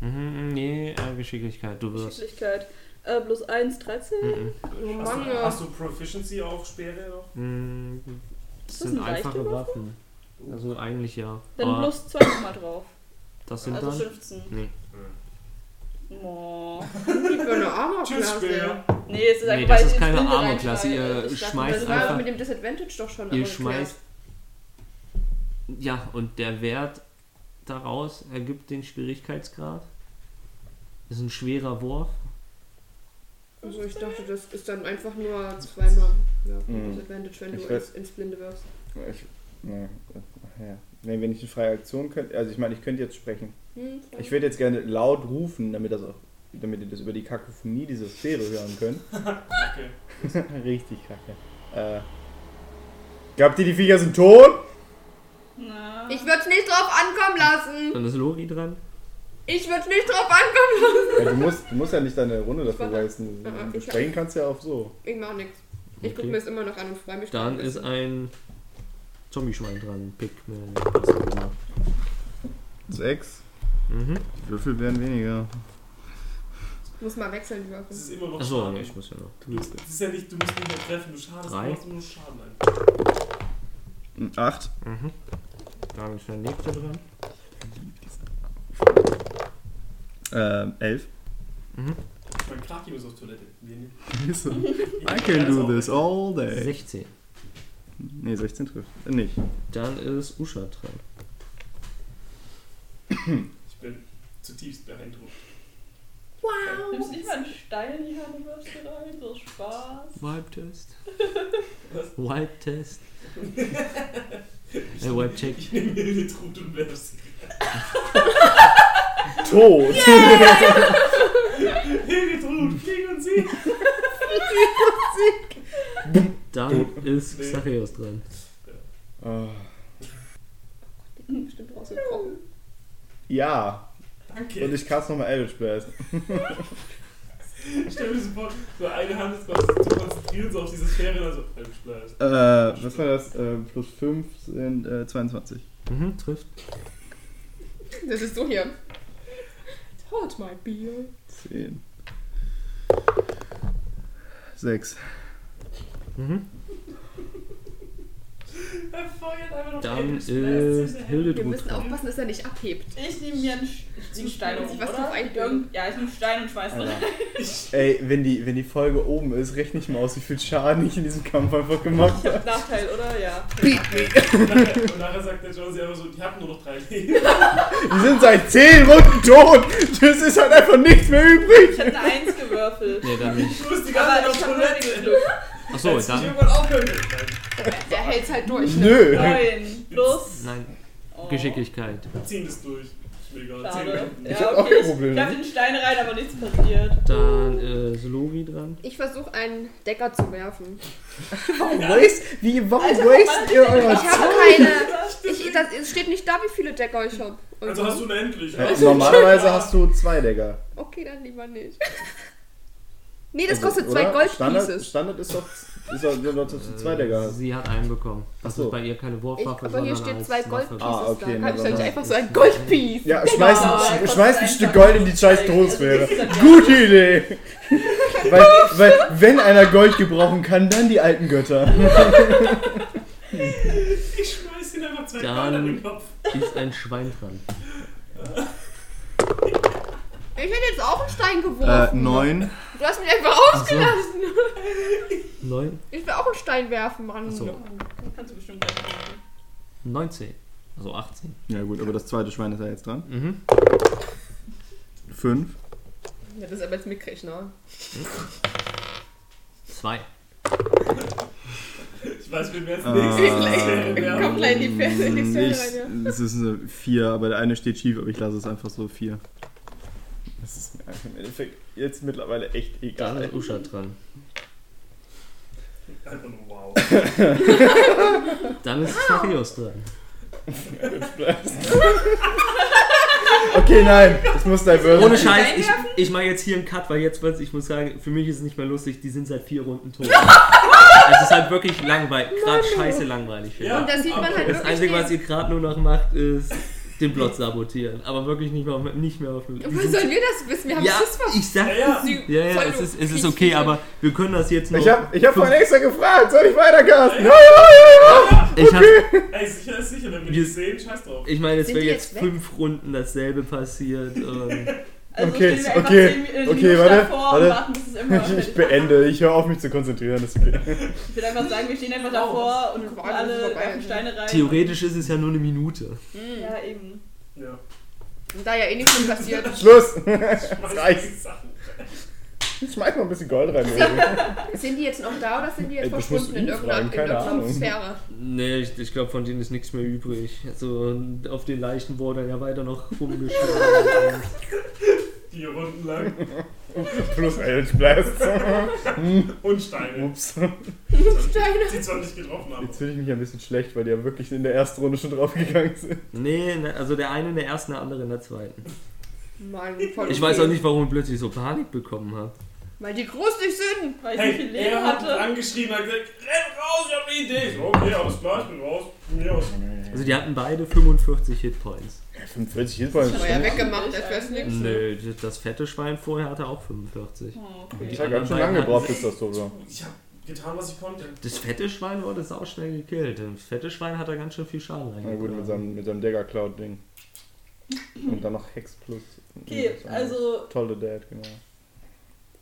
Mhm, nee, äh, Geschicklichkeit. Du wirst. Geschicklichkeit. Äh, plus 1, 13. Mhm. Oh Hast Mann, du, ja. hast du Proficiency auf Speere noch? Mhm. Das das sind eine leichte einfache Waffen. Also eigentlich ja. Dann Aber plus 2 nochmal drauf. das sind Also dann. 15. Nee. Boah. Die für eine äh, Tschüss, Armor-Klasse. Speer. Nee, es ist Nee, einfach, das weil ist ich keine den Spindel Armor-Klasse. reinschneide. Ihr Ich dachte, schmeißt Das war doch äh, einfach. mit dem Disadvantage doch schon. Ihr aber schmeißt. Ja, und der Wert daraus ergibt den Schwierigkeitsgrad. Ist ein schwerer Wurf. geklärt. Also ich dachte, das ist dann einfach nur zweimal ja, Mhm. Disadvantage, wenn Ich du weiß- ins, ins Blinde wirfst. Ich, ne, äh, ja. Nee, wenn ich eine freie Aktion könnte, also ich meine, ich könnte jetzt sprechen. Hm, voll. Ich würde jetzt gerne laut rufen, damit das auch, damit ihr das über die Kakophonie dieser Sphäre hören könnt. Okay. Richtig kacke. Äh, glaubt ihr, die Viecher sind tot? Na. ich würde es nicht drauf ankommen lassen. Dann ist Lori dran. Ich würde es nicht drauf ankommen lassen. Ja, du, musst, du musst ja nicht deine Runde dafür Ich war- wasten. Äh, äh, Du ich hab- sprechen kannst ja auch so. Ich mach nichts. Ich gucke mir das immer noch an und freue mich. Dann drauf. ist ein Zombie-Schwein dran. Pikmin. was auch immer. Sechs. Mhm. Die Würfel werden weniger. Ich muss mal wechseln, die Es Würfel. ist immer noch Achso, nee, Schaden. ich muss ja noch. Es ist ja nicht, du musst nicht mehr treffen, du schadest, Drei. du machst nur noch Schaden ein. Hm, Acht. Mhm. Dann ist der nächste dran. Ähm, elf. Mein Kraki muss auf Toilette. Wir nehmen- Also, I can do this all day. 16. Ne, 16 trifft. Äh, Nicht. Dann ist Usha dran. Ich bin zutiefst beeindruckt. Nimmst nicht mal einen Stein in die Hand und wirfst ihn rein, so aus Spaß. Wipe-Test. Was? Wipe-Test. Äh, Wipe-Check. Ich nehme mir eine Trut und werf's. Tot! Hildetrud, flieg und sieh! Dann ist Nee. Xachios dran. Ah. Bestimmt rausgekommen. Ja. Danke. Und ich cast nochmal Eldritch Blast. Stell dir so vor, so eine Hand ist konzentriert, konzentriert so auf diese Sphäre, also halb Splash. Äh, was war das? Äh, plus 5 sind äh, 22. Mhm, trifft. Das ist so hier. Hold my beer. 10. 6. Mhm. Er feuert einfach noch Dann Eldritch ist Blast durch die Hände. Wir müssen Hildetrud dran. aufpassen, dass er nicht abhebt. Ich nehme mir einen, Sch- den Stein um, Was oder? drauf einbilden. Irgend- Ja, ich nehme einen Stein und schmeiß ihn rein. Ey, wenn die, wenn die Folge oben ist, rechne ich mal aus, wie viel Schaden ich in diesem Kampf einfach gemacht Ich habe. hab Nachteil, oder? Ja. Und nachher- Und nachher sagt der Jonesy einfach so, ich hab nur noch drei Leben. Die sind seit 10 Runden tot! Das ist halt einfach nichts mehr übrig! Ich hab eine Eins gewürfelt. Nee, dann nicht. Ich muss die ganze Zeit Aber auf ich hab nur Toilette. nichts Glück. Achso, Als Ich dann. irgendwann aufhören will. Der hält's halt durch. Ne? Nö! Neun. Plus. Nein, Oh. Geschicklichkeit. Nein, ziehen das durch. Ist mir egal. Ziehen Schade. wir. Ja, hab auch okay, kein Problem, Ich hab ne? den Stein rein, aber nichts passiert. Dann ist Lovi dran. Ich versuche einen Decker zu werfen. Warum waste, wie, warum waste ihr eure Ich habe keine. Ich, das, es steht nicht da, wie viele Decker ich habe. Also hast du unendlich. Zeit? Äh, Normalerweise hast du zwei Dagger. Okay, dann lieber nicht. Nee, das Also, kostet oder? zwei Standard, Goldpieces. Standard ist doch, ist doch, sind doch zu zwei Dagger. hast. Äh, Sie hat einen bekommen. Das Ach so. ist bei ihr keine Ich, Wurfwaffe, aber hier sondern steht als zwei Waffe. Goldpieces Ah, okay, da. Kann ich na, doch nicht dann- einfach so ein Goldpiece. Ja, schmeiß, Ja, ein, kostet schmeiß ein einfach Stück Gold in die scheiß Gold. Drohsphäre. Also, das ist ja- Gute Idee! weil, weil, wenn einer Gold gebrauchen kann, dann die alten Götter. Ich schmeiß ihn einfach zwei Dann- Mal an den Kopf. Ist ein Schwein dran. Ich hätte jetzt auch einen Stein geworfen. Äh, ne? neun. Du hast mich einfach ausgelassen. Neun, Ich will auch einen Stein werfen, Mann. Ach so. Kannst du bestimmt gleich machen. 19. Also 18. Ja gut, aber das zweite Schwein ist ja jetzt dran. Mhm. Fünf. Ja, das ist aber jetzt mickrig, ne? Zwei. Ich weiß, wer jetzt Ah. nächstes Ich komm gleich in die Ferse, in die Ferse rein, ja. Es ist eine vier, aber der eine steht schief, aber ich lasse es einfach so vier. Das ist mir einfach im Endeffekt jetzt mittlerweile echt Dann egal. ist Usha dran. Einfach nur wow. Dann ist Xachios dran. Okay, nein, das muss diverse. Ohne Scheiß, ich, ich mache jetzt hier einen Cut, weil jetzt, was ich muss sagen, für mich ist es nicht mehr lustig, die sind seit vier Runden tot. es ist halt wirklich langweilig, gerade scheiße langweilig. finde Ja. Und da sieht man halt Das wirklich Einzige, was den- ihr gerade nur noch macht, ist den Plot sabotieren. Aber wirklich nicht mehr auf, nicht mehr auf die Was sind- sollen wir das wissen? Wir haben Ja, Schiss vor ich sag. Ja, Ja, ja. Sie- ja, voll es, ist, es ist Krieg- okay, aber wir können das jetzt noch. Ich hab, ich hab fünf- vorhin extra gefragt, soll ich weitercasten? Ja, ja, ja, ja. ich, hab, Ey, sicher ist sicher, wenn wir Wir- die sehen, scheiß drauf. ich meine, es Sind wäre die jetzt jetzt weg? fünf Runden dasselbe passiert. ähm, Und Also Okay, stehen wir einfach okay, zehn Minuten okay, warte, davor warte. Und warten, bis es irgendwann Ich, ich fertig beende, ich höre auf mich zu konzentrieren. Das ist okay. Ich würde einfach sagen, wir stehen einfach davor und gucken Warte, das ist alle vorbei. werfen Steine rein. theoretisch ist es ja nur eine Minute. Hm. Ja, eben. Ja. Und Da ja eh nichts mehr passiert. Schluss! Schmeiß reicht. die Sachen. Ich schmeiß mal ein bisschen Gold rein. Leute. Sind die jetzt noch da oder sind die jetzt Ey, das musst verschwunden du in ihn irgendeiner, fragen, in keine irgendeiner Ahnung. Sphäre? Nee, ich, ich glaube, von denen ist nichts mehr übrig. Also auf den Leichen wurde ja weiter noch rumgeschlagen. Vier Runden lang. Plus Eldritch Blast. Und Steine. Ups. Steine. Die zwar nicht getroffen haben. Jetzt fühle ich mich ein bisschen schlecht, weil die ja wirklich in der ersten Runde schon draufgegangen sind. nee, ne, also der eine in der ersten, der andere in der zweiten. Mann, voll Ich weiß auch okay. nicht, warum ich plötzlich so Panik bekommen habe. Weil die gruselig sind. weil ich so Hey, viel Leben er hat hatte. angeschrieben, hat gesagt, renn raus, ich hab eine Idee. Ich so, okay, alles klar, ich bin raus. Von mir aus. Also die hatten beide 45 Hitpoints. 45 Hitpoints. Das ne? war ja weggemacht, als wär's nichts. Nö, das fette Schwein vorher hatte auch 45. Oh, Die okay. Ich habe ganz schön lange gebraucht, bis das tot war. Ich hab getan, was ich konnte. Das fette Schwein wurde sauschnell gekillt. Das fette Schwein hat da ganz schön viel Schaden Na gut, mit reingebracht. seinem, mit seinem Dagger Cloud Ding. Und dann noch Hex Plus. Okay, also Tolle Dad, genau.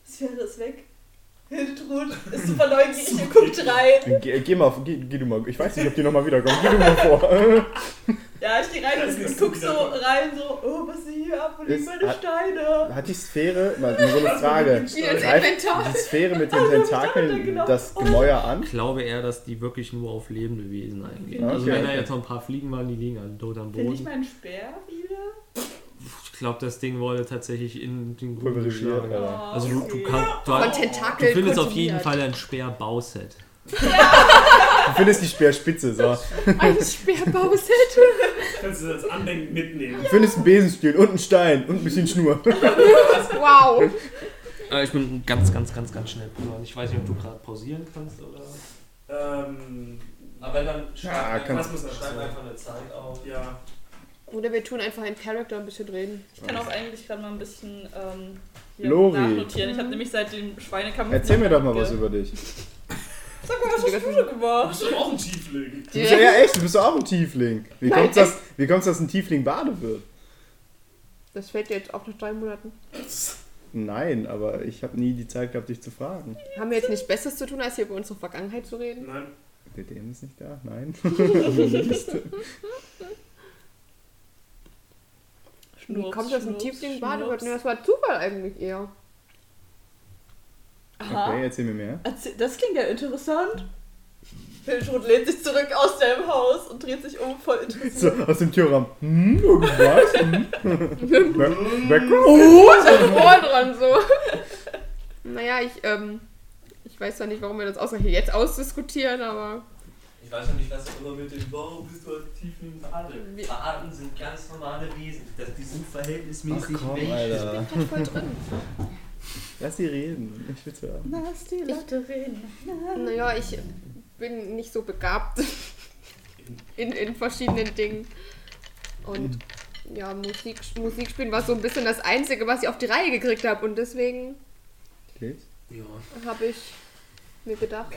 Sphäre ist weg. Hildetrud ist super neugierig und guckt rein. Geh, geh mal, geh, geh du mal. Ich weiß nicht, ob die nochmal wiederkommen. Geh du mal vor. Ja, ich geh rein und, und guck so rein, so, oh, was ist denn hier ab? Wo liegen Ist- meine hat- Steine? Hat die Sphäre, mal nur so eine Frage. Wie als Greift Inventar. die Sphäre mit Ah, den da hab ich dran Tentakeln gedacht. das Gemäuer an? Ich glaube eher, dass die wirklich nur auf lebende Wesen eingehen. Okay. Also wenn da Okay. jetzt noch ein paar Fliegen waren, die liegen alle tot am Finde ich Boden. meinen Speer wieder? Ich glaube, das Ding wurde tatsächlich in den Grund Pulverisiert, geschlagen. oder? Oh, Also du, du, okay. kannst, du, Von hast, du Tentakeln findest auf kultiviert. jeden Fall ein Speerbauset. Du findest die Speerspitze, so. Ein Speerbauset. Kannst du das als Andenken mitnehmen? Du findest einen Besenstiel und einen Stein und ein bisschen Schnur. Wow. Äh, ich bin ganz, ganz, ganz, ganz schnell geworden. Ich weiß nicht, ob du gerade pausieren kannst oder. Ähm, Aber dann Ja, schreib, kannst- einfach- schreib einfach eine Zeit auf. ja. Oder wir tun einfach einen Charakter ein bisschen reden. Ich kann auch eigentlich gerade mal ein bisschen ähm, hier Lori. nachnotieren. Ich Mhm. habe nämlich seit dem Schweinekampf. Erzähl mir doch mal was Ge- über dich. Sag mal, was hast du schon Du gemacht? bist doch auch ein Tiefling. Du bist ja, ja echt, du bist auch ein Tiefling. Wie kommt's, dass, wie kommt's, dass ein Tiefling Bade wird? Das fällt dir jetzt auch nach drei Monaten. Nein, aber ich habe nie die Zeit gehabt, dich zu fragen. Haben wir jetzt nichts Besseres zu tun, als hier über unsere Vergangenheit zu reden? Nein. Der DM ist nicht da? Nein. Wie kommt das ein Schnurps, Tiefling schnurps. Badewirt? Ne, das war Zufall eigentlich eher. Aha. Okay, erzähl mir mehr. Erzähl- Das klingt ja interessant. Hiltrud lehnt sich zurück aus dem Haus und dreht sich um, voll interessiert. So, aus dem Türrahmen. Hm, irgendwas? Hm. Back- Background? Oh, ich hab Ohr dran so. Naja, ich, ähm, ich weiß zwar nicht, warum wir das ausgerechnet jetzt ausdiskutieren, aber Ich weiß noch nicht, was du immer mit dem Warum bist du als Tiefling Bade? Wie- Baden sind ganz normale Wesen. Das, die sind Ach verhältnismäßig komm, menschlich. Alter. ich bin voll drin. Lass sie reden. Ich will's hören. Lass die Leute reden. Naja, ich bin nicht so begabt in, in verschiedenen Dingen. Und ja, Musik, Musik spielen war so ein bisschen das Einzige, was ich auf die Reihe gekriegt habe. Und deswegen Geht's? Ja. habe ich mir gedacht.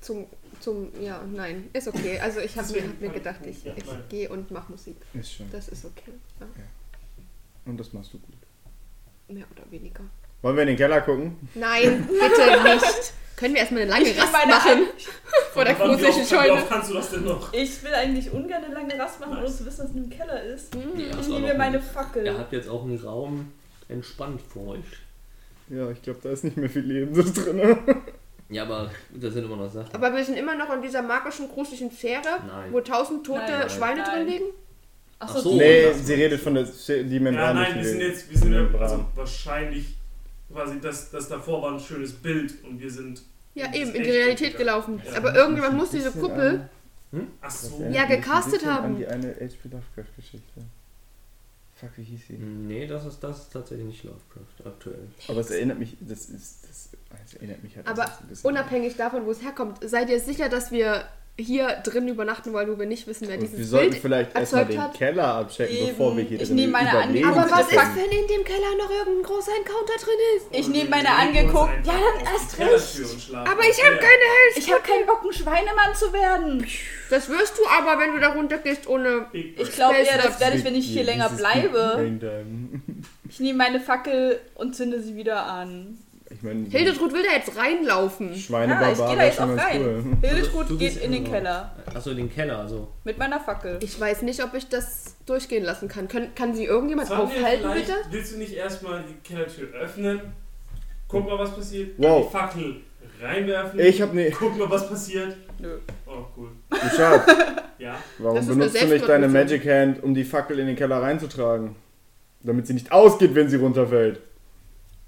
Zum, zum, ja, nein, ist okay. Also ich habe mir, hab mir gedacht, ich, ich gehe und mache Musik. Ist schon. Das ist okay. Ja, Und das machst du gut. mehr oder weniger. Wollen wir in den Keller gucken? Nein, bitte nicht. Können wir erstmal eine lange Rast meine machen? Vor der Wann- wie gruseligen oft- Wie Scheune. oft kannst du das denn noch? Ich will eigentlich ungern eine lange Rast machen, ohne zu wissen, was in dem Keller ist. Mhm. Nee, Ich das war nehme noch meine nicht. Fackel. Ihr habt jetzt auch einen Raum entspannt vor euch. Ja, ich glaube, da ist nicht mehr viel Leben so drin. Oh, Ja, aber da sind immer noch Sachen. Aber wir sind immer noch an dieser magischen, gruseligen Fähre, Nein. wo tausend tote Nein, nein, Schweine nein. drin liegen. Achso, Ach so. die- Nee, das sie redet von der die Membran. Ja, nein, nicht wir die- sind jetzt, wir sind ja, Membran. also wahrscheinlich, quasi das, das davor war ein schönes Bild und wir sind, Ja, Das eben, ist in die echt Realität eklig, gelaufen. Ja. Aber irgendjemand Ein muss diese bisschen Kuppel. ach so, an- Ja, gecastet ein bisschen haben. An die eine H.P. Lovecraft-Geschichte. Fuck, wie hieß sie? Nee, das ist das ist tatsächlich nicht Lovecraft aktuell. Aber es erinnert mich, das ist, das, das erinnert mich halt Aber alles ein bisschen Unabhängig davon, wo es herkommt, seid ihr sicher, dass wir hier drin übernachten wollen, wo wir nicht wissen, wer an- Und wir dieses sollten Bild... vielleicht erstmal erzeugt den hat. Keller abchecken, Eben. bevor wir hier Ich drin nehme meine an- überleben Aber was ist, können. wenn in dem Keller noch irgendein großer Encounter drin ist? Ich Und nehme wir meine legen uns angeguckt. einfach Ja, auf dann die erst Kellertür recht. und schlafen Aber ich habe Ja. keine Hilfe. Ich habe keinen Bock, ein Schweinemann zu werden. Das wirst du aber, wenn du da runtergehst ohne... Big Ich Bird. glaube Wer ist eher, das das? werde ich, wenn ich hier länger bleibe. bleibe. Ich nehme meine Fackel und zünde sie wieder an. Ich meine, Hildetrud will da jetzt reinlaufen. Ja, ich gehe Schweinebarbar da wäre jetzt schon auch ganz cool. rein. Hildetrud Also, Du geht gehst in den irgendwo. Keller. Achso, in den Keller, also. Mit meiner Fackel. Ich weiß nicht, ob ich das durchgehen lassen kann. Kann, kann sie irgendjemand Sollen wir aufhalten, vielleicht- bitte? Willst du nicht erstmal die Kellertür öffnen? Guck mal, was passiert. Wow. Die Fackel reinwerfen. Ich hab ne. Guck mal, was passiert. Nö. Oh, cool. Geschafft. Ja. Warum Das ist benutzt du eine nicht deine Selbstmordmission. Magic Hand, um die Fackel in den Keller reinzutragen? Damit sie nicht ausgeht, wenn sie runterfällt.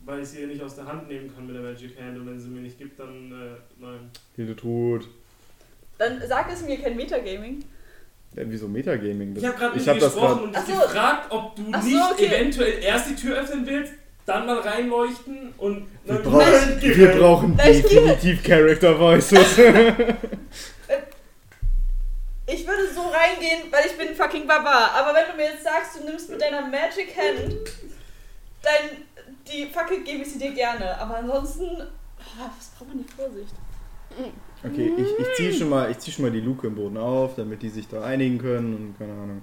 Weil ich sie ja nicht aus der Hand nehmen kann mit der Magic Hand und wenn sie mir nicht gibt, dann äh, nein. Hildetrud. Dann sag es mir, kein Metagaming. Ja, wieso Metagaming? Ich habe gerade mit ich dir hab das gesprochen grad, und dich Ach so. gefragt, ob du Ach so, nicht okay. eventuell erst die Tür öffnen willst, dann mal reinleuchten und Wir dann brauchen, wir brauchen Nein, ich liebe- definitiv Character Voices. Ich würde so reingehen, weil ich bin ein fucking Barbar. Aber wenn du mir jetzt sagst, du nimmst mit deiner Magic Hand dein, die Fackel, gebe ich sie dir gerne. Aber ansonsten, ah, was braucht man denn Vorsicht? Okay, ich, ich ziehe schon, mal- ich zieh schon mal die Luke im Boden auf, damit die sich da einigen können und keine Ahnung.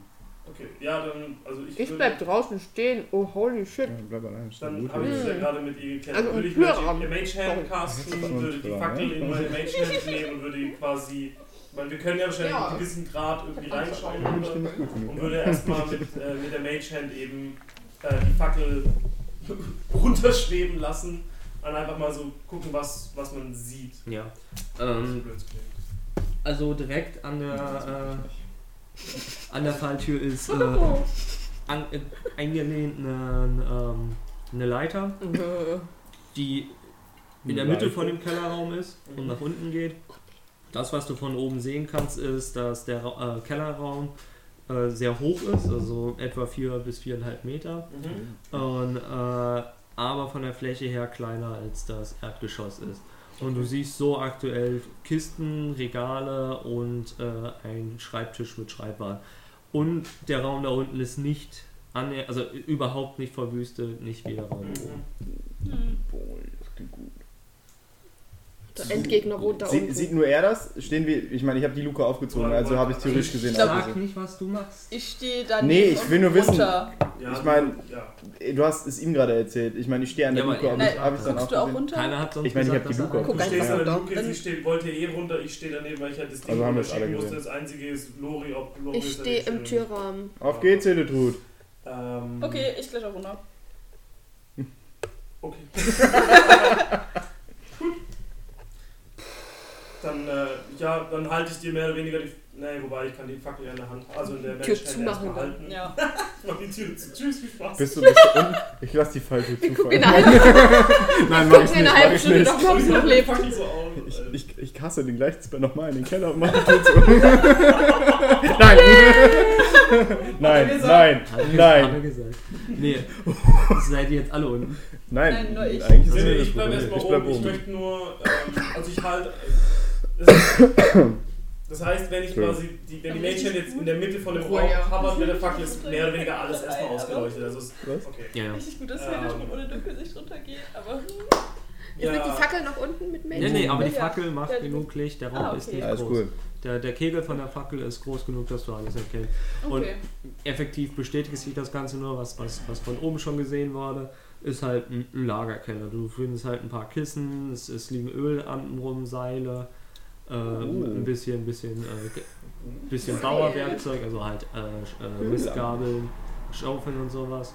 Okay, ja, dann, also ich, Ich würde- bleib draußen stehen. Oh, holy shit. Ja, bleib allein, ist doch Dann gut. habe ich es ja gerade mit ihr geklärt. Also würde ich ein mit Türrahmen. ihr Mage Hand Sorry. casten, Das würde ist die ein Fackel in Türrahmen. meine Mage Hand nehmen und würde ihn quasi. Weil wir können ja wahrscheinlich Ja. einen gewissen Grad irgendwie reinschauen. Ich oder? bin nicht gut Und genug. würde erstmal mit, äh, mit der Mage Hand eben äh, die Fackel runterschweben lassen. Dann einfach mal so gucken, was, was man sieht. Ja. Das ist Ähm, blöd klingt. also direkt an der, äh, an der Falltür ist äh, an, äh, eingelehnt eine, ähm, eine Leiter, Mhm. die in der Mitte von dem Kellerraum ist und nach unten geht. Das, was du von oben sehen kannst, ist, dass der Ra äh, Kellerraum äh, sehr hoch ist, also etwa 4 bis 4,5 Meter. Mhm. Und, äh, aber von der Fläche her kleiner als das Erdgeschoss ist. Und du siehst so aktuell Kisten, Regale und äh, einen Schreibtisch mit Schreibwaren. Und der Raum da unten ist nicht, annäher- also überhaupt nicht verwüstet, nicht wie der Raum oben. Mhm. Der Endgegner wohnt da Sie, unten. sieht nur er das? Stehen wir, ich meine, ich habe die Luke aufgezogen, also habe ich theoretisch gesehen. also auch Sag gesehen. nicht, was du machst. Ich stehe dann Nee, ich will nur wissen- runter. Ja, Ich mein- ja. Ey, Du hast es ihm gerade erzählt. Ich meine, ich stehe an der Ja, aber Luke, aber Nein, habe ich dann auch guckst du auch gesehen. runter? Keiner hat sonst Ich meine, ich gesagt, hab dass die er Luke einen- Guck Du stehst einfach an da. der Luke, sie steht, wollte eh runter, ich stehe daneben, weil ich halt das Ding Also haben wir es runterschieben alle musste. gesehen. Das einzige ist Lori, ob Lori Ich ist an stehe der im Stelle. Türrahmen. Auf geht's, Hildetrud. Ähm, Okay, ich kletter runter. Okay. dann, äh, ja, dann halte ich dir mehr oder weniger die. Nee, wobei ich kann die Fackel ja in der Hand. Also in der Tür Menschheit zumachen erstmal dann, halten. Ja. Mach die Tür zu. Tschüss, viel Spaß. Bist du, bist du unten? Ich lasse die Falltür Wir zufallen. gucken in einer halben, Nein, mach ich gucken in nicht, einer mach halben ich Stunde nicht. noch, ob Ich sie noch mach die lebt. Fackel so auf. Ich, äh, ich, ich hasse den gleichen Spell nochmal in den Keller und mache die Tür zu. nein. nein, Hat nein, er gesagt, hat er nein. gesagt. Nee, seid ihr jetzt alle unten. Nein, Nein, nur ich. eigentlich ist Nee, das nee, Also das ich bleib Problem. erstmal Ich bleib oben. Ich oben. möchte nur. Ähm, also ich halte. Das, das heißt, wenn ich quasi. Die, wenn die Mädchen jetzt in der Mitte von dem Ruhe, Raum ja. habern mit der Fackel, ist mehr oder weniger alles erstmal ausgeleuchtet. Also ist, Was? okay. Ja, ja. Richtig gut, dass Ähm. Helge schon ohne Dunkelsicht runtergeht, aber. hm. Ist mit die Fackel noch unten mit Nee, Menschen? nee, aber die Ja, ja. Fackel macht Ja, die- genug Licht, der Raum Ah, okay. ist nicht Alles groß. cool. Der, der Kegel von der Fackel ist groß genug, dass du alles erkennst. Und Okay. effektiv bestätigt sich das Ganze nur, was, was, was von oben schon gesehen wurde, ist halt ein, ein Lagerkeller. Du findest halt ein paar Kissen, es, es liegen Ölanten rum, Seile, äh, ein bisschen, ein bisschen, äh, ge- bisschen Bauerwerkzeug, also halt äh, Sch- äh, Mistgabeln, Schaufeln und sowas.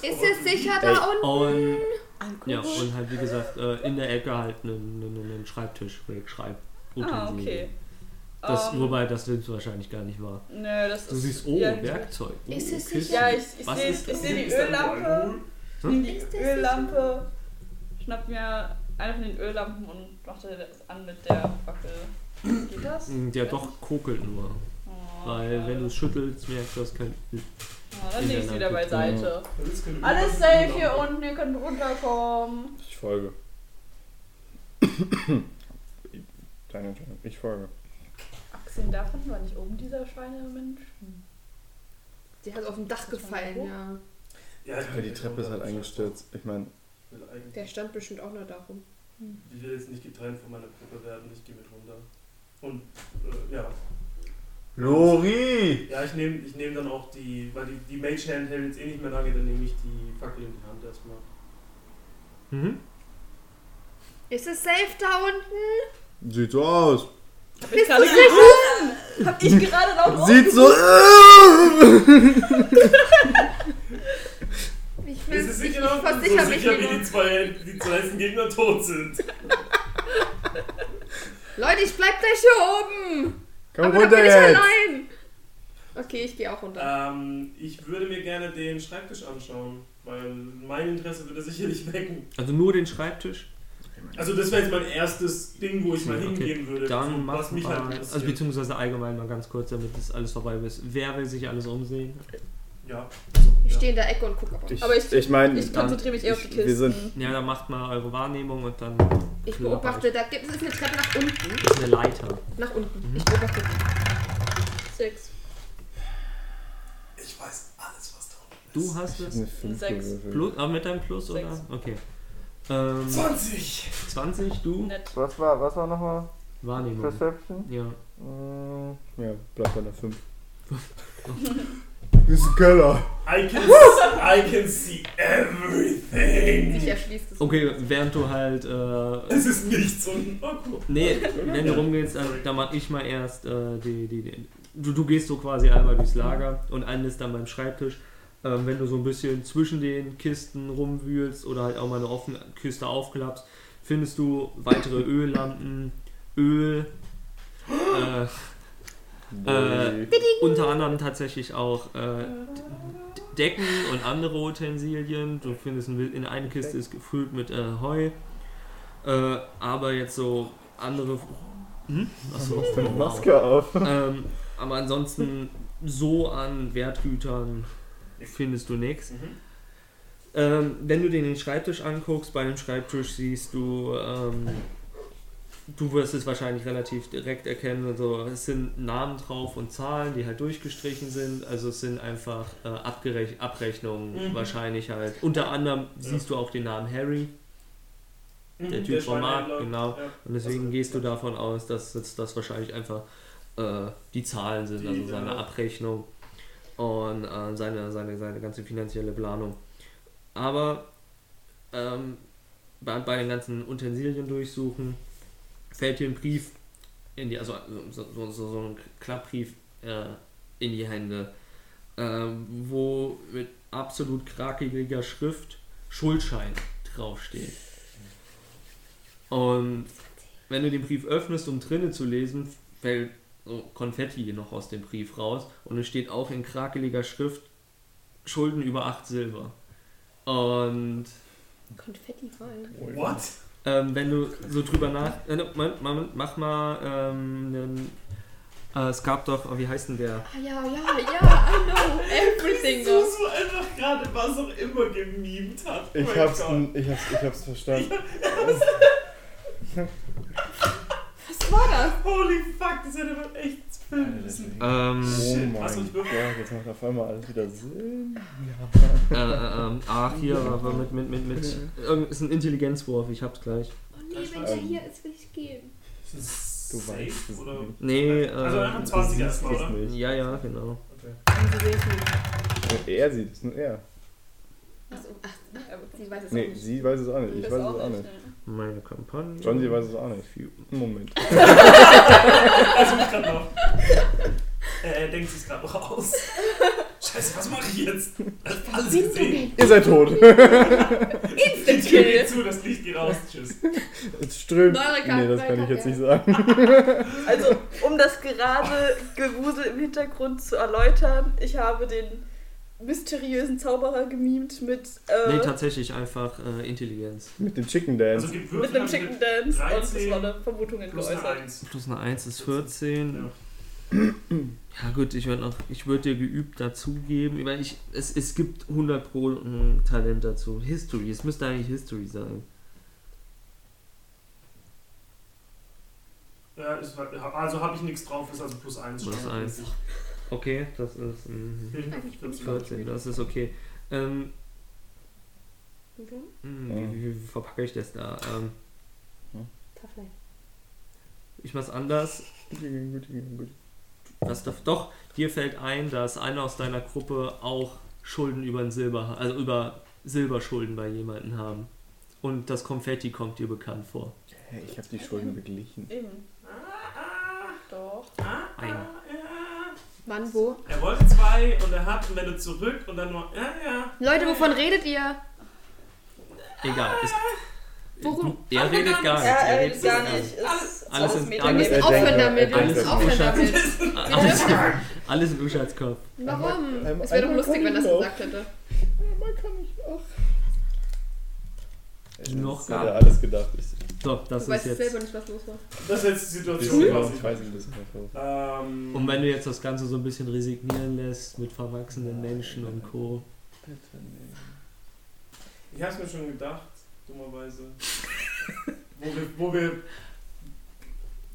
Ist es sicher da unten? Und, ja, und halt wie gesagt, äh, in der Ecke halt einen, einen, einen Schreibtisch, mit Schreibutensilien. Ah, okay. Das, Ähm, wobei das nimmst du wahrscheinlich gar nicht wahr. Nö, das Du ist. siehst, oh, ja, Werkzeug. Oh, Ist es Kissen. Ja, ich, ich Was Also sehe ist das? seh die Ist da Öllampe. Alkohol? Ich nehme die Ist das sicher? Öllampe, schnapp mir eine von den Öllampen und mache das an mit der Fackel. Geht das? Der doch kokelt nur. Oh, Hm, Weil wenn du es schade. schüttelst, merkst du, das könnte. Oh, dann lege ich sie wieder Internet- genau. beiseite. Das ist keine Alles Öllampe. safe hier unten, ihr könnt runterkommen. Ich folge. Deine Entscheidung. Ich folge. Abgesehen davon war nicht oben dieser Schweinemensch. Hm. Sie hat auf dem Dach gefallen, ja. Ja, ich Ja, die Treppe ist halt eingestürzt. Ich meine, will eigentlich- Der stand bestimmt auch noch da rum. Ich will jetzt nicht getrennt von meiner Gruppe werden, ich gehe mit runter. Und äh, ja. Lori! Ja, ich nehme ich nehm dann auch die, weil die, die Mage Hand hält jetzt eh nicht mehr lange, dann nehme ich die Fackel in die Hand erstmal. Mhm. Ist es safe da unten? Sieht so aus. Hab ich Bist gerade du sicher? Hab ich gerade Oh. laut Sieht so Ich, Ist es ich, ich sicher noch? versichere so mich sicher, wie hier die nur. zwei, die zwei letzten Gegner tot sind. Leute, ich bleib gleich hier oben. Komm Aber da runter bin ich jetzt! allein. Okay, ich gehe auch runter. ähm, ich würde mir gerne den Schreibtisch anschauen, weil mein Interesse würde sicherlich wecken. Also nur den Schreibtisch. Also das wäre jetzt mein erstes Ding, wo ich mal Okay. hingehen würde. so, Dann was machen mich wir. halt also interessiert. beziehungsweise allgemein mal ganz kurz, damit das alles vorbei ist. Wer will sich alles umsehen? ja, Ich stehe in der Ecke und gucke aber. Ich, aber ich, ich, ich meine, konzentriere mich eher auf die wir Kisten. sind Ja, dann macht mal eure Wahrnehmung und dann Ich beobachte, da gibt es ist eine Treppe nach unten. ist eine Leiter. Nach unten. Ich beobachte. Sechs. Ich weiß alles, was da unten Du hast es. eine Fünf Sechs. gewürfelt. Plus, aber mit deinem Plus, Sechs. oder? Okay. Ähm, ist. 20! 20, du? Nett. Was war, was war nochmal? Wahrnehmung. Perception? Ja. Mm, Ja, bleibt bei der 5. ist ein Keller. I can, I can see everything! Sich erschließt es. Okay, während du halt. Äh, Es ist nichts und oh, cool. nee, wenn du rumgehst, also, da mach ich mal erst äh, die. die, die du, du gehst so quasi einmal durchs Lager und Anne ist dann beim Schreibtisch. Ähm, wenn du so ein bisschen zwischen den Kisten rumwühlst oder halt auch mal eine offene Kiste aufklappst, findest du weitere Öllampen, Öl. Äh, Äh, Unter anderem tatsächlich auch äh, D- Decken und andere Utensilien. Du findest ein- in eine Kiste ist gefüllt mit äh, Heu. Äh, aber jetzt so andere. Hm? Achso, Eine Maske auf. ähm, aber ansonsten so an Wertgütern findest du nichts. Ähm, wenn du dir den Schreibtisch anguckst, bei dem Schreibtisch siehst du, ähm, du wirst es wahrscheinlich relativ direkt erkennen. Also es sind Namen drauf und Zahlen, die halt durchgestrichen sind. Also es sind einfach äh, Abgerech Abrechnungen Mhm. wahrscheinlich halt. Unter anderem siehst du auch den Namen Harry Hm, Der Typ vom Markt, Schweinehändler. genau. Ja. und deswegen gehst du davon aus, dass das, das wahrscheinlich einfach äh, die Zahlen sind, Die, also seine ja. Abrechnung und äh, seine, seine, seine ganze finanzielle Planung. Aber ähm, bei, bei den ganzen Utensilien durchsuchen, fällt dir ein Brief in die, also so, so, so, so ein Klappbrief äh, in die Hände, ähm, wo mit absolut krakeliger Schrift Schuldschein draufsteht. Und wenn du den Brief öffnest, um drinnen zu lesen, fällt so Konfetti noch aus dem Brief raus und es steht auch in krakeliger Schrift Schulden über 8 Silber. Und Konfetti fallen. What? ähm, wenn du so drüber nach. Äh, ne, Moment, Moment, mach mal ähm, nen- äh, es gab doch, oh, wie heißt denn der? Ah ja, ja, ja, I know. Everything. Du so einfach gerade was auch immer gemimt hat. Oh Ich Oh Mein hab's, Gott. ich hab's, ich hab's verstanden. Was war das? Holy fuck, das hätte man echt filmen müssen. Ähm, Oh Shit, mein lass mich Gott, würfeln. jetzt macht auf einmal alles wieder Sinn. äh, äh, ähm, ah, hier, war war mit, mit, mit, mit. Irgend, ist ein Intelligenzwurf, ich hab's gleich. Oh nee, wenn Ähm. der hier ist, will ich gehen. Ist es Du safe, weißt es oder? nicht. Nee, äh. Also einfach 20 erstmal, Ist oder? nicht. ja, ja, genau. Und sie sehen es nicht. Er sieht es, nur er. Also, ach, sie weiß es auch Nee, nicht. sie weiß es auch nicht. Ich Das weiß es auch nicht. ne? Meine Kampagne. John, sie weiß es auch nicht. Moment. Also mich gerade noch. Äh, er denkt sich gerade raus. Scheiße, was mache ich jetzt? Ich hab alles gesehen. Ihr seid tot. Die Tür geht zu, das Licht geht raus. Tschüss. Äh, Es strömt. Neue Karte, Nee, das neue kann ich jetzt Karte. nicht sagen. Also, um das gerade Gewusel im Hintergrund zu erläutern, ich habe den mysteriösen Zauberer gemimt mit, äh, Nee, tatsächlich einfach äh, Intelligenz. Mit dem Chicken Also Dance. gibt mit Würfel einem Chicken Dance und es 13 wurden Vermutungen plus eine geäußert. 1. Plus eine 1 ist 14. Ja gut, ich würde würd dir geübt dazugeben. Ich mein, ich, es, es gibt 100 Pro ein Talent dazu. History, es müsste eigentlich History sein. Ja, ist, also habe ich nichts drauf, ist also plus 1. Plus eins. Okay, das ist Ich mhm, bin 14, das ist okay. Ähm, Okay. mh, wie, wie verpacke ich das da? Ähm, Tafeln. ich mach's anders. Was darf, doch, dir fällt ein, dass einer aus deiner Gruppe auch Schulden über ein Silber, also über Silberschulden bei jemandem haben. Und das Konfetti kommt dir bekannt vor. Hä, Ich hab die Schulden beglichen. Eben. Doch. Ein. Wann, wo? Er wollte zwei und er hat und wenn du zurück und dann nur, ja, ja. Leute, wovon redet ihr? Egal. Es, Worum? Du- Er redet gar nicht. Ja, er redet redet gar äh, nicht. Alles, Alles in- Wir Alles müssen er aufhören denkt, er damit. Wir denkt, müssen er aufhören damit. denkt. Alles, Wir alles im Uschats Kopf. Warum? Einmal- Es wäre doch einmal lustig, wenn das kommen gesagt hätte. Einmal kann ich noch. Noch gar. gar- Äh, Ja alles gedacht. Ich, So, das Du weißt ist jetzt. selber nicht, was los war. Das ist jetzt die ich, Situation quasi. ich weiß ein bisschen davon. Ähm, Und wenn du jetzt das Ganze so ein bisschen resignieren lässt mit verwachsenen Menschen und Co. Bitte nicht. Ich hab's mir schon gedacht, dummerweise. wo, wir, wo wir.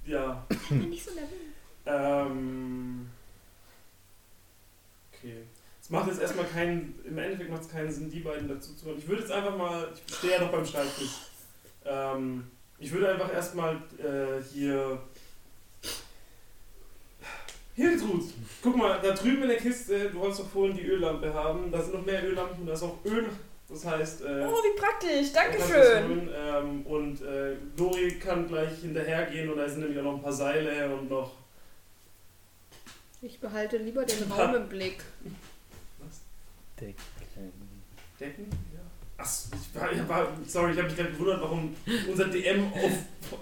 Ja. Ich bin Hm. nicht so nervös. Ähm. Okay. Es macht jetzt erstmal keinen. Im Endeffekt macht es keinen Sinn, die beiden dazu zu holen. Ich würde jetzt einfach mal. Ich stehe ja noch beim Schreibtisch. Ähm, ich würde einfach erstmal äh, hier. Hiltrud, guck mal, da drüben in der Kiste, du wolltest doch vorhin die Öllampe haben. Da sind noch mehr Öllampen, da ist auch Öl. Das heißt. Äh, Oh, wie praktisch. das Dankeschön. holen, Ähm, und äh, Dori kann gleich hinterhergehen und da sind nämlich auch noch ein paar Seile und noch. Ich behalte lieber den Raum im Blick. Decken? Ja. Ach, ich war, ich war, sorry, ich habe mich gerade gewundert, warum unser DM auf,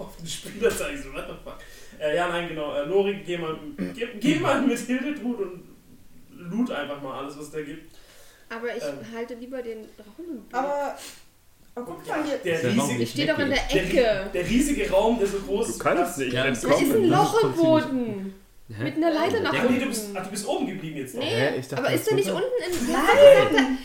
auf den Spieler zeigt. So, what the fuck? Äh, ja, nein, genau. Äh, Lori, geh mal, geh, geh mal mit Hildetrud und loot einfach mal alles, was da gibt. Aber ich Ähm. behalte lieber den Raum im Blick. Aber. Oh, guck mal hier. Der Der Raum riesige, nicht ich stehe doch in der der, rie- Ecke. der riesige Raum, der so Du groß kannst nicht Ja, Da ist ein entkommen. Das Loch im ist voll Boden. Hä? Mit einer Leiter nach Ach, nee, du bist, ach, unten. du bist oben geblieben jetzt noch. Nee, Hä? Ich dachte, aber ist das er nicht ist- unten in Nein.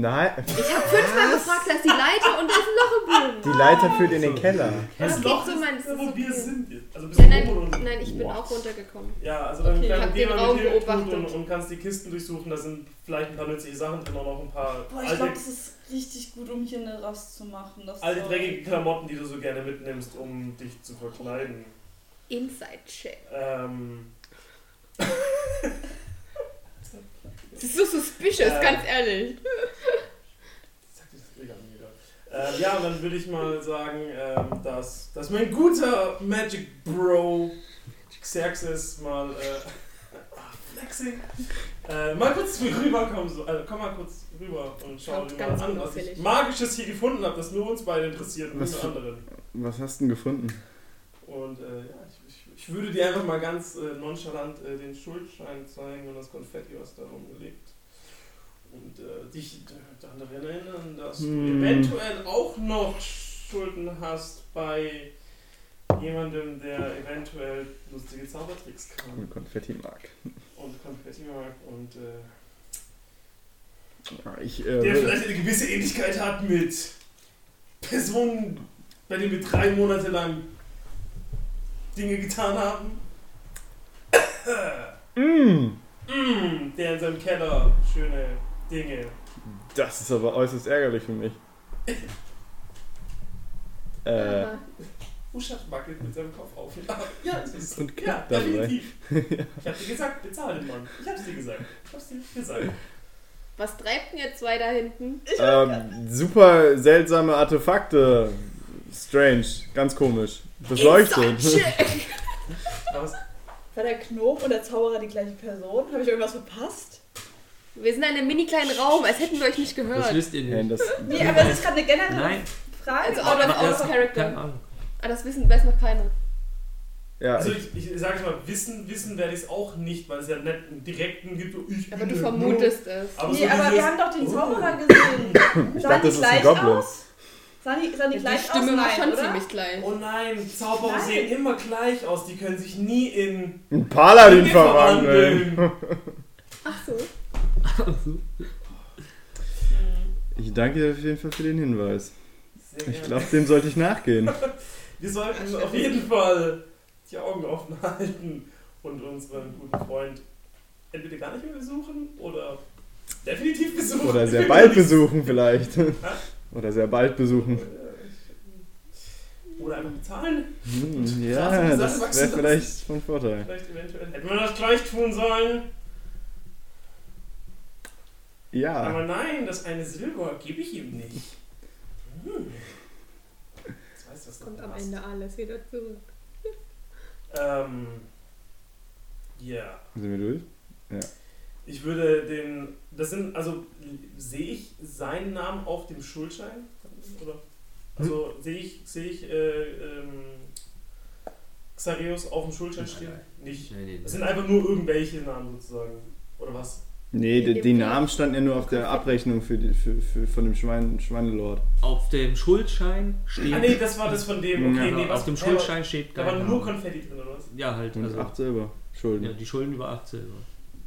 Nein, Ich habe fünfmal gefragt, da ist die Leiter und da ist ein Loch im die Boden. Leiter führt in den Keller. Das Ja, Loch geht so, ist, Mann, das da, ist wo okay. wir sind. jetzt. Also bis Nein, oben und nein, nein, ich bin auch runtergekommen. Ja, also dann, Okay. dann Hab geh den mal Raum mit Hilfe beobachtet. und, und kannst die Kisten durchsuchen, da sind vielleicht ein paar nützliche Sachen drin und auch ein paar Boah, ich alte, glaube, das ist richtig gut, um hier eine Rast zu machen. Das alte so- dreckige Klamotten, die du so gerne mitnimmst, um dich zu verkleiden. Inside-Check. Ähm, Das ist so suspicious, Äh. ganz ehrlich. sag das eh egal, mir egal. Ähm, ja, und dann würde ich mal sagen, ähm, dass, dass mein guter Magic Bro Xerxes mal äh, ah, flexing. Äh, mal kurz zu mir rüberkommen, so, also komm mal kurz rüber und schau Schaut dir mal ganz an, was ich unauffällig. Magisches hier gefunden habe, das nur uns beide interessiert und Was nicht für- anderen. Was hast du denn gefunden? Und äh, ja, ich, ich, ich würde dir einfach mal ganz äh, nonchalant äh, den Schuldschein zeigen und das Konfetti, was da rumgelegt. Und äh, dich daran erinnern, dass Hm. du eventuell auch noch Schulden hast bei jemandem, der eventuell lustige Zaubertricks kann Mit Konfetti mag. und Konfetti mag und äh, Ja, Ich, der äh, vielleicht eine gewisse Ähnlichkeit hat mit Personen, bei denen wir drei Monate lang Dinge getan haben. mm, Mm, der in seinem Keller schöne Dinge. das ist aber äußerst ärgerlich für mich. Äh, Aha. Uschat wackelt mit seinem Kopf auf und ab. Ja, es ist Und ja, kippt dabei. definitiv. Ich hab dir gesagt, bezahl den Mann. Ich hab's dir gesagt. Ich hab's dir gesagt. Was treibt denn jetzt zwei da hinten? ähm, super seltsame Artefakte. Strange, ganz komisch. Das leuchtet. Inside-Check. Was? War der Knob und der Zauberer die gleiche Person? Habe ich irgendwas verpasst? Wir sind in einem mini kleinen Raum, als hätten wir euch nicht Das gehört. wisst ihr Ja, nicht. das, Nee, aber das ist gerade eine generelle Nein, Frage. Also out of, aber out das- of keine character. Ahnung. Ah, das wissen, weiß noch keiner. ja, Also ich, ich sag's mal, wissen, wissen werde ich's auch nicht, weil es ja nicht einen direkten gibt. oh, Ich Aber bin du der vermutest es. Gnu. Aber nee, so aber dieses- wir haben doch den Oh. Zauberer gesehen. ich Sahen dachte, die das ist ein gleich Goblin. aus? Sahen die, sahen die Die gleich Stimme aus? war Nein, schon oder? ziemlich gleich. Oh nein, Zauberer Nein. sehen immer gleich aus. Die können sich nie in Ein Paladin Dinge verwandeln. Ach so. Ich danke dir auf jeden Fall für den Hinweis. Sehr Ich gerne. glaube, dem sollte ich nachgehen. Wir sollten auf jeden Fall die Augen offen halten und unseren guten Freund entweder gar nicht mehr besuchen oder definitiv besuchen. Oder Ich sehr bin bald mir nicht- besuchen vielleicht. Oder sehr bald besuchen. Äh, Oder einfach bezahlen. Hm, Sachen- ja, Sachen das wachsen wäre lassen. vielleicht von Vorteil. Vielleicht eventuell. Hätten wir das gleich tun sollen. Ja, Aber nein, das eine Silber gebe ich ihm nicht. Hm. Jetzt weißt du, was Kommt du am hast. Ende alles wieder zurück. Ähm. Ja. sind wir durch? Ich würde den. Das sind, also sehe ich seinen Namen auf dem Schuldschein? Oder? Also sehe ich, sehe ich äh, ähm, Xarius auf dem Schuldschein stehen? Nicht. Nein, nee, Das sind einfach nur irgendwelche Namen sozusagen. Oder was? Nee, In die, dem die Fall. Namen standen ja nur auf der Abrechnung für die, für, für, von dem Schwein, Schweinelord. Auf dem Schuldschein steht. Ah nee, das war das von dem. Okay, nee, was? auf dem hä, Schuldschein steht Da kein war nur Name. Konfetti drin, oder was? Ja, halt. Und Also, acht Silber. Schulden. ja, die Schulden über 8 Silber.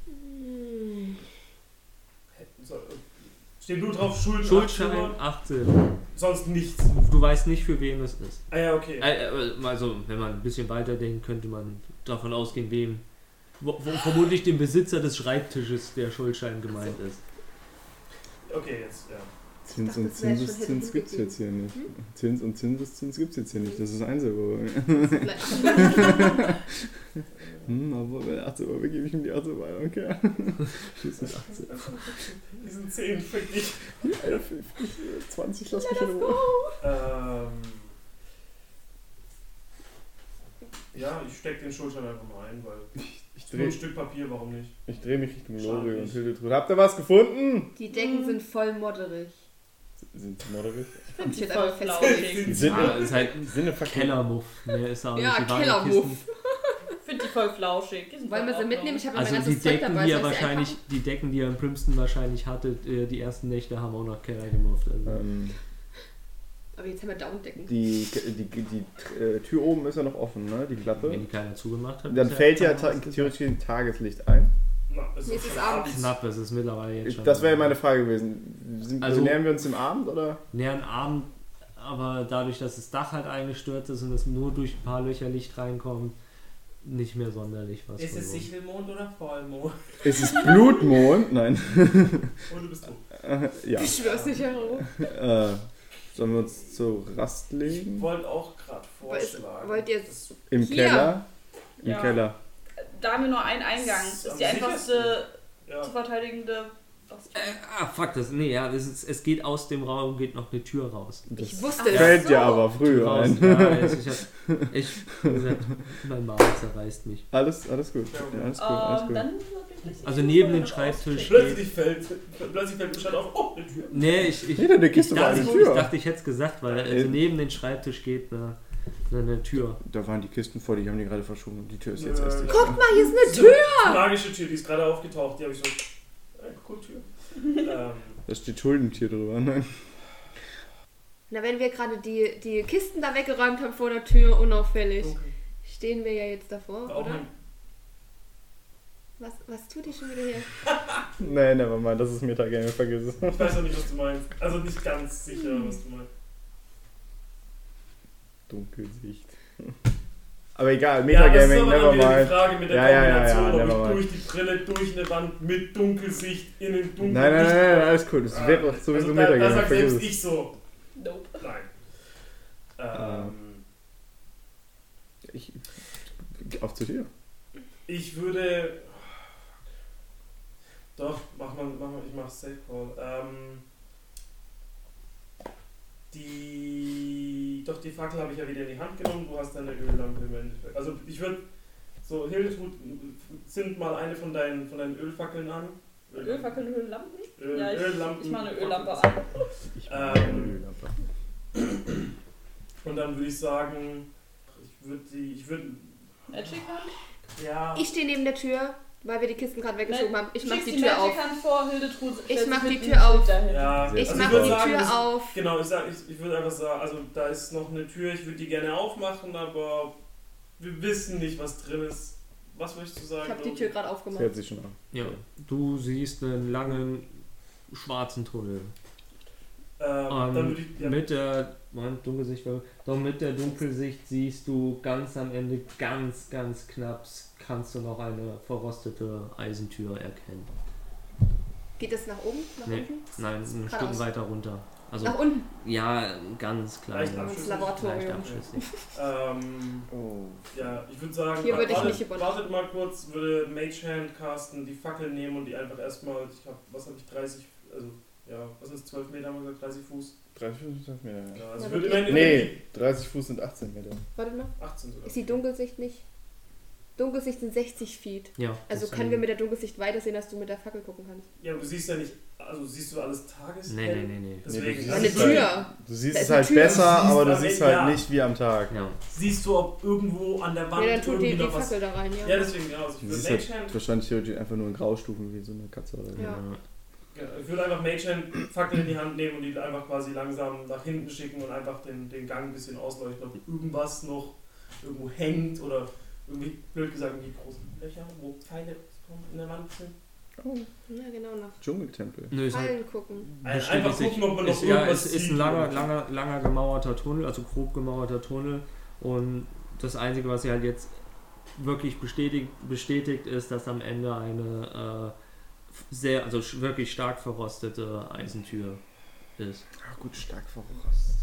Hm. Hä, so, äh, Steht nur drauf Schulden. Schuldschein Achtschimmer, 18. Sonst nichts. Du weißt nicht, für wen es ist. Ah ja, okay. Äh, äh, Also, wenn man ein bisschen weiterdenkt, könnte man davon ausgehen, wem. Wo, wo, vermutlich dem Besitzer des Schreibtisches der Schuldschein gemeint ist. Okay, jetzt, ja. Zins dachte, und das wär schon hinten Zinseszins gibt's jetzt hier nicht. Hm? Zins und Zinseszins gibt's jetzt hier nicht. Das ist Einzelwürfel. Hm, aber bei der 8 Euro gebe ich ihm die 8 Euro, okay. Schieß mit 18. Diesen 10 fick dich. 51, 20, lass mich in Ruhe. Ähm. Ja, ich steck den Schuldschein einfach mal ein, weil. Ich Nur ein drehe Stück Papier, warum nicht? ich dreh mich Richtung Schade Lori nicht. und Hildetrud. Habt ihr was gefunden? Die Decken sind voll modderig. Sind die modderig? Ich hätte Voll einfach blau. festgelegt. Die sind, Ah, ist halt die sind eine fucking- Kellermuff. Mehr ist auch Ja, nicht. Die waren Kellermuff. Kisten. Ich finde die voll flauschig. Die sind Wollen wir voll sie mitnehmen? Ich aufgeräumt. habe ja mein Also die ganzes Zeug Decken, dabei. die soll er ich sie wahrscheinlich, einpacken? die Decken, die er in Princeton wahrscheinlich hatte, äh, die ersten Nächte haben auch noch Keller gemufft. Also. Ähm, Aber jetzt haben wir Daunendecken. die die, die, die äh, Tür oben ist ja noch offen, ne? Die Wenn die Klappe. keiner zugemacht hat. Dann ist fällt ja ta keiner was gesagt. theoretisch ein Tageslicht ein. Na, es Nee, ist es ist schon Abend. Knapp, es ist mittlerweile jetzt schon. Das wäre ja meine Frage gewesen. Sind, Also- nähern wir uns dem Abend oder? näheren Abend, aber dadurch, dass das Dach halt eingestürzt ist und es nur durch ein paar Löcher Licht reinkommt, nicht mehr sonderlich was. Ist es verloren. Sichelmond oder Vollmond? Es ist Blutmond. Nein. Und du bist tot. Äh, ja. Ich schwör's nicht, Herr Roh. Äh, sollen wir uns zur Rast legen? Wollt auch gerade vorschlagen. Wollt ihr das- Im Hier. Keller? Im Ja. Keller. Da haben wir nur einen Eingang. Das ist die Am einfachste zu Ja, verteidigende. Was- Äh, ah, fuck, das. Nee, ja, das ist, es geht aus dem Raum, geht noch eine Tür raus. Das Ich wusste das. fällt so. dir aber früh Raus, ein. ja, also ich hab echt gesagt, mein Magen zerreißt mich. Alles, alles gut. Ja, alles gut, alles Ähm, gut. dann wirklich- Also neben Wenn den das Schreibtisch geht. plötzlich fällt, plötzlich fällt Bescheid auf, oh, eine Tür. Nee, ich, ich, Hinter der ich, Kiste war dachte, eine ich, ich Tür. dachte, ich hätte es gesagt, weil also Eben. neben den Schreibtisch geht eine, eine Tür. Da waren die Kisten vor, die haben die gerade verschoben und die Tür ist jetzt Nö. erst. Guck Guck Ah, hier ist eine Das ist Tür. Eine magische Tür, die ist gerade aufgetaucht, die habe ich so. Äh, cool Tür. ähm, Da steht Schuldentier drüber. Nein. Na, wenn wir gerade die, die Kisten da weggeräumt haben vor der Tür, unauffällig, dunkel. stehen wir ja jetzt davor, Auch oder? ein- Was, was tut ihr schon wieder hier? Nein, aber mal, das ist Metagame, vergiss es. Ich weiß noch nicht, was du meinst. Also nicht ganz sicher, was du meinst. Dunkelsicht. Aber egal, ja, das ist Metagaming, aber dann wieder die nevermind. Frage mit der Ja, ja, ja, ja, Kombination, ob ich nevermind. durch die Brille, durch eine Wand, mit Dunkelsicht, in den Nein, Dunkeln. nein, nein, nicht- nein, alles cool. Das wäre Ah, auch sowieso also da, da Metagame, sagt vergiss selbst es. ich so, Nope. nein. Ah. Ähm, Ich, auf zu dir. ich würde... Doch, mach mal, mach mal ich mach Safe Call. Ähm, die... Doch, die Fackel habe ich ja wieder in die Hand genommen. Du hast deine Öllampe im Endeffekt. Also ich würde... So, Hildetrud, sind mal eine von deinen, von deinen Ölfackeln an. Ölfackeln, Öllampen? Öl, Ja, ich, Öllampen. ich mache eine Öllampe an. Ich Ähm. Und dann würde ich sagen, ich würde die, ich würde, Magic Hand? ja, Ich stehe neben der Tür, weil wir die Kisten gerade weggeschoben haben. Ich mach Schieß die Tür Magic auf. Hand vor, Hildetrud. stellt sich mach die mit Tür dem Schild auf. dahin. ja. Ich Ich also mach würd die sagen, das- Tür auf. Genau, ich, sag, ich, ich würde einfach sagen, also da ist noch eine Tür, ich würde die gerne aufmachen, aber wir wissen nicht, was drin ist. Was möchtest du sagen? Ich habe die Loki? Tür gerade Das aufgemacht. hört sich schon an. Ja, du siehst einen langen schwarzen Tunnel. Ähm, Ähm, dann würde ich, ja, Mit der Moment, Dunkelsicht, war- doch mit der Dunkelsicht siehst du ganz am Ende ganz, ganz knapp kannst du noch eine verrostete Eisentür erkennen. Geht das nach oben? Nach Nee. unten? Nein, ein Geradeaus. Stück weiter runter. Also Nach unten. ja, ganz klein. Leicht Ins abschüssig. Leicht Laboratorium. abschüssig. ähm, Oh. ja, ich würde sagen, Hier würd ich wartet, nicht übernachten. wartet mal kurz, würde Mage Hand casten, die Fackel nehmen und die einfach erstmal, ich hab, was habe ich, 30, also, ja, was ist 12 Meter, haben wir gesagt, 30 Fuß? 30 Fuß sind 5 Meter. ja. Ja, also Ja, würde aber immerhin Nee, 30 Fuß sind 18 Meter. Warte mal. 18 sogar. Ist die Dunkelsicht nicht? Dunkelsicht sind 60 Feet. Ja. Also das können ist- wir mit der Dunkelsicht weitersehen, dass du mit der Fackel gucken kannst. Ja, aber du siehst ja nicht, also siehst du alles Tages? Nee, nee, nee, nee. Aber Nee, Deswegen also Das eine ist Tür. Du siehst Da es ist eine halt Tür. besser, Du siehst aber du am siehst Ende- halt nicht wie am Tag. Ja. siehst du, ob irgendwo an der Wand Ja, dann tut irgendwie die, die noch was. Fackel da rein, ja. Ja, deswegen, genau. Also ich Du würde siehst Mage halt Hand, wahrscheinlich theoretisch einfach nur in Graustufen wie so eine Katze oder so. Ja. ja, ich würde einfach Mage Hand Fackel in die Hand nehmen und die einfach quasi langsam nach hinten schicken und einfach den, den Gang ein bisschen ausleuchten, ob irgendwas noch irgendwo hängt oder irgendwie blöd gesagt irgendwie große Löcher, wo Pfeile in der Wand sind. Ja, genau, nach Dschungeltempel. Nö, ist halt. Fallen gucken. Bestimmt Ein, Also einfach nicht. gucken, ob man noch Ist, ja, irgendwas es ist sieht. ein langer, langer, langer gemauerter Tunnel, also grob gemauerter Tunnel. Und das Einzige, was sie halt jetzt wirklich bestätigt, bestätigt ist, dass am Ende eine äh, sehr, also sch- wirklich stark verrostete Eisentür ist. Ja, gut, stark verrostet. Das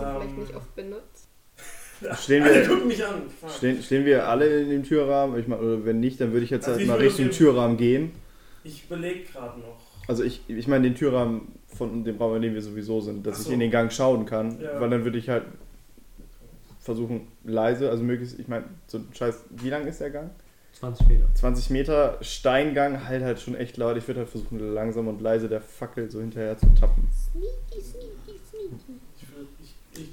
sie Ähm, vielleicht nicht oft benutzt. Stehen Alle wir, gucken mich an. Fuck. stehen, stehen wir alle in dem Türrahmen? Ich meine, oder wenn nicht, dann würde ich jetzt Also halt ich mal würde Richtung den- Türrahmen gehen. Ich überlege gerade noch. Also ich, ich meine den Türrahmen von dem Raum, in dem wir sowieso sind, dass Ach so. ich in den Gang schauen kann, Ja. weil dann würde ich halt versuchen, leise, also möglichst, ich meine, so ein scheiß, wie lang ist der Gang? 20 Meter. 20 Meter Steingang, halt halt schon echt laut. Ich würde halt versuchen, langsam und leise der Fackel so hinterher zu tappen. Ich, will- ich, ich,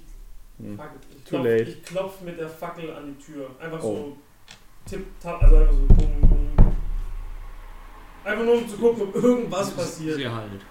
Hm. fuck it. ich, Too klopf, late. ich klopf mit der Fackel an die Tür. Einfach Oh. so tipp, tap, also einfach so bum, bum. Einfach nur um zu gucken, ob irgendwas passiert. Sie halt.